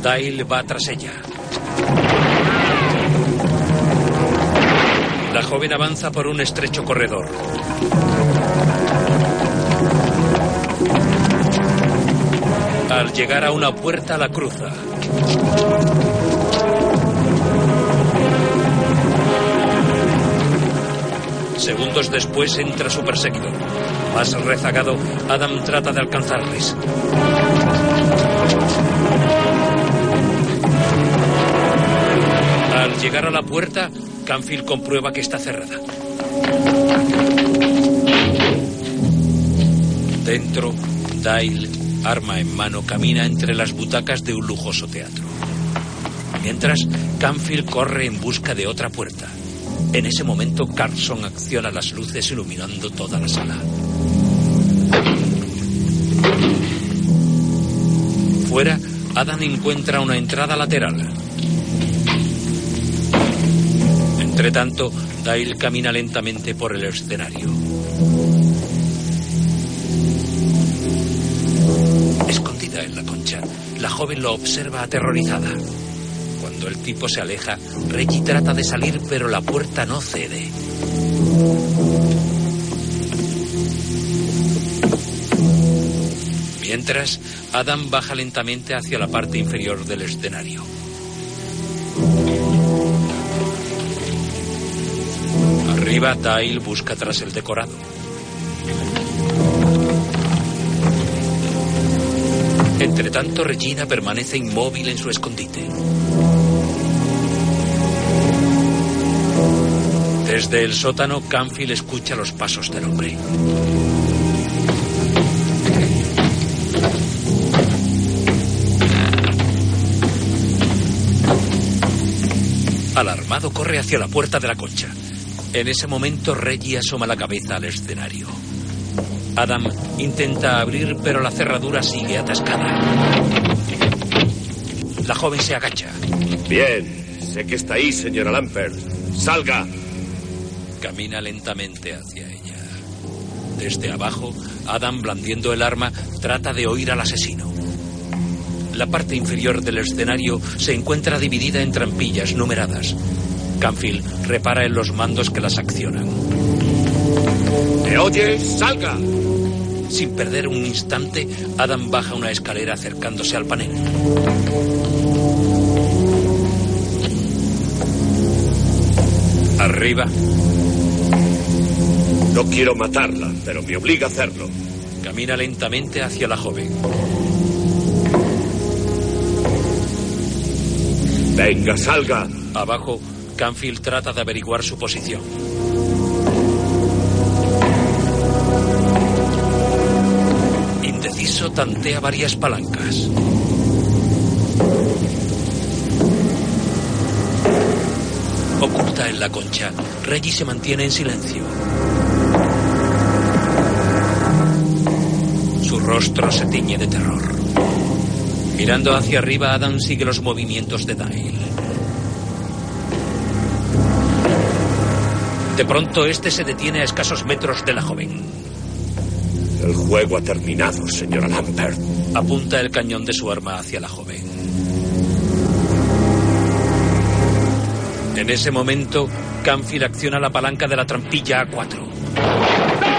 [SPEAKER 2] Dale va tras ella. La joven avanza por un estrecho corredor. Al llegar a una puerta la cruza. Segundos después entra su perseguidor. Más rezagado, Adam trata de alcanzarles. Al llegar a la puerta, Canfield comprueba que está cerrada. Dentro, Dyle, arma en mano, camina entre las butacas de un lujoso teatro. Mientras, Canfield corre en busca de otra puerta. En ese momento, Carson acciona las luces iluminando toda la sala. Fuera, Adam encuentra una entrada lateral. Entre tanto, Dale camina lentamente por el escenario. Escondida en la concha, la joven lo observa aterrorizada. Cuando el tipo se aleja, Reggie trata de salir, pero la puerta no cede. Mientras, Adam baja lentamente hacia la parte inferior del escenario. Arriba, Dale busca tras el decorado. Entre tanto, Regina permanece inmóvil en su escondite. Desde el sótano, Canfield escucha los pasos del hombre. Alarmado, corre hacia la puerta de la concha. En ese momento, Reggie asoma la cabeza al escenario. Adam intenta abrir, pero la cerradura sigue atascada. La joven se agacha.
[SPEAKER 11] Bien, sé que está ahí, señora Lamper. Salga.
[SPEAKER 2] Camina lentamente hacia ella. Desde abajo, Adam, blandiendo el arma, trata de oír al asesino. La parte inferior del escenario se encuentra dividida en trampillas numeradas. Canfield repara en los mandos que las accionan.
[SPEAKER 11] ¿Me oye? ¡Salga!
[SPEAKER 2] Sin perder un instante, Adam baja una escalera acercándose al panel. Arriba,
[SPEAKER 11] No quiero matarla, pero me obliga a hacerlo.
[SPEAKER 2] camina lentamente hacia la joven.
[SPEAKER 11] Venga, salga.
[SPEAKER 2] Abajo, Canfield trata de averiguar su posición. Indeciso, tantea varias palancas. Oculta en la concha, Reggie se mantiene en silencio. Su rostro se tiñe de terror. Mirando hacia arriba, Adam sigue los movimientos de Dale. De pronto, este se detiene a escasos metros de la joven.
[SPEAKER 17] El juego ha terminado, señora Lambert.
[SPEAKER 2] Apunta el cañón de su arma hacia la joven. En ese momento, Canfield acciona la palanca de la trampilla A4.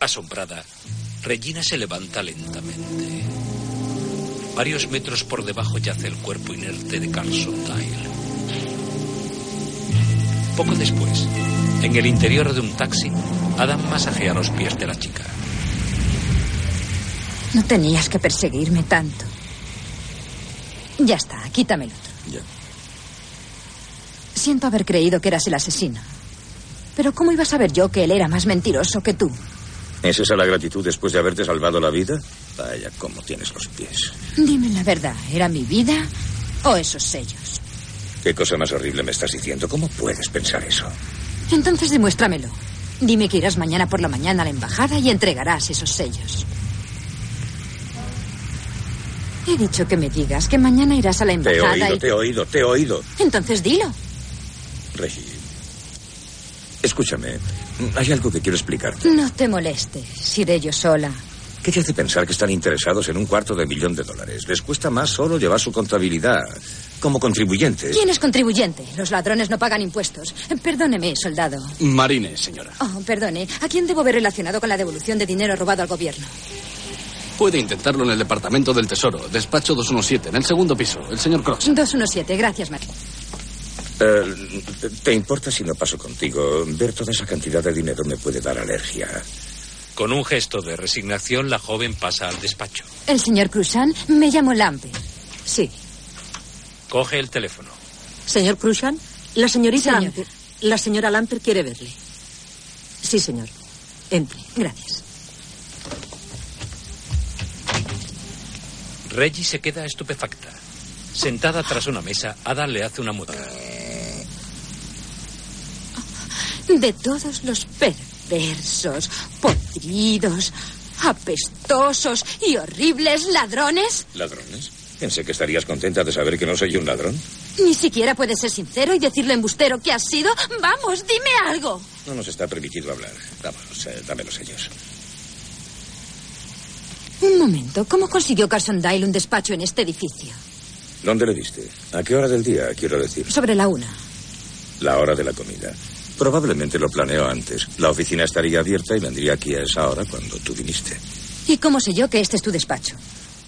[SPEAKER 2] Asombrada, Regina se levanta lentamente. Varios metros por debajo yace el cuerpo inerte de Carlson Dyle. Poco después, en el interior de un taxi, Adam masajea los pies de la chica.
[SPEAKER 3] No tenías que perseguirme tanto. Ya está, quítame el otro.
[SPEAKER 6] Ya.
[SPEAKER 3] Siento haber creído que eras el asesino. Pero ¿cómo iba a saber yo que él era más mentiroso que tú?
[SPEAKER 6] ¿Es esa la gratitud después de haberte salvado la vida? Vaya, cómo tienes los pies.
[SPEAKER 3] Dime la verdad, ¿era mi vida o esos sellos?
[SPEAKER 6] ¿Qué cosa más horrible me estás diciendo? ¿Cómo puedes pensar eso?
[SPEAKER 3] Entonces demuéstramelo. Dime que irás mañana por la mañana a la embajada y entregarás esos sellos. He dicho que me digas que mañana irás a la
[SPEAKER 6] Te he
[SPEAKER 3] embajada
[SPEAKER 6] oído,
[SPEAKER 3] y...
[SPEAKER 6] te he oído, te he oído.
[SPEAKER 3] Entonces dilo.
[SPEAKER 6] Reggie. Escúchame, hay algo que quiero explicarte.
[SPEAKER 3] No te molestes, iré yo sola.
[SPEAKER 6] ¿Qué te hace pensar que están interesados en un cuarto de millón de dólares? Les cuesta más solo llevar su contabilidad. Como contribuyentes.
[SPEAKER 3] ¿Quién es contribuyente? Los ladrones no pagan impuestos. Eh, Perdóneme, soldado.
[SPEAKER 24] Marines, señora.
[SPEAKER 3] Oh, perdone. ¿A quién debo ver relacionado con la devolución de dinero robado al gobierno?
[SPEAKER 24] Puede intentarlo en el Departamento del Tesoro, despacho 217, en el segundo piso. El señor Cross.
[SPEAKER 3] 217. Gracias, Mac.
[SPEAKER 6] Eh, ¿Te importa si no paso contigo? Ver toda esa cantidad de dinero me puede dar alergia.
[SPEAKER 2] Con un gesto de resignación, la joven pasa al despacho.
[SPEAKER 3] El señor Cruzan, me llamo Lampe. Sí.
[SPEAKER 2] Coge el teléfono.
[SPEAKER 12] Señor Cruzan, la señorita
[SPEAKER 3] Señor.
[SPEAKER 12] Lamper- la señora Lamper quiere verle. Sí, señor. Entre.
[SPEAKER 3] Gracias.
[SPEAKER 2] Reggie se queda estupefacta. Sentada tras una mesa, Ada le hace una mueca.
[SPEAKER 3] De todos los perversos, podridos, apestosos y horribles ladrones,
[SPEAKER 6] ¿Ladrones? Pensé que estarías contenta de saber que no soy un ladrón.
[SPEAKER 3] ni siquiera puedes ser sincero y decirle embustero que has sido. Vamos, dime algo.
[SPEAKER 6] No nos está permitido hablar. Vamos, eh, dame los sellos.
[SPEAKER 3] Un momento, ¿cómo consiguió Carson Dyle un despacho en este edificio?
[SPEAKER 6] ¿Dónde le viste? ¿A qué hora del día, quiero decir?
[SPEAKER 3] Sobre la una.
[SPEAKER 6] La hora de la comida. Probablemente lo planeó antes. La oficina estaría abierta y vendría aquí a esa hora cuando tú viniste.
[SPEAKER 3] ¿Y cómo sé yo que este es tu despacho?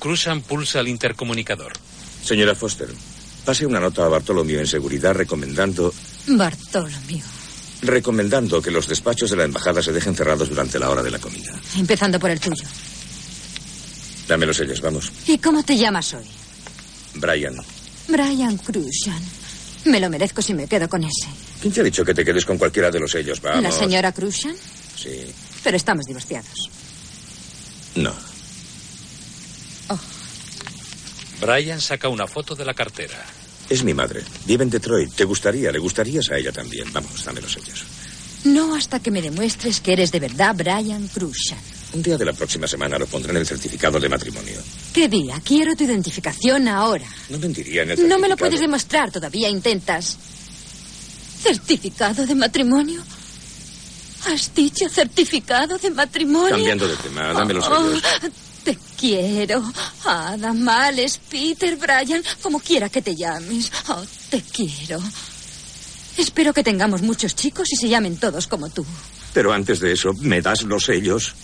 [SPEAKER 2] Cruzan pulsa el intercomunicador.
[SPEAKER 6] Señora Foster, pase una nota a Bartolomeo en seguridad recomendando
[SPEAKER 3] Bartolomé.
[SPEAKER 6] recomendando que los despachos de la embajada se dejen cerrados durante la hora de la comida.
[SPEAKER 3] Empezando por el tuyo.
[SPEAKER 6] Dame los sellos, vamos.
[SPEAKER 3] ¿Y cómo te llamas hoy?
[SPEAKER 6] Brian,
[SPEAKER 3] Brian Cruzan. Me lo merezco si me quedo con ese.
[SPEAKER 6] ¿quién te ha dicho que te quedes con cualquiera de los sellos? Vamos.
[SPEAKER 3] ¿La señora Cruzan?
[SPEAKER 6] Sí.
[SPEAKER 3] Pero estamos divorciados.
[SPEAKER 6] No.
[SPEAKER 2] Brian saca una foto de la cartera.
[SPEAKER 6] Es mi madre. Vive en Detroit. Te gustaría, le gustarías a ella también. Vamos, dame los sellos.
[SPEAKER 3] No hasta que me demuestres que eres de verdad Brian Cruzan.
[SPEAKER 6] Un día de la próxima semana lo pondré en el certificado de matrimonio.
[SPEAKER 3] ¿Qué día? Quiero tu identificación ahora.
[SPEAKER 6] No mentiría en el
[SPEAKER 3] No me lo
[SPEAKER 6] certificado.
[SPEAKER 3] puedes demostrar, todavía intentas. ¿Certificado de matrimonio? ¿Has dicho certificado de matrimonio?
[SPEAKER 6] Cambiando de tema, dame los
[SPEAKER 3] Oh,
[SPEAKER 6] sellos.
[SPEAKER 3] te quiero. Adam, Alex, Peter, Brian, como quiera que te llames. Oh, te quiero. Espero que tengamos muchos chicos y se llamen todos como tú.
[SPEAKER 6] Pero antes de eso, ¿me das los sellos?